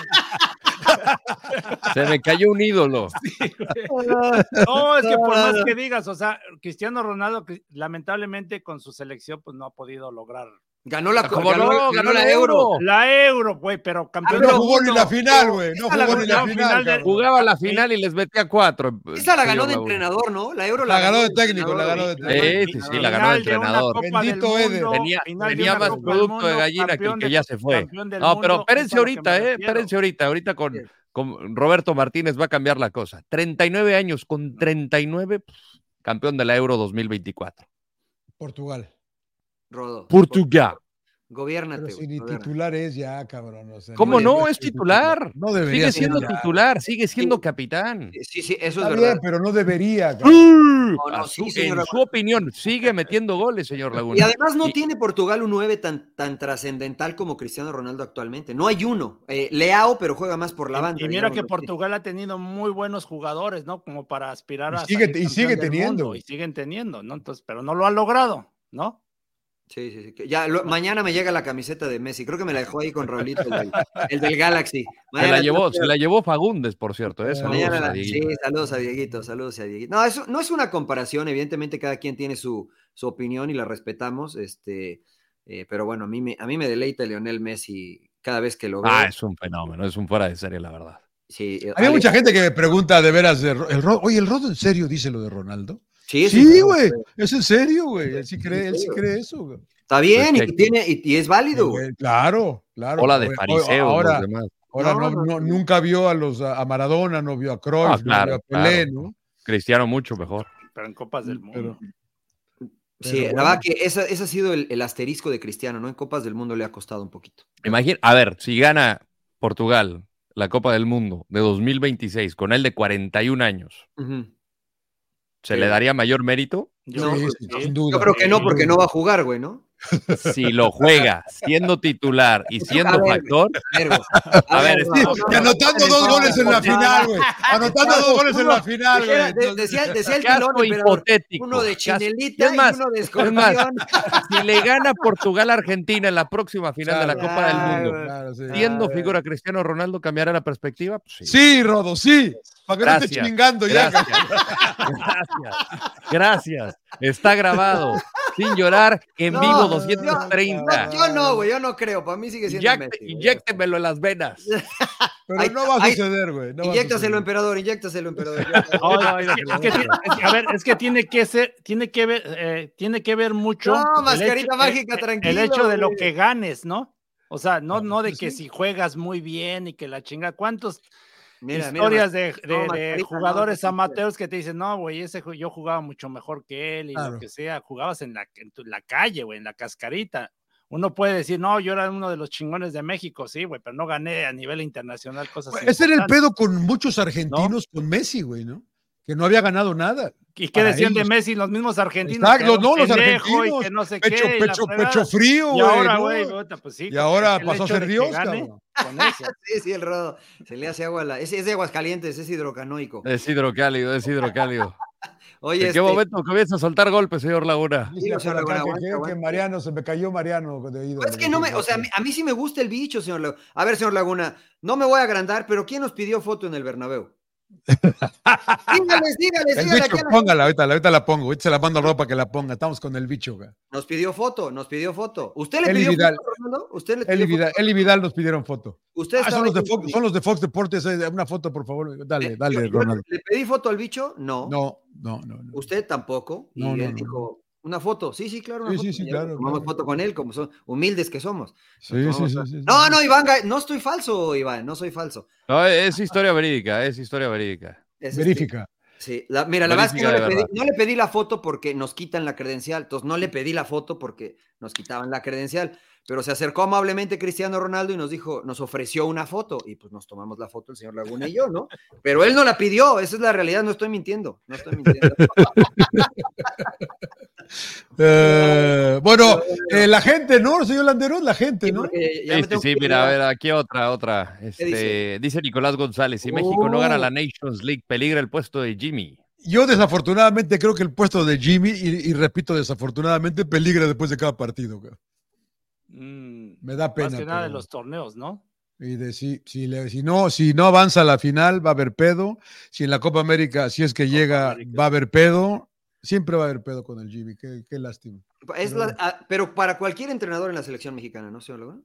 S3: Se me cayó un ídolo.
S5: no, es que por
S4: No,
S5: más
S4: no.
S5: que digas, o sea, Cristiano Ronaldo, que lamentablemente con su selección, pues no ha podido lograr
S4: ganó la,
S3: ¿Cómo
S4: ganó,
S3: no?
S4: ganó la euro.
S5: la Euro, güey, pero campeón
S2: No
S5: del
S2: jugó ni
S5: mundo.
S2: la final, güey. No
S5: Esa la
S2: jugó ni la
S5: ganó,
S2: final.
S5: final de-
S2: cabrón.
S3: Jugaba la final y les metía cuatro.
S4: Esa la
S3: Sí,
S4: ganó
S3: yo,
S4: de
S3: Raúl.
S4: entrenador, ¿no? La euro la,
S2: La ganó de
S4: de
S2: técnico, la ganó de
S4: entrenador.
S3: técnico.
S5: Ganó
S3: Sí,
S5: el-
S3: sí, sí, la
S5: final
S3: ganó el
S5: de una
S3: entrenador.
S5: Copa del
S2: Bendito Eder.
S5: Mundo,
S3: Tenía,
S5: final de
S3: tenía
S5: una
S3: más
S5: Copa del
S3: producto de
S5: Mundo,
S3: gallina que el
S5: campeón
S3: que
S5: del-
S3: ya se fue.
S5: campeón del
S3: No, pero
S5: mundo, es
S3: espérense
S5: a lo que me
S3: ahorita, eh,
S5: refiero.
S3: espérense ahorita, ahorita
S4: Sí.
S3: con, con Roberto Martínez va a cambiar la cosa. 39 años, con 39, pff, campeón de la Euro 2024.
S2: Portugal.
S4: Rodo.
S3: Portugal.
S4: Gobiérnate,
S2: Pero si
S4: güey,
S2: ni
S4: gobiérnate.
S2: titular es ya, cabrón. o sea,
S3: ¿Cómo no?
S2: debería
S3: Es
S2: ser
S3: titular.
S2: No debería
S3: Sigue
S2: ser
S3: siendo
S2: titular.
S3: titular, sigue siendo capitán.
S4: Sí, sí, eso es
S2: Está
S4: verdad.
S2: bien, pero no debería. cabrón.
S3: Uh, a
S4: sí,
S3: su-
S4: señor
S3: En
S4: Laguna.
S3: su opinión, sigue metiendo goles, señor
S4: Y
S3: Laguna.
S4: además no
S3: Y-
S4: tiene Portugal un 9 tan, tan trascendental como Cristiano Ronaldo actualmente. No hay uno. Eh, Leao, pero juega más por la banda.
S5: Y mira que
S4: digámoslo así.
S5: Portugal ha tenido muy buenos jugadores, ¿no? Como para aspirar
S2: Y
S5: a.
S2: sigue-
S5: salir
S2: y
S5: campeón
S2: sigue
S5: del
S2: teniendo.
S5: mundo, y siguen teniendo, ¿no? Entonces, pero no lo han logrado, ¿no?
S4: Sí, sí, sí. que Ya, lo- mañana me llega la camiseta de Messi. Creo que me la dejó ahí con Raulito, el del, el del Galaxy.
S3: Se
S4: Mañana
S3: la llevó,
S4: tengo
S3: se la llevó Fagundes, por cierto. eh,
S2: Eh,
S3: saludos
S4: Mañana
S3: a
S4: la-
S3: Dieguito.
S4: sí, saludos a Dieguito, saludos a Dieguito. No, eso no es una comparación, evidentemente cada quien tiene su, su opinión y la respetamos, este, eh, pero bueno, a mí, me, a mí me deleita Lionel Messi cada vez que lo veo.
S3: Ah, es un fenómeno, es un fuera de serie, la verdad.
S4: Sí, eh,
S2: Había
S4: Ale-
S2: mucha gente que me pregunta de veras, de Ro- el Ro- oye, ¿el Rodo en serio dice lo de Ronaldo?
S4: Sí, sí,
S2: Sí,
S4: claro,
S2: güey, es en serio, güey, él sí cree, él sí
S4: serio.
S2: cree eso. güey.
S4: Está bien, y,
S3: Perfecto.
S4: tiene, y, y es válido. güey.
S2: Eh, Claro, claro.
S3: Hola de
S4: pues,
S2: Oye,
S3: fariseo,
S2: Ahora,
S3: los demás.
S2: ahora
S4: No,
S2: no,
S4: no,
S2: no- nunca vio a los a Maradona, no vio a Cruyff,
S3: Ah, claro,
S2: no vio a Pelé,
S3: claro.
S2: ¿no?
S3: Cristiano mucho mejor.
S5: Pero en Copas del Mundo.
S2: Pero-
S4: Sí,
S2: pero
S4: la verdad que esa- ese ha sido el, el asterisco de Cristiano, ¿no? En Copas del Mundo le ha costado un poquito.
S3: Imagina, a ver, si gana Portugal la Copa del Mundo de 2026 con él de 41 años,
S4: Ujú.
S3: ¿se
S4: Sí.
S3: le daría mayor mérito?
S5: Yo,
S4: No,
S2: Sí,
S5: pues,
S2: sí,
S5: sí.
S2: sin duda.
S4: Yo creo que no,
S2: sin
S4: porque
S2: duda.
S4: no va a jugar, güey, ¿no?
S3: Si lo juega siendo titular y
S4: A
S3: siendo
S4: ver,
S3: factor,
S4: A ver, güey.
S3: A ver,
S4: güey,
S2: Sí,
S4: vamos,
S2: y anotando dos goles en la final, güey. Anotando dos goles en la final, güey.
S4: Dijera- de-
S2: Entonces,
S4: decía, decía el
S3: caso
S4: pilón, emperador,
S3: hipotético.
S4: uno de
S3: caso-
S4: chinelita
S3: Es más,
S4: y uno de
S3: es
S4: escorpión.
S3: más, si le gana Portugal a Argentina en la próxima final de la
S2: Claro.
S3: Copa del
S4: Claro,
S3: Mundo,
S2: claro, sí.
S3: siendo figura Cristiano Ronaldo, ¿cambiará la perspectiva? Pues sí.
S2: Sí, Rodo, sí. Para que no estés
S3: Gracias,
S2: chingando ya.
S3: Gracias. Gracias. Gracias. Está grabado. Sin llorar, en
S4: No,
S3: vivo
S4: no, No,
S3: 230.
S4: yo no, güey, yo no creo. Para mí sigue siendo
S3: Inyecte-
S4: Messi, güey.
S3: inyéctemelo en las venas.
S2: Pero
S4: Ahí-
S2: no va a
S4: ahí-
S2: suceder, güey. no va a
S4: Inyéctaselo,
S2: suceder.
S4: emperador, inyéctaselo, emperador.
S3: Oh,
S5: No, no, es que- es que tiene- es que, a ver, es que tiene que ser, tiene que ver, eh, tiene que ver mucho.
S4: No,
S5: el
S4: mascarita
S5: hecho-
S4: mágica,
S5: el-
S4: tranquilo,
S5: El hecho de lo
S4: güey. Ah,
S5: que ganes, ¿no? O sea, no,
S2: Claro,
S5: no de
S2: pues
S5: que
S2: sí.
S5: si jugas muy bien y que la chinga, ¿cuántos
S4: Mira, mira,
S5: historias de, de-
S4: no,
S5: de
S4: Mascarita, no,
S5: jugadores
S4: no, no, no.
S5: amateurs que te dicen, no, güey, ese ju- yo jugaba mucho mejor que él y
S2: Claro.
S5: lo que sea, jugabas en la, en tu- la calle, güey, en la cascarita. Uno puede decir, no, yo era uno de los chingones de México, sí, güey, pero no gané a nivel internacional cosas
S2: Güey, Ese era el
S5: importantes".
S2: pedo con muchos argentinos, con Messi, güey, ¿no? Que no había ganado nada.
S5: ¿Y qué
S2: para
S5: decían de
S2: ellos.
S5: Messi los mismos argentinos?
S2: Exacto,
S5: que era un
S2: no, los
S5: pendejo y
S2: argentinos,
S5: que no sé
S2: Pecho,
S5: qué, y la
S2: pecho,
S5: fregada.
S2: pecho frío,
S5: Y
S2: güey.
S5: ahora,
S2: ¿no?
S5: güey, puta, pues sí,
S2: Y ahora
S5: el
S2: pasó a
S5: hecho de
S2: ser
S5: que
S2: Dios,
S5: gane
S2: cabrón.
S5: con eso.
S4: Sí, sí, el rodo. Se le hace agua a la. Es, es de Aguascalientes, es hidrocanoico.
S3: Es hidrocálido, es hidrocálido.
S4: Oye,
S3: Eh, ¿En
S4: este,
S3: qué momento comienza a soltar golpes, señor Laguna?
S2: Dice
S4: Sí, o sea,
S2: por acá
S4: bueno,
S2: que-
S4: aguanta,
S2: que-
S4: aguanta.
S2: que Mariano, se me cayó Mariano. de ídolo.
S4: pues es que no me. O sea, a mí- a mí sí me gusta el bicho, señor Laguna. A ver, señor Laguna, no me voy a agrandar, pero ¿quién nos pidió foto en el Bernabéu? Dígales, dígales,
S2: El
S4: dígales.
S2: bicho,
S4: aquí a la-
S2: póngala, ahorita, ahorita la pongo. Ahorita se la mando a ropa que la ponga. Estamos con el bicho. güey.
S4: Nos pidió foto, nos pidió foto. ¿Usted le
S2: Eli
S4: pidió
S2: Vidal.
S4: foto, Ronaldo? ¿Usted le
S2: Él y
S4: pidió
S2: Vidal, él y Vidal nos pidieron foto.
S4: foto? ¿Usted
S2: Ah, son
S4: estaba
S2: los, de
S4: ahí con-
S2: Fox, son los de Fox Deportes. eh, Una foto, por favor. Dale,
S4: Eh,
S2: dale,
S4: yo- yo
S2: Ronaldo.
S4: ¿Le pedí foto al bicho? No.
S2: No, no, no. no.
S4: Usted tampoco. Y
S2: No, no,
S4: él
S2: no.
S4: dijo, una foto. Sí, sí, claro. Una
S2: Sí,
S4: foto.
S2: sí, sí,
S4: Y ya
S2: claro,
S4: Tomamos
S2: claro.
S4: foto con él, como son humildes que somos.
S2: Sí, sí,
S4: Vamos
S2: sí,
S4: a-
S2: sí, sí.
S4: No, no, Iván, Ga- no estoy falso, Iván, no soy falso.
S3: No, es historia verídica, es historia verídica.
S4: Es este-
S2: Verifica.
S4: sí, la- mira, la verdad es que no
S3: Verifica de
S4: le, pedí,
S3: verdad.
S4: no le pedí la foto porque nos quitan la credencial. Entonces no le pedí la foto porque nos quitaban la credencial. Pero se acercó amablemente Cristiano Ronaldo y nos dijo, nos ofreció una foto. Y pues nos tomamos la foto el señor Laguna y yo, ¿no? Pero él no la pidió, esa es la realidad, no estoy mintiendo. No estoy mintiendo.
S2: Eh, bueno, eh, la gente, ¿no, señor Landeros? La gente,
S4: Sí,
S2: ¿no?
S4: porque ya me
S3: Sí, sí,
S4: tengo
S3: este, sí,
S4: que ir
S3: mira,
S4: a-
S3: a ver, aquí otra, otra. Este,
S4: dice?
S3: dice? Nicolás González, si México no gana
S4: Oh.
S3: la Nations League, peligra el puesto de Jimmy.
S2: Yo desafortunadamente creo que el puesto de Jimmy, y, y repito, desafortunadamente peligra después de cada partido. güey.
S5: Mm,
S2: Me da pena.
S5: más que nada de
S2: pero-
S5: los torneos, ¿no?
S2: Y de si, si, le- si no, si no avanza a la final, va a haber pedo. Si en la Copa América, si es que llega,
S5: América.
S2: va a haber pedo. Siempre va a haber pedo con el Jimmy. Qué, qué lástima.
S4: Es
S2: Pero-
S4: la- ah, pero para cualquier entrenador en la selección mexicana, ¿no, señor Laguna?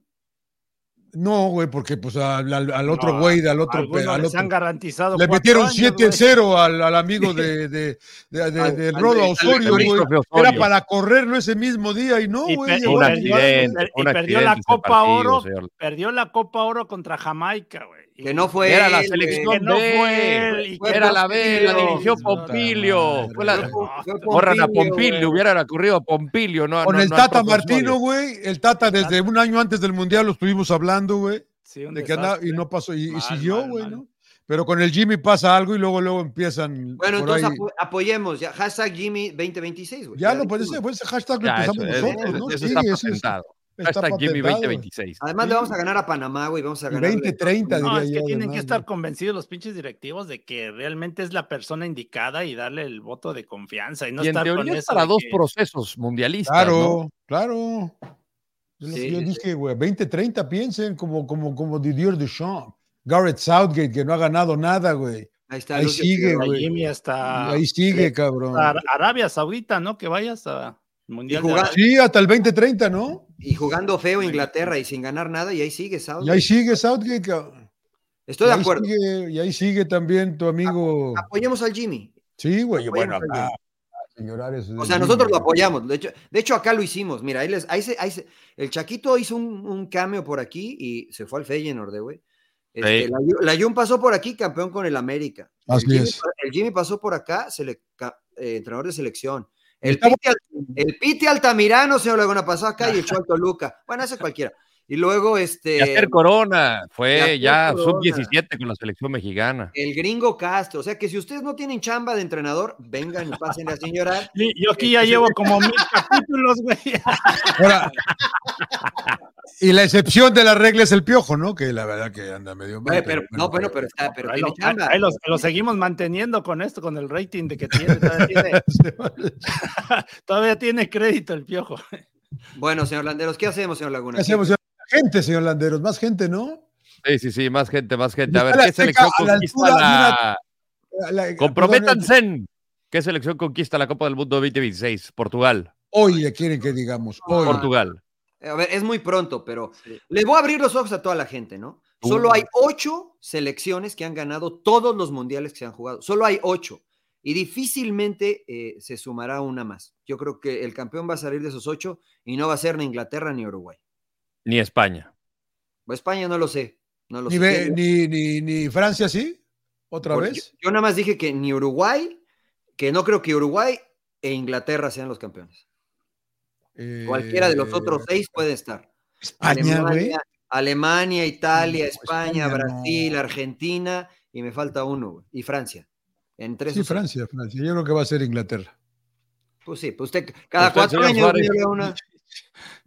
S2: No, güey, porque pues al, al- al
S5: No,
S2: otro güey, al otro. pe-
S5: Algunos
S2: al
S5: les han
S2: otro
S5: garantizado.
S2: le
S5: cuatro
S2: metieron
S5: años,
S2: 7-0 al, al amigo de, de, de- de-
S4: Al-
S2: del
S4: al-
S2: Rodo
S4: al-
S2: Osorio,
S4: al-
S2: güey.
S3: Christopher Osorio.
S2: Era para correrlo ese mismo día y no,
S5: Y
S2: güey.
S5: pe-
S2: llegó
S3: Un
S2: a
S5: perdió-
S2: jugar, güey.
S3: accidente,
S5: y
S3: un
S5: perdió
S3: accidente.
S5: la
S3: ese
S5: Copa
S3: partido,
S5: Oro.
S3: señor.
S5: güey. Perdió la Copa Oro contra Jamaica, güey.
S4: Que no fue
S3: Era
S4: él,
S3: la
S4: güey.
S3: selección
S5: Que no
S3: B,
S5: fue él, y
S4: fue
S3: Era la B, la
S4: Pompilio.
S3: dirigió
S2: Puta
S3: Pompilio.
S2: madre.
S3: Fue la-
S4: Fue Pom- fue
S3: Borran a
S4: Pompilio,
S3: Pompilio,
S4: güey.
S3: hubiera ocurrido a Pompilio, no
S2: Con
S3: no-
S2: el
S3: no a
S2: Tata
S3: Arturo
S2: Martino,
S3: Osorio.
S2: güey. El Tata desde un año antes del Mundial lo estuvimos hablando, güey.
S5: Sí, un
S2: de que andaba y
S5: desastre.
S2: no pasó y, y
S5: Mal,
S2: siguió,
S5: mal,
S2: güey,
S5: mal.
S2: ¿no? Pero con el Jimmy pasa algo y luego luego empiezan
S4: Bueno,
S2: por
S4: entonces
S2: ahí.
S4: apo- apoyemos. Ya, hashtag Jimmy 2026, güey.
S2: Ya
S4: lo
S2: lo parece,
S4: dijimos.
S2: fue ese hashtag lo
S3: Ya, eso,
S2: empezamos
S3: eso-
S2: nosotros, ¿no?
S3: eso
S2: Sí,
S3: está
S2: ese es-
S3: patentado.
S2: está
S3: Hashtag Jimmy
S2: patentado.
S3: 2026.
S5: Ah,
S4: Además, le vamos a ganar a Panamá, güey. Vamos a
S2: Y
S4: ganar.
S2: 20-30,
S5: No,
S2: diría
S5: es que
S2: yo,
S5: tienen que
S2: además,
S5: estar
S2: ¿no?
S5: convencidos los pinches directivos de que realmente es la persona indicada y darle el voto de confianza. Y, no
S3: y en
S5: estar con
S3: teoría es
S5: eso
S3: para
S5: de
S3: dos
S5: que-
S3: procesos mundialistas. ¿no?
S2: Claro, claro. Es lo que
S4: Sí,
S2: yo
S4: sí, sí.
S2: dije, güey, 20-30 piensen como como como Didier Deschamps, Garrett Southgate que no ha ganado nada, güey.
S4: Ahí está.
S2: Ahí
S4: Lucio
S2: sigue,
S4: Figueroa.
S5: Pero
S2: güey.
S5: Jimmy
S4: Ah,
S5: hasta
S2: Ahí sigue, cabrón.
S5: hasta Arabia Saudita, ¿no? Que vayas a Mundial. de
S4: jugar-
S5: Arabia.
S2: Sí, hasta el 20-30, ¿no?
S4: Y jugando feo Inglaterra y sin ganar nada, y ahí sigue, ¿sabes?
S2: Y ahí sigue Southgate. cabrón.
S4: Estoy
S2: Y
S4: de
S2: ahí
S4: acuerdo. Ah,
S2: sigue- y ahí sigue también tu amigo.
S4: Apoyemos al Jimmy.
S2: Sí, güey, bueno,
S4: Apoyemos al
S2: acá,
S4: Jimmy.
S2: señorar es-
S4: ah, O sea, nosotros lo apoyamos. De hecho, de hecho acá lo hicimos. Mira, ahí les, ahí se- ahí se- el Chaquito hizo un, un cameo por aquí y se fue al Feyenoord, eh, güey. Este,
S3: Sí.
S4: la, Yu- la Jun pasó por aquí, campeón con el América.
S2: Así
S4: el, Jimmy,
S2: es.
S4: pa- el Jimmy pasó por acá, sele- ca- eh, entrenador de selección. El
S2: Está
S4: Piti, Al- el Piti Altamirano, señor Laguna, pasó acá y echó al Toluca. Bueno, ese cualquiera. Y luego,
S5: Eh,
S4: este...
S3: Yacer Corona
S4: Yacer
S3: fue ya
S4: Corona.
S3: sub-17 con la selección mexicana.
S4: El gringo Castro. O sea que si ustedes no tienen chamba de entrenador, vengan y pasen a señorar.
S5: Y- Yo aquí ya llevo como mil capítulos, güey.
S2: Ahora, y la excepción de la regla es el piojo, ¿no? Que la verdad que anda medio mal.
S4: Eh, pero, no, bueno, pero está, pero
S5: Ahí
S4: tiene
S5: lo,
S4: chamba.
S5: ahí los- lo seguimos manteniendo con esto, con el rating de que tiene. Todavía tiene, todavía tiene crédito el piojo.
S4: Bueno, señor Landeros, ¿qué hacemos, señor
S2: ¿Qué
S4: Laguna?
S2: hacemos, señor? Gente, señor Landeros, más gente, ¿no?
S3: Sí, sí, sí, más gente, más gente. A ver,
S2: Está la
S3: ¿qué selección
S2: Azteca a la
S3: conquista
S2: altura, La-
S3: la...
S2: la-
S3: Comprométanse. ¿Qué selección conquista la Copa del Mundo 2026? Portugal.
S2: Hoy le quieren que digamos, hoy.
S4: Ah, Por tu-
S3: Portugal.
S4: A ver, es muy pronto, pero
S5: Sí.
S4: les voy a abrir los ojos a toda la gente, ¿no?
S3: Uh.
S4: Solo hay ocho selecciones que han ganado todos los mundiales que se han jugado. Solo hay ocho. Y difícilmente eh, se sumará una más. Yo creo que el campeón va a salir de esos ocho y no va a ser ni Inglaterra ni Uruguay.
S3: Ni España.
S4: O España no lo sé. No lo
S2: Ni,
S4: sé.
S2: ve-
S4: ¿Quién-
S2: ni, ni, ni Francia, ¿sí? ¿Otra
S4: Porque
S2: vez?
S4: Yo, yo nada más dije que ni Uruguay, que no creo que Uruguay e Inglaterra sean los campeones. Cualquiera de los
S2: Eh,
S4: otros seis puede estar.
S2: España, güey.
S4: Alemania, Alemania, Italia,
S2: No,
S4: España,
S2: España no.
S4: Brasil, Argentina y me falta uno, güey, y Francia. Entre
S2: Sí,
S4: esos seis.
S2: Francia, Francia. Yo creo que va a ser Inglaterra.
S4: Pues sí, pues usted cada
S3: Usted,
S4: cuatro
S3: señor
S4: años
S3: Suárez.
S4: mira una.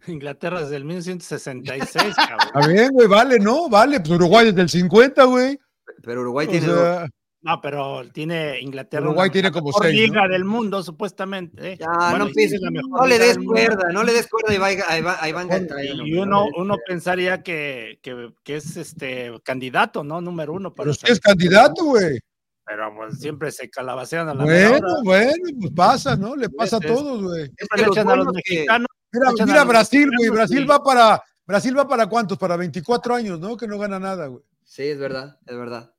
S5: Inglaterra desde el 1966, cabrón.
S2: A ver, güey, vale, ¿no? Vale, pues Uruguay es del 50, güey.
S4: Pero Uruguay
S2: O
S4: tiene dos.
S2: sea,
S5: No, pero tiene Inglaterra.
S2: Uruguay
S5: una-
S2: tiene
S5: la
S2: como
S5: mejor
S2: seis, ¿no?
S5: liga del mundo, supuestamente. ¿eh?
S4: Ya,
S5: Bueno,
S4: no
S5: y sí,
S4: empieces,
S5: es la mejor
S4: No le
S5: liga
S4: des
S5: del mundo.
S4: cuerda, no le des cuerda a Iván, a Iván- a Iván Gaitaíno,
S5: Y
S4: güey, no
S5: uno,
S4: le des
S5: uno
S4: cuerda.
S5: pensaría que, que, que es este candidato, ¿no? Número uno. para
S2: pero sí es
S5: salir.
S2: candidato, güey.
S5: pero pues, siempre se calabacean a la mera hora.
S2: Bueno, bueno, pues pasa, ¿no? Le pasa a
S5: Pues, es-
S2: todos, güey.
S4: Es
S5: Siempre le echan a los
S4: buenos que-
S5: mexicanos.
S2: Mira,
S5: echan a
S2: mira
S5: los
S2: Brasil, güey.
S5: mexicanos,
S2: Brasil
S5: güey.
S2: va para. Brasil va para cuántos? Para 24 años, ¿no? Que no gana nada, güey.
S4: Sí, es verdad, es verdad.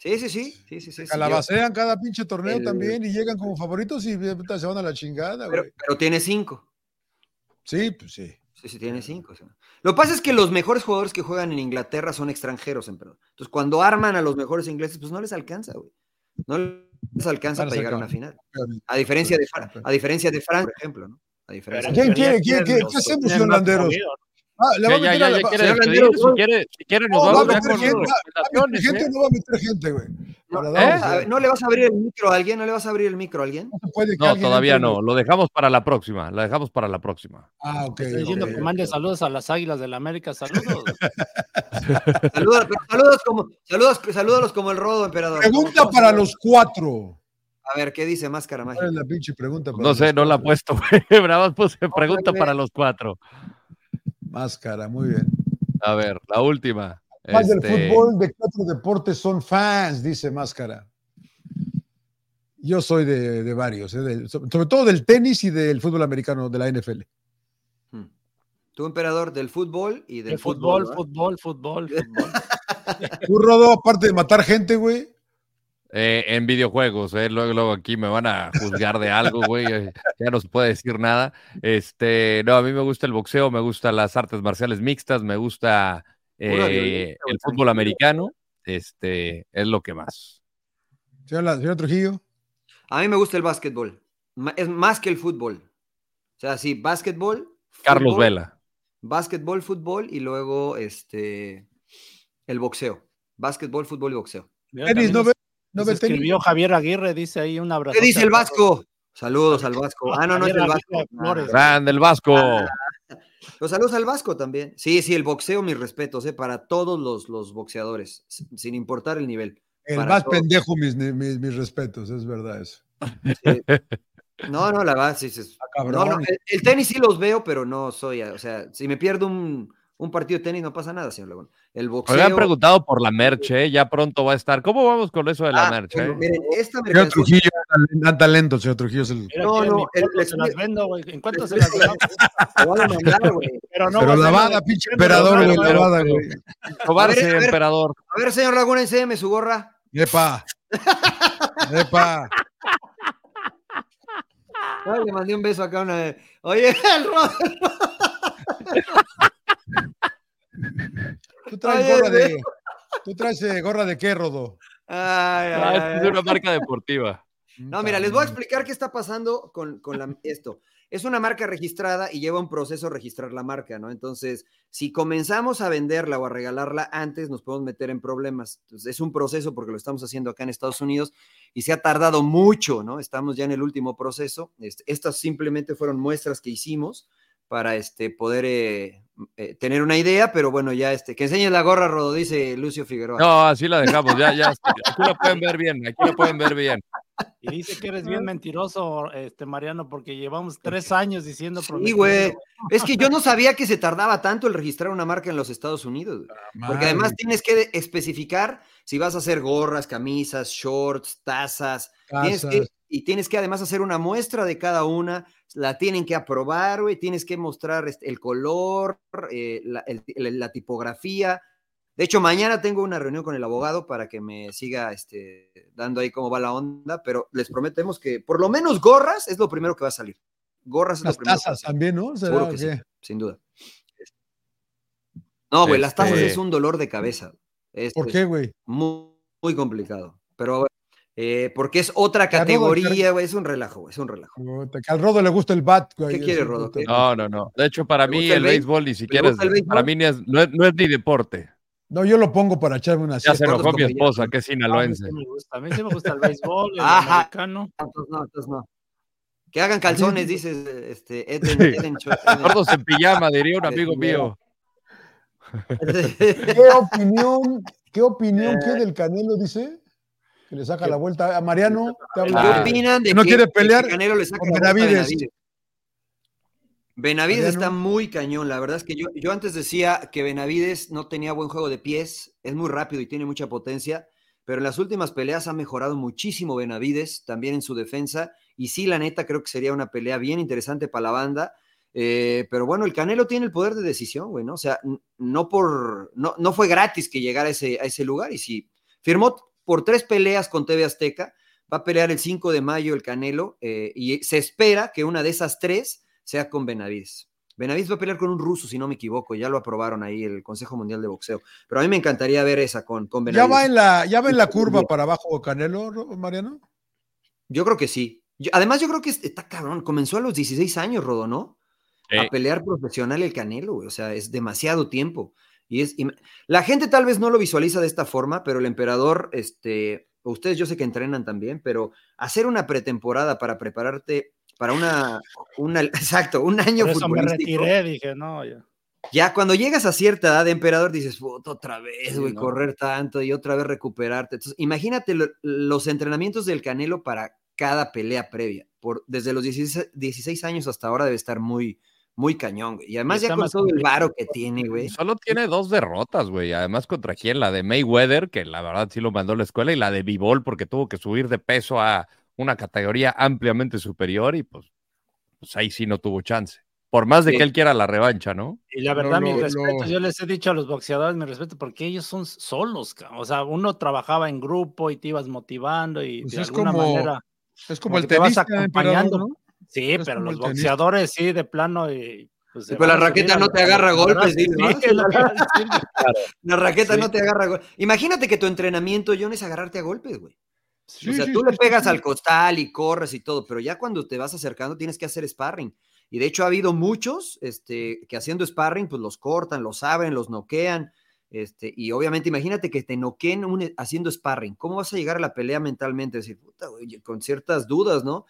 S4: Sí, sí, sí, sí, sí, sí. sí,
S2: Calabacean cada pinche torneo
S4: El-
S2: también y llegan como favoritos y eh, puta, se van a la chingada,
S4: yo- pero,
S2: güey.
S4: pero tiene cinco.
S2: Sí, pues sí.
S4: Sí, sí, tiene cinco. o sea. Lo que pasa es que los mejores jugadores que juegan en Inglaterra son extranjeros, en verdad. Entonces, cuando arman a los mejores ingleses, pues no les alcanza, güey. No les alcanza
S2: Van a
S4: para
S2: ser
S4: llegar a una
S2: campeones.
S4: final. A diferencia de, Fra-
S2: campeones.
S4: a diferencia de Francia, por ejemplo, ¿no? A diferencia
S5: Pero-
S2: ¿Quién
S5: pero ya
S2: quiere? ¿Quién-
S5: tienen
S2: qué-
S5: los-
S2: qué hacemos,
S5: tienen más
S2: holanderos?
S5: movido,
S2: Ah, le va
S3: Ya,
S2: a
S3: ya,
S2: meter
S3: ya,
S2: a la-
S3: ya quiere
S2: señor
S3: despedir,
S2: Landero,
S3: si quiere, si quiere nos
S2: No,
S3: vamos
S2: va a
S3: ya
S2: meter
S3: con
S2: gente, ¿Va a meter
S3: recomendaciones,
S2: gente
S3: ¿eh?
S2: o no va a meter gente, güey?
S4: No,
S2: Para
S3: ¿eh?
S2: darnos,
S4: A
S2: güey.
S4: ver, ¿No le vas a abrir el micro a alguien? ¿No le vas a abrir el micro a alguien?
S2: No se puede que
S3: No,
S2: alguien
S3: todavía
S2: entre,
S3: no.
S2: güey.
S3: Lo dejamos para la próxima. La dejamos para la próxima.
S2: Ah, ok.
S5: Estoy diciendo
S2: ok.
S5: que mande saludos a las Águilas del América. Saludos.
S4: Saluda, pero saludas como, saludas, salúdalos como el rodo, emperador.
S2: Pregunta
S4: ¿Cómo- cómo
S2: para
S4: saludas?
S2: los cuatro.
S4: A ver, ¿qué dice Máscara
S2: ¿Cuál
S4: Mágica?
S2: es la pinche pregunta? para
S3: No sé,
S2: los
S3: no la he
S2: cuatro?
S3: puesto, güey. Nada más puse pregunta
S4: güey.
S3: para los cuatro.
S2: Máscara, muy bien.
S3: A ver, la última.
S2: Más
S3: Este,
S2: del fútbol, de cuatro deportes son fans, dice Máscara. Yo soy de, de varios, eh, de- so- sobre todo del tenis y del fútbol americano, de la NFL.
S4: Hmm. Tú, emperador, del fútbol y del
S5: De fútbol,
S4: fútbol. ¿verdad?
S5: fútbol, fútbol, fútbol.
S2: Tú, Rodo, aparte de matar gente, güey,
S3: eh, en videojuegos, eh, luego, luego aquí me van a juzgar de algo, güey. eh, Ya no se puede decir nada. Este, no, a mí me gusta el boxeo, me gustan las artes marciales mixtas, me gusta eh,
S4: Pura violencia, güey,
S3: el fútbol
S4: tranquilo.
S3: americano. Este, es lo que más.
S2: señor, la- señor Trujillo.
S4: A mí me gusta el básquetbol. Ma- Es más que el fútbol. O sea, sí, básquetbol.
S2: Pues
S3: Carlos
S4: fútbol,
S3: Vela.
S4: Básquetbol, fútbol y luego este el boxeo. Básquetbol, fútbol y boxeo.
S5: Mira,
S2: Tenis,
S5: también
S2: no
S5: nos-
S2: ve, no
S5: nos
S2: ve tenis.
S5: escribió Javier Aguirre, dice ahí un abrazo.
S4: ¿Qué dice el Vasco? Saludos al Vasco. Ah, no, no es
S5: Javier
S4: el
S5: Aguirre
S4: Vasco.
S5: Flores.
S3: Grande el Vasco.
S4: Ah, Los saludos al Vasco también. Sí, sí, el boxeo, mis respetos, eh, para todos los, los boxeadores, s- sin importar el nivel.
S2: El
S4: Para
S2: más
S4: todos.
S2: pendejo, mis, mis, mis respetos, es verdad eso.
S4: No, no, la verdad, sí, sí, es-
S2: Ah,
S4: no,
S2: cabrón.
S4: no, el, el tenis sí los veo, pero no soy, o sea, si me pierdo un, un partido de tenis no pasa nada, señor Laguna. El boxeo.
S3: Me han preguntado por la merch, eh, ya pronto va a estar. ¿Cómo vamos con eso de la
S4: Ah,
S3: merch?
S4: bueno,
S3: eh?
S4: miren, esta
S2: Señor
S4: mercancía-
S2: Trujillo, tan- tan talento, señor Trujillo es el.
S5: Mira,
S4: No,
S5: tiene
S4: no,
S5: mi
S4: el-
S5: foto,
S4: le
S5: se las
S4: explico-
S5: vendo, güey. ¿En cuánto
S4: le
S5: se las
S4: explico-
S5: vendo?
S4: te voy a demandar, güey.
S5: Pero no va
S2: pero
S5: a ser
S2: lavada,
S5: la-
S2: pinche
S5: pero
S2: emperador,
S5: no,
S2: güey,
S5: pero-
S2: lavada, güey.
S3: Robarse,
S4: A ver, a ver.
S3: emperador.
S4: A ver, señor Laguna, enséñeme su gorra.
S2: Epa. Epa.
S4: Ay, le mandé un beso acá a una. Oye, el Rodo.
S2: Tú traes
S4: Oye,
S2: gorra de.
S4: güey.
S2: ¿Tú traes eh, gorra de qué, Rodo?
S4: Ay, ay,
S3: Ah,
S4: ay,
S3: es
S4: ay.
S3: una marca deportiva.
S4: No, mira, les voy a explicar qué está pasando con, con la- esto. Es una marca registrada y lleva un proceso registrar la marca, ¿no? Entonces, si comenzamos a venderla o a regalarla antes, nos podemos meter en problemas. Entonces, es un proceso porque lo estamos haciendo acá en Estados Unidos y se ha tardado mucho, ¿no? Estamos ya en el último proceso. Este, estas simplemente fueron muestras que hicimos para este, poder eh, eh, tener una idea, pero bueno, ya este, que enseñes la gorra, Rodo, dice Lucio Figueroa.
S3: No, así la dejamos, ya, ya. Aquí la pueden ver bien, aquí la pueden ver bien.
S5: Y dice que eres bien mentiroso, este Mariano, porque llevamos tres años diciendo
S4: Sí,
S5: prometiendo.
S4: güey. Es que yo no sabía que se tardaba tanto el registrar una marca en los Estados Unidos. güey. Porque además tienes que de- especificar si vas a hacer gorras, camisas, shorts, tazas. Tienes que- y tienes que además hacer una muestra de cada una. La tienen que aprobar, güey. Tienes que mostrar este, el color, eh, la, el- el- la tipografía. De hecho, mañana tengo una reunión con el abogado para que me siga este, dando ahí cómo va la onda, pero les prometemos que por lo menos gorras es lo primero que va a salir. Gorras es
S2: Las
S4: lo primero. que va a
S2: tazas
S4: salir
S2: también, ¿no? ¿Será
S4: Seguro
S2: o
S4: que sí.
S2: qué?
S4: sin duda. No, güey, las tazas
S3: Este-
S4: es un dolor de cabeza. Este, Es,
S2: ¿Por
S4: es
S2: qué, güey?
S4: muy, muy complicado. Pero bueno, eh, porque es otra
S2: Ya, Rodo,
S4: categoría, güey, es un relajo, güey, es un relajo.
S2: Puta, que Al Rodo le gusta el bat, güey.
S4: ¿Qué quiere,
S2: ese
S4: Rodo?
S2: puto.
S4: ¿Qué?
S3: No, no, no. De hecho, para
S4: ¿Te
S3: mí
S4: gusta el
S3: el
S4: béis-
S3: béisbol ni siquiera es,
S4: gusta el béisbol?
S3: para mí ni es- no, es, no es ni deporte.
S2: No, yo lo pongo para echarme una
S3: Ya se
S2: siesta.
S4: Deportes
S3: enojó mi
S4: como ya.
S3: esposa, que es
S5: A mí,
S3: sinaloense.
S5: sí me gusta, a mí sí me gusta el béisbol, el
S4: Ajá.
S5: americano.
S4: Entonces, no, entonces no. Que hagan calzones, dices este, Eden, Eden Cho- Eden.
S3: Gordos en pijama, diría un amigo mío.
S2: ¿Qué opinión, qué opinión
S4: Eh.
S2: qué del Canelo dice? Que le saca la vuelta a Mariano. Te
S4: ¿Qué
S3: Ah.
S2: habla.
S4: opinan de
S2: No
S4: que,
S2: quiere
S4: de que
S2: pelear
S4: Canelo le saca
S2: con
S4: la vuelta a
S2: Benavides.
S4: Benavides? Benavides
S2: Mariano.
S4: está muy cañón, la verdad es que yo, yo antes decía que Benavides no tenía buen juego de pies, es muy rápido y tiene mucha potencia, pero en las últimas peleas ha mejorado muchísimo Benavides, también en su defensa, y sí, la neta, creo que sería una pelea bien interesante para la banda. Eh, pero bueno, el Canelo tiene el poder de decisión, güey, ¿no? O sea, n- no por, no, no fue gratis que llegara a ese, a ese lugar y si firmó por tres peleas con TV Azteca, va a pelear el 5 de mayo el Canelo eh, y se espera que una de esas tres sea con Benavides. Benavides va a pelear con un ruso, si no me equivoco, ya lo aprobaron ahí el Consejo Mundial de Boxeo, pero a mí me encantaría ver esa con, con
S2: ¿Ya
S4: Benavides.
S2: va, en la, ¿Ya va en la curva para abajo Canelo, Ro- Mariano?
S4: Yo creo que sí. Yo- además, yo creo que es- está cabrón, comenzó a los 16 años, Rodo, ¿no?
S3: Sí.
S4: a pelear profesional el Canelo, güey. o sea, es demasiado tiempo. Y es y me- la gente tal vez no lo visualiza de esta forma, pero el emperador, este, ustedes yo sé que entrenan también, pero hacer una pretemporada para prepararte para una, una exacto, un año
S5: Por eso me
S4: futbolístico.
S5: retiré, dije, no, ya.
S4: Ya cuando llegas a cierta edad de emperador dices, "Puta, otra vez,
S5: Sí,
S4: güey,
S5: no.
S4: correr tanto y otra vez recuperarte. Entonces, imagínate lo- los entrenamientos del Canelo para cada pelea previa. Por, desde los 16, 16 años hasta ahora debe estar muy, muy cañón, güey. Y además ya
S5: está
S4: con
S5: más
S4: todo el
S5: complicado.
S4: varo que tiene, güey.
S3: Solo tiene dos derrotas, güey. Además, ¿contra quién? La de Mayweather, que la verdad sí lo mandó a la escuela, y la de Bivol, porque tuvo que subir de peso a una categoría ampliamente superior y pues, pues ahí sí no tuvo chance. Por más de
S4: Sí.
S3: que él quiera la revancha, ¿no?
S5: Y la
S2: No,
S5: verdad,
S2: no,
S5: mis
S2: no.
S5: respetos, yo les he dicho a los boxeadores, mi respeto, porque ellos son solos, cabrón. o sea, uno trabajaba en grupo y te ibas motivando y
S2: Pues
S5: de
S2: es
S5: alguna
S2: como-
S5: manera.
S2: Es
S5: Como
S2: como el
S5: que te vas
S2: tenista, emperador,
S5: acompañando.
S2: ¿no?
S5: Sí,
S2: es
S5: pero
S2: como
S5: los
S2: el tenista.
S5: boxeadores sí, de plano. Y, pues, se
S4: Y pues la
S5: van a
S4: raqueta
S5: subir a
S4: no
S5: los-
S4: te agarra
S5: a los
S4: golpes,
S5: brazos.
S4: dices,
S5: Sí, es lo que iba a decir.
S4: La raqueta
S5: Sí.
S4: no te agarra. güey. Imagínate que tu entrenamiento, John, es agarrarte a golpes, güey.
S2: Sí,
S4: o sea,
S2: sí,
S4: tú
S2: sí,
S4: le
S2: sí,
S4: pegas
S2: sí.
S4: al costal y corres y todo, pero ya cuando te vas acercando tienes que hacer sparring. Y de hecho ha habido muchos este, que haciendo sparring, pues los cortan, los abren, los noquean. Este, y obviamente imagínate que te noqueen un- haciendo sparring. ¿Cómo vas a llegar a la pelea mentalmente? Decir, puta, güey, con ciertas dudas, ¿no?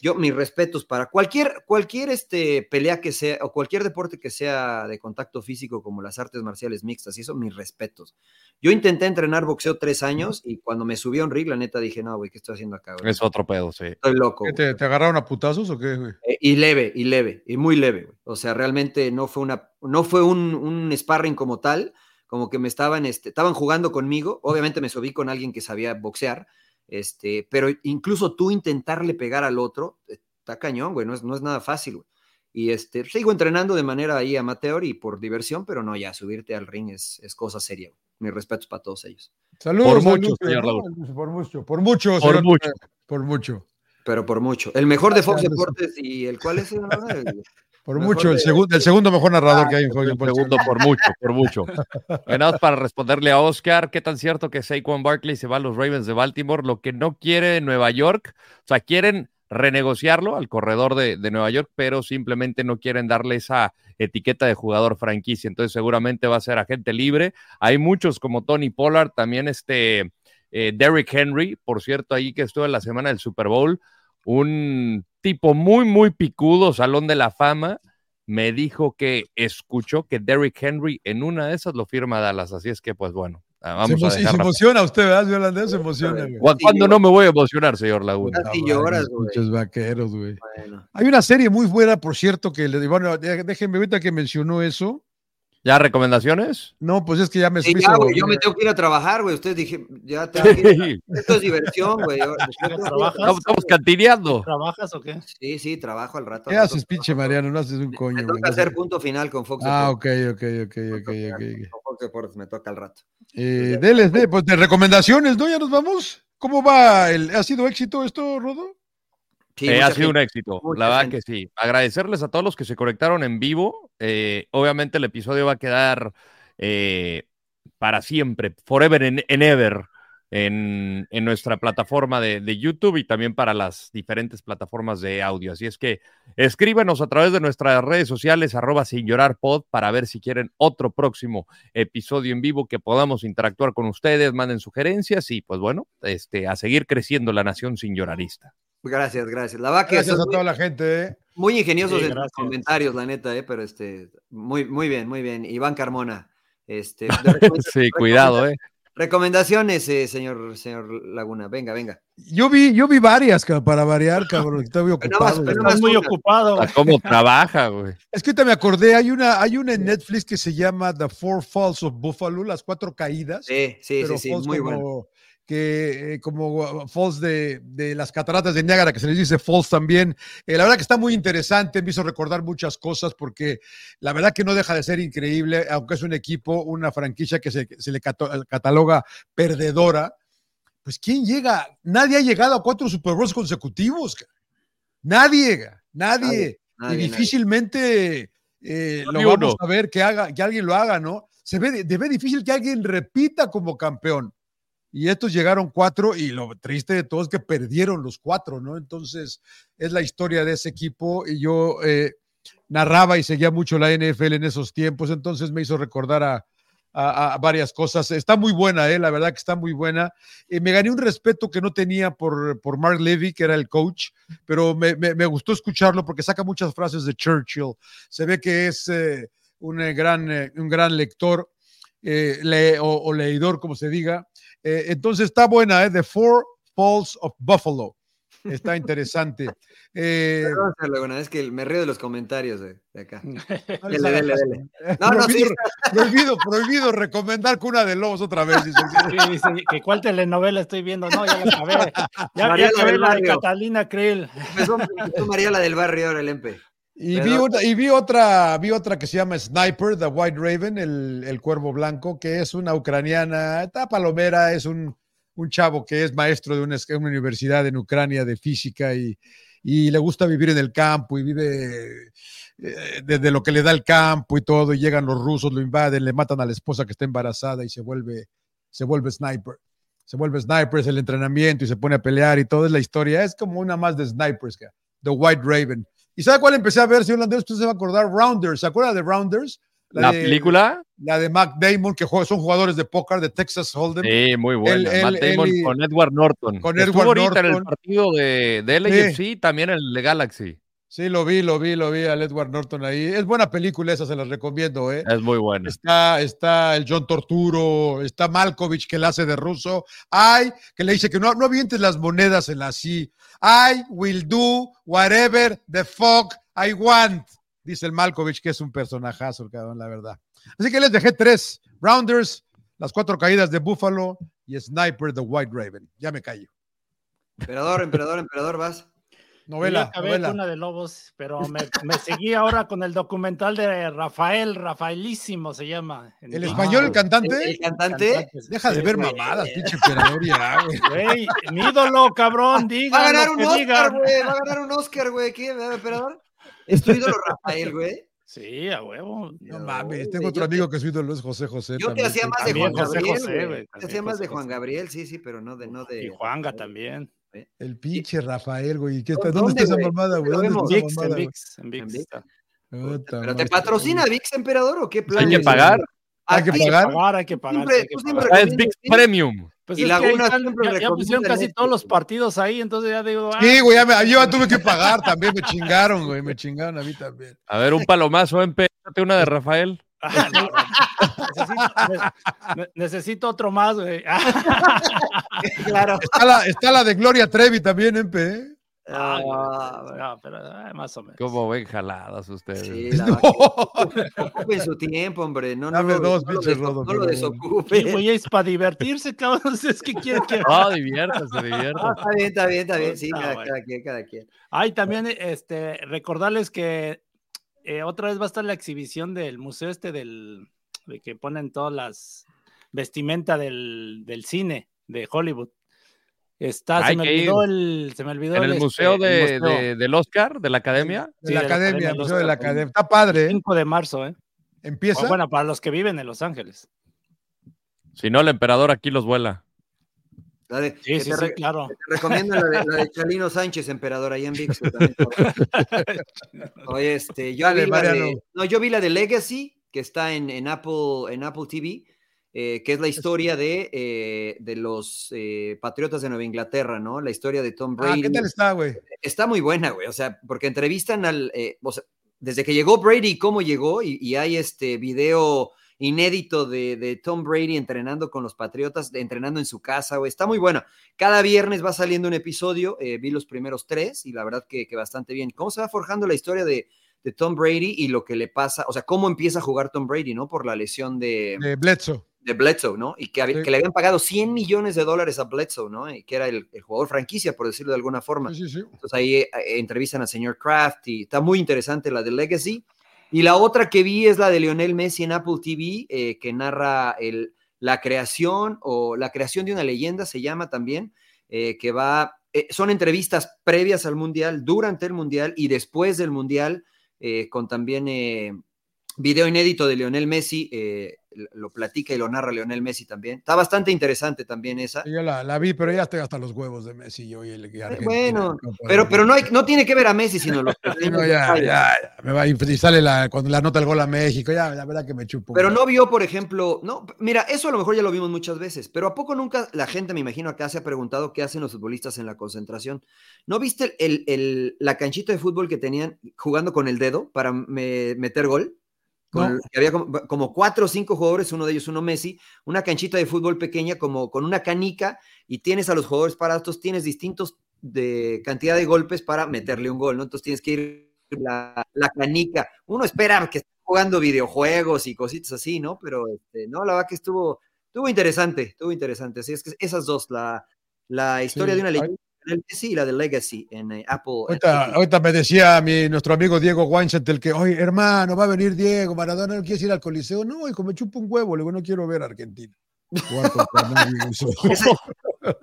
S4: Yo, mis respetos para cualquier, cualquier este, pelea que sea, o cualquier deporte que sea de contacto físico, como las artes marciales mixtas, y eso, mis respetos. Yo intenté entrenar boxeo tres años y cuando me subí a un ring, la neta dije, no, güey, ¿qué estoy haciendo acá? güey?
S3: Es otro pedo, sí.
S4: Estoy loco.
S2: ¿Qué,
S4: güey".
S2: ¿Te, te agarraron a putazos o qué, güey?
S4: Eh, Y leve, y leve, y muy leve. güey. O sea, realmente no fue, una, no fue un, un sparring como tal, como que me estaban, este, estaban jugando conmigo. Obviamente me subí con alguien que sabía boxear, este, pero incluso tú intentarle pegar al otro, eh, está cañón, güey, no es, no es nada fácil, güey. Y este, sigo entrenando de manera ahí amateur y por diversión, pero no, ya subirte al ring es, es cosa seria. güey. Mis respetos para todos ellos.
S2: Saludos.
S3: Por
S2: a
S3: mucho,
S2: Lucio,
S3: señor
S2: ¿no? Por mucho, por mucho.
S3: Por
S2: señor-
S3: mucho.
S2: Por mucho.
S4: Pero por mucho. El mejor de Fox
S2: Gracias, Lucio.
S4: Deportes y el cual es. eh, ¿no? El-
S2: Por
S4: Mejor
S2: mucho. El,
S4: de- Ah,
S2: segun- el segundo mejor narrador que hay en
S3: El
S2: Fox Deportes.
S3: segundo por mucho, por mucho. Venados pues, para responderle a Oscar, ¿qué tan cierto que Saquon Barkley se va a los Ravens de Baltimore? Lo que no quiere Nueva York, o sea, quieren renegociarlo al corredor de, de Nueva York, pero simplemente no quieren darle esa etiqueta de jugador franquicia, entonces seguramente va a ser agente libre. Hay muchos como Tony Pollard, también este eh, Derrick Henry, por cierto, ahí que estuvo en la semana del Super Bowl, un tipo muy, muy picudo, salón de la fama, me dijo que escuchó que Derrick Henry en una de esas lo firma Dallas. Así es que, pues bueno, ah,
S2: Se
S3: vamos
S2: emo-
S3: a
S2: y se
S3: dejarla.
S2: emociona usted, ¿verdad, señor Landeo? Se emociona, güey.
S3: ¿Cu- ¿Cuándo no me voy a emocionar, señor Laguna?
S4: Casi
S2: Ah,
S4: lloras,
S2: varios
S4: güey.
S2: Muchos vaqueros, güey.
S4: Bueno.
S2: Hay una serie muy buena, por cierto, que le bueno, de- déjenme ahorita que mencionó eso.
S3: ¿Ya recomendaciones?
S2: No, pues es que ya me
S4: Sí,
S2: me
S4: ya,
S2: hizo-
S4: güey, yo me tengo que ir a trabajar, güey. Ustedes dije, ya tengo que ir. Esto es diversión, güey. Yo- yo tengo que ir a
S5: ¿Trabajas?
S3: Estamos, estamos cantineando.
S5: ¿Trabajas o qué?
S4: Sí, sí, trabajo al rato.
S2: ¿Qué
S4: al rato
S2: haces,
S4: trabajo.
S2: pinche Mariano? No haces un coño,
S4: Me
S2: güey.
S4: toca hacer punto final con Fox
S2: Ah,
S4: Deportes.
S2: ok, ok, ok, ok, ok. ok.
S4: Con Fox Deportes me toca al rato.
S2: Eh, DLSD, pues de recomendaciones, ¿no? Ya nos vamos. ¿Cómo va? El, ¿Ha sido éxito esto, Rodo?
S4: Sí,
S3: Eh,
S4: mucha
S3: ha sido un
S4: gente.
S3: éxito,
S4: mucha
S3: la verdad
S4: gente.
S3: que sí. Agradecerles a todos los que se conectaron en vivo. Eh, obviamente el episodio va a quedar eh, para siempre, forever and, and ever, en, en nuestra plataforma de, de YouTube y también para las diferentes plataformas de audio. Así es que escríbanos a través de nuestras redes sociales, arroba sin llorar pod, para ver si quieren otro próximo episodio en vivo que podamos interactuar con ustedes, manden sugerencias y pues bueno, este, a seguir creciendo la nación sin llorarista.
S4: Gracias, gracias. La vaca
S2: Gracias
S4: son
S2: a
S4: muy-
S2: toda la gente. ¿eh?
S4: muy ingeniosos
S5: Sí,
S4: en los
S5: gracias.
S4: comentarios, la neta, eh, pero este, muy, muy bien, muy bien. Iván Carmona. Este, de recomenda-
S3: Sí, cuidado, eh.
S4: Recomendaciones, eh, señor, señor Laguna. Venga, venga.
S2: Yo vi, yo vi varias, cabrón, para variar, cabrón. Estaba muy
S4: Pero nada más,
S2: ocupado.
S4: pero nada
S2: güey.
S5: Estás muy
S4: una.
S5: ocupado.
S3: a cómo trabaja, güey.
S2: Es que ahorita me acordé, hay una, hay una en Netflix que se llama The Four Falls of Buffalo, las cuatro caídas.
S4: Sí, sí,
S2: pero
S4: sí, sí,
S2: falls
S4: muy
S2: como-
S4: bueno.
S2: que eh, como Falls de, de las cataratas de Niágara, que se les dice Falls también. Eh, la verdad que está muy interesante, me hizo recordar muchas cosas porque la verdad que no deja de ser increíble, aunque es un equipo, una franquicia que se, se le cato- eh, cataloga perdedora. Pues ¿quién llega? Nadie ha llegado a cuatro Super Bowls consecutivos. ca- Nadie, nadie. nadie
S4: Nadie,
S2: y
S4: nadie.
S2: difícilmente eh,
S3: No
S2: lo
S3: vi
S2: vamos
S3: uno.
S2: a ver que haga, que alguien lo haga, ¿no? Se ve, se ve difícil que alguien repita como campeón. Y estos llegaron cuatro y lo triste de todo es que perdieron los cuatro, ¿no? Entonces es la historia de ese equipo y yo eh, narraba y seguía mucho la NFL en esos tiempos, entonces me hizo recordar a, a- a varias cosas. Está muy buena, ¿eh? la verdad que está muy buena. Eh, me gané un respeto que no tenía por, por Mark Levy, que era el coach, pero me, me- me gustó escucharlo porque saca muchas frases de Churchill. Se ve que es eh, un, eh, gran, eh, un gran lector eh, le- o, o leidor, como se diga. Eh, entonces está buena, ¿eh? The Four Falls of Buffalo. Está interesante. Eh,
S4: Perdón, Sir Laguna, es que me río de los comentarios de, de acá.
S2: Mm. Alex
S4: Dele, dele,
S2: Agajazo.
S4: dele. No, no, sí,
S2: prohibido, prohibido, prohibido recomendar Cuna de Lobos otra vez. dice.
S5: Sí, dice que cuál telenovela estoy viendo. No, ya la acabé. Ya, ya
S4: Mariela
S5: acabé
S4: del
S5: la de
S4: Barrio.
S5: Catalina Krill.
S4: empezó, empezó María la del barrio ahora el MP.
S2: Y,
S4: Pero-
S2: vi otra, y vi otra, vi otra que se llama Sniper, The White Raven, el, el cuervo blanco, que es una ucraniana, está palomera, es un, un chavo que es maestro de una, es- una universidad en Ucrania de física y, y le gusta vivir en el campo y vive eh, desde lo que le da el campo y todo, y llegan los rusos, lo invaden, le matan a la esposa que está embarazada y se vuelve, se vuelve sniper. Se vuelve sniper, es el entrenamiento y se pone a pelear y todo es la historia. Es como una más de snipers, ca- The White Raven. ¿Y sabe cuál empecé a ver, señor Landés? Usted se va a acordar, Rounders. ¿Se acuerda de Rounders?
S3: ¿La
S2: de-
S3: película?
S2: La de Mac Damon, que juega- son jugadores de póker de Texas Hold'em.
S3: Sí, muy buena.
S2: él-
S3: Matt Damon
S2: él y-
S3: con Edward Norton.
S2: con
S3: que estuvo
S2: Edward
S3: ahorita en el
S2: Norton.
S3: partido de, de LAFC y también en el de Galaxy.
S2: Sí, lo vi, lo vi, lo vi al Edward Norton ahí. Es buena película esa, se las recomiendo, ¿eh?
S3: Es muy buena.
S2: Está, está el John Torturo, está Malkovich que la hace de ruso. Ay, que le dice que no, no avientes las monedas en la sí. I will do whatever the fuck I want. Dice el Malkovich que es un personajazo, el cabrón, la verdad. Así que les dejé tres. Rounders, las cuatro caídas de Buffalo y Sniper, The White Raven. Ya me callo.
S4: Emperador, emperador, emperador, vas.
S5: Yo
S2: Novela,
S5: acabé
S2: novela.
S5: con una de lobos, pero me, me seguí ahora con el documental de Rafael, Rafaelísimo se llama. En
S2: El
S5: Netflix.
S2: español, el
S4: El,
S2: cantante.
S4: el cantante
S2: Deja de
S5: Sí,
S2: ver
S5: güey.
S2: mamadas, pinche emperador ya, güey.
S5: Güey, mi ídolo, cabrón, diga.
S4: va
S2: Ah,
S4: a ganar
S5: lo
S4: un
S5: que
S4: Oscar,
S5: digan.
S4: güey. Va a ganar un Oscar, güey. ¿Qué, verdad, emperador? Es tu ídolo Rafael, güey.
S5: Sí, a huevo.
S2: No
S4: No,
S2: mames,
S4: güey,
S2: tengo
S4: yo
S2: otro
S4: te-
S2: amigo que es ídolo, es José José.
S4: Yo te
S2: también,
S4: hacía
S2: sí.
S4: más de
S5: También
S4: Juan
S5: José
S4: Gabriel,
S5: José, güey,
S4: güey. Yo Te
S5: también
S4: hacía más
S5: José
S4: de Juan
S5: José.
S4: Gabriel, sí, sí, pero no de... No de
S5: Y Juanga también.
S2: El pinche Rafael, güey. ¿qué está-
S4: ¿Dónde,
S2: ¿Dónde está esa
S4: güey?
S2: mamada, güey?
S4: Lo
S2: ¿Dónde
S4: vemos.
S2: está
S5: VIX, en
S2: esa mamada, güey?
S5: Vix, en Vix
S4: En Vix.
S5: está.
S2: Puta
S4: ¿Pero te
S2: madre.
S4: patrocina VIX, emperador, o qué plan?
S3: Hay que
S2: sí,
S3: pagar.
S2: Hay que
S4: Aquí,
S2: pagar.
S5: Pagar, hay que pagar.
S4: siempre-
S5: hay que
S4: tú
S5: pagar.
S4: siempre-
S3: Ah, Es Big
S4: Sí.
S3: Premium.
S5: Pues
S4: Y
S5: es que
S4: Laguna
S5: ahí están,
S4: siempre
S5: ya- ya, pusieron
S4: recomienda
S5: casi
S4: Netflix.
S5: todos los partidos ahí, entonces ya digo. ah,
S2: Sí, güey, ya me- yo ya tuve que pagar también, me chingaron, güey, me chingaron a mí también.
S3: A ver, un palomazo, empéchate una de Rafael.
S5: Ah, no, no. necesito, ne- necesito otro más, güey. Ah,
S4: Claro.
S2: Está la, está la de Gloria Trevi también, Empe. ¿eh?
S5: ah, güey.
S4: Ah, bueno.
S5: No, pero ah, más o menos.
S3: Como ven jaladas ustedes.
S4: Sí, la
S2: No,
S4: va- Ocupen su tiempo, hombre. No, no,
S2: Dame
S4: lo-
S2: dos,
S4: no lo,
S2: pinche
S4: desoc-
S2: Rodo,
S4: no
S2: pero
S4: lo
S2: bueno.
S4: desocupe.
S5: Sí, güey, es para divertirse, cabrón. Es que quiere que.
S3: No, diviértase,
S4: Ah,
S3: diviértase.
S4: está bien, está bien, está bien. Sí,
S5: Ah,
S4: cada,
S5: bueno.
S4: cada quien, cada quien.
S5: Ay, también este, recordarles que eh, otra vez va a estar la exhibición del museo este del de que ponen todas las vestimenta del, del cine de Hollywood. Está,
S3: Hay
S5: se me
S3: que
S5: olvidó el, se me olvidó
S3: En el
S5: este,
S3: museo, de,
S5: el museo.
S3: de- del Oscar, de la academia.
S2: de la
S5: de la
S2: academia,
S5: Academia
S2: el museo de la
S5: Oscar.
S2: academia. Está padre, ¿eh?
S5: 5 de marzo, ¿eh?
S2: Empieza.
S5: O bueno, para los que viven en Los Ángeles.
S3: Si no, el emperador aquí los vuela.
S4: La de-
S5: Sí,
S4: que
S5: sí,
S4: te
S5: sí,
S4: re-
S5: claro.
S4: Te recomiendo la de, la de Chalino Sánchez, emperador, ahí en VIX. también. Oye, este, yo
S2: Dale,
S4: vi la de,
S2: Mariano.
S4: no, yo vi la de Legacy, que está en, en Apple, en Apple TV, eh, que es la historia de, eh, de los eh, patriotas de Nueva Inglaterra, ¿no? La historia de Tom
S2: ah,
S4: Brady.
S2: ¿qué tal está, güey?
S4: Está muy buena, güey. O sea, porque entrevistan al. eh, o sea, desde que llegó Brady, cómo llegó, y, y hay este video inédito de, de Tom Brady entrenando con los Patriotas, de- entrenando en su casa, güey. Está muy buena. Cada viernes va saliendo un episodio. eh, vi los primeros tres y la verdad que, que bastante bien. ¿Cómo se va forjando la historia de, de Tom Brady y lo que le pasa? O sea, cómo empieza a jugar Tom Brady, ¿no? Por la lesión de,
S2: De Bledsoe.
S4: de Bledsoe, ¿no? Y que, había-
S2: Sí.
S4: que le habían pagado 100 millones de dólares a Bledsoe, ¿no? Y que era el, el jugador franquicia, por decirlo de alguna forma.
S2: Sí, sí, sí.
S4: Entonces ahí eh, entrevistan al señor Kraft y está muy interesante la de Legacy. Y la otra que vi es la de Lionel Messi en Apple TV, eh, que narra el, la creación o la creación de una leyenda, se llama también, eh, que va, eh, son entrevistas previas al Mundial, durante el Mundial y después del Mundial, eh, con también eh, video inédito de Lionel Messi, eh, lo platica y lo narra Lionel Messi también. Está bastante interesante también esa.
S2: Yo la, la vi, pero ya estoy hasta los huevos de Messi yo y el y Argentina.
S4: bueno, Pero, pero no, hay, no tiene que ver a Messi, sino los
S2: Sí,
S4: pequeños
S2: no, ya,
S4: detalles.
S2: ya, ya, me va, y y sale la, cuando la anota el gol a México, ya, la verdad que me chupo.
S4: Pero no vio, por ejemplo, no, mira, eso a lo mejor ya lo vimos muchas veces, pero ¿a poco nunca la gente, me imagino, acá se ha preguntado qué hacen los futbolistas en la concentración? ¿No viste el, el- la canchita de fútbol que tenían jugando con el dedo para me- meter gol? Con-
S2: No.
S4: que había como, como cuatro o cinco jugadores, uno de ellos, uno Messi, una canchita de fútbol pequeña como con una canica y tienes a los jugadores parados, tienes distintos de cantidad de golpes para meterle un gol, ¿no? Entonces tienes que ir la, la canica. Uno espera que esté jugando videojuegos y cositas así, ¿no? Pero este, no, la verdad que estuvo, estuvo interesante, estuvo interesante. Así es que esas dos, la, la historia
S2: Sí,
S4: de una
S2: ahí-
S4: leyenda de Lionel Messi y la de Legacy en eh, Apple.
S2: Ahorita, ahorita me decía mi, nuestro amigo Diego Weinstein que, oye, hermano, va a venir Diego Maradona, ¿no quieres ir al Coliseo? No, hijo, me chupo un huevo, le digo, no quiero ver a Argentina. jugar contra nadie, eso.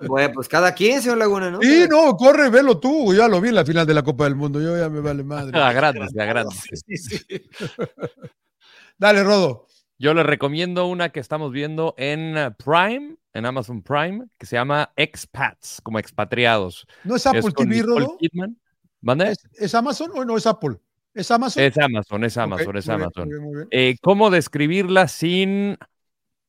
S4: Bueno, pues cada quien, señor Laguna, ¿no?
S2: Y no, corre, velo tú, ya lo vi en la final de la Copa del Mundo, yo ya me vale madre.
S3: A grandes, a grandes.
S5: Sí, sí, sí.
S2: Dale, Rodo.
S3: Yo les recomiendo una que estamos viendo en eh, Prime, en Amazon Prime, que se llama Expats, como expatriados.
S2: ¿No es Apple
S3: Es con
S2: TV,
S3: Nicole
S2: Rodo?
S3: Kidman. ¿Mande?
S2: ¿Es, es Amazon o no es Apple? ¿Es Amazon?
S3: Es Amazon, es
S2: Ok,
S3: Amazon,
S2: muy
S3: es
S2: bien,
S3: Amazon.
S2: muy bien, muy bien.
S3: Eh, ¿Cómo describirla sin,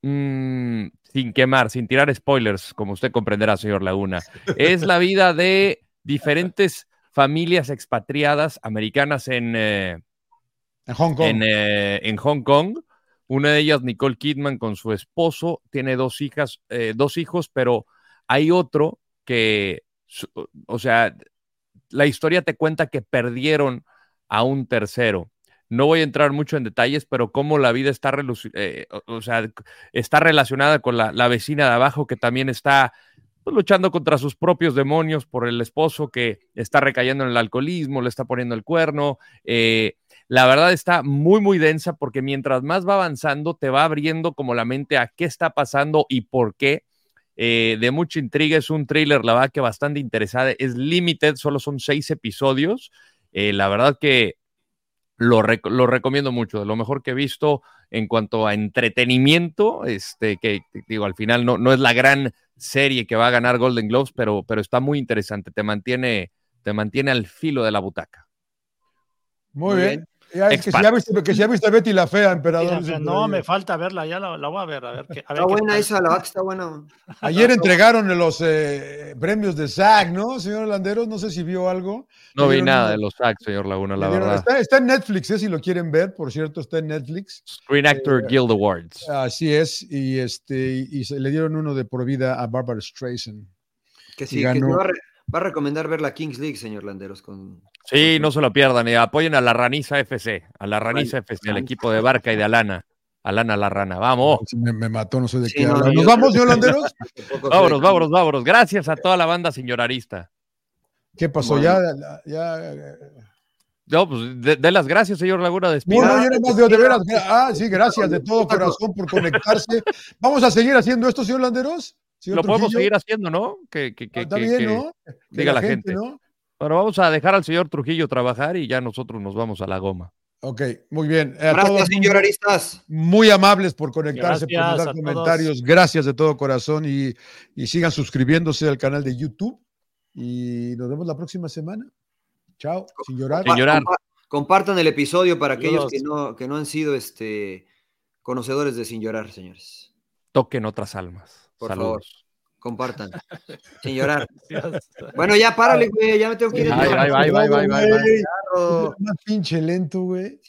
S3: mm, sin quemar, sin tirar spoilers, como usted comprenderá, señor Laguna? Es la vida de diferentes familias expatriadas americanas en, eh,
S2: En Hong Kong.
S3: en, eh, en Hong Kong. Una de ellas, Nicole Kidman, con su esposo, tiene dos hijas, eh, dos hijos, pero hay otro que, su- o sea, la historia te cuenta que perdieron a un tercero. No voy a entrar mucho en detalles, pero cómo la vida está, reluci- eh, o- o sea, está relacionada con la, la vecina de abajo que también está pues, luchando contra sus propios demonios por el esposo que está recayendo en el alcoholismo, le está poniendo el cuerno. eh, la verdad está muy, muy densa porque mientras más va avanzando, te va abriendo como la mente a qué está pasando y por qué. Eh, de mucha intriga, es un thriller, la verdad que bastante interesada. Es limited, solo son seis episodios. Eh, la verdad que lo, rec- lo recomiendo mucho, de lo mejor que he visto en cuanto a entretenimiento, este, que digo, al final no, no es la gran serie que va a ganar Golden Globes, pero, pero está muy interesante, te mantiene, te mantiene al filo de la butaca.
S2: Muy
S4: Muy
S2: bien.
S4: bien.
S2: Ya, que, si
S3: Expat.
S2: ya viste, que si ya viste a Betty la Fea, emperador.
S5: Mira,
S2: dice,
S5: no, me falta verla, ya la, la voy a ver. A ver, qué- a ver
S4: Está
S5: qué
S4: buena
S5: tal.
S4: esa, la verdad que está buena.
S2: Ayer entregaron los eh, premios de SAG, ¿no, señor Landeros? No sé si vio algo.
S3: No
S2: Le
S3: vi
S2: dieron
S3: nada
S2: una-
S3: de los sacks, señor Laguna, la
S2: Le dieron-
S3: verdad.
S2: Está, está en Netflix, eh, si lo quieren ver, por cierto, está en Netflix.
S3: Screen Actor Guild Awards.
S2: Así es, y este y se- le dieron uno de por vida a Barbara Streisand.
S4: Que
S2: Y
S4: sí, que
S2: ganó.
S4: sí va, a re- va a recomendar ver la Kings League, señor Landeros. Con...
S3: pues Sí, no se lo pierdan. Y apoyen a la Raniza FC, a la Raniza Pues, FC, el equipo de Barca y de Alana. Alana la rana. Vamos.
S2: Sí, Me, me mató, no sé de
S4: Sí,
S2: qué
S4: no,
S2: habla.
S4: no,
S2: ¿Nos
S4: yo-
S2: vamos, señor Landeros?
S4: Tampoco sé
S3: Vámonos,
S4: cómo-
S3: vámonos, vámonos. Gracias a toda la banda señorarista.
S2: ¿Qué pasó?
S4: Bueno.
S2: Ya, ya, ya, eh,
S3: No, pues de, de las gracias, señor Laguna.
S2: No,
S3: Despida.
S2: no, yo nada más digo, de veras. gra- Ah, sí, gracias de todo corazón por conectarse. Vamos a seguir haciendo esto, señor Landeros. Señor
S3: Lo podemos
S2: Trujillo.
S3: seguir haciendo, ¿no? Que, que,
S2: Ah,
S3: que-
S2: Está
S3: que-
S2: bien,
S3: que-
S2: ¿no? Que
S3: diga la gente.
S2: ¿no?
S3: Pero vamos a dejar al señor Trujillo trabajar y ya nosotros nos vamos a la goma.
S2: Ok, muy bien. Eh, A todos
S4: Gracias, señor Aristas.
S2: muy amables por conectarse,
S5: Gracias
S2: por
S5: a
S2: dar
S5: todos.
S2: comentarios. Gracias de todo corazón y, y sigan suscribiéndose al canal de YouTube. Y nos vemos la próxima semana. Chao, sin llorar.
S3: Sin llorar.
S4: Compa- Compartan el episodio para aquellos
S5: Saludos.
S4: que no, que no han sido este, conocedores de Sin Llorar, señores.
S3: Toquen otras almas.
S4: Por
S3: Saludos.
S4: Compartan. Sin llorar.
S5: Gracias.
S4: Bueno, ya párale, güey. Ya me tengo que ir.
S3: Ay, ay, ay, ay, ay, ay, ay.
S2: Güey,
S4: Carro.
S2: Más pinche lento, güey.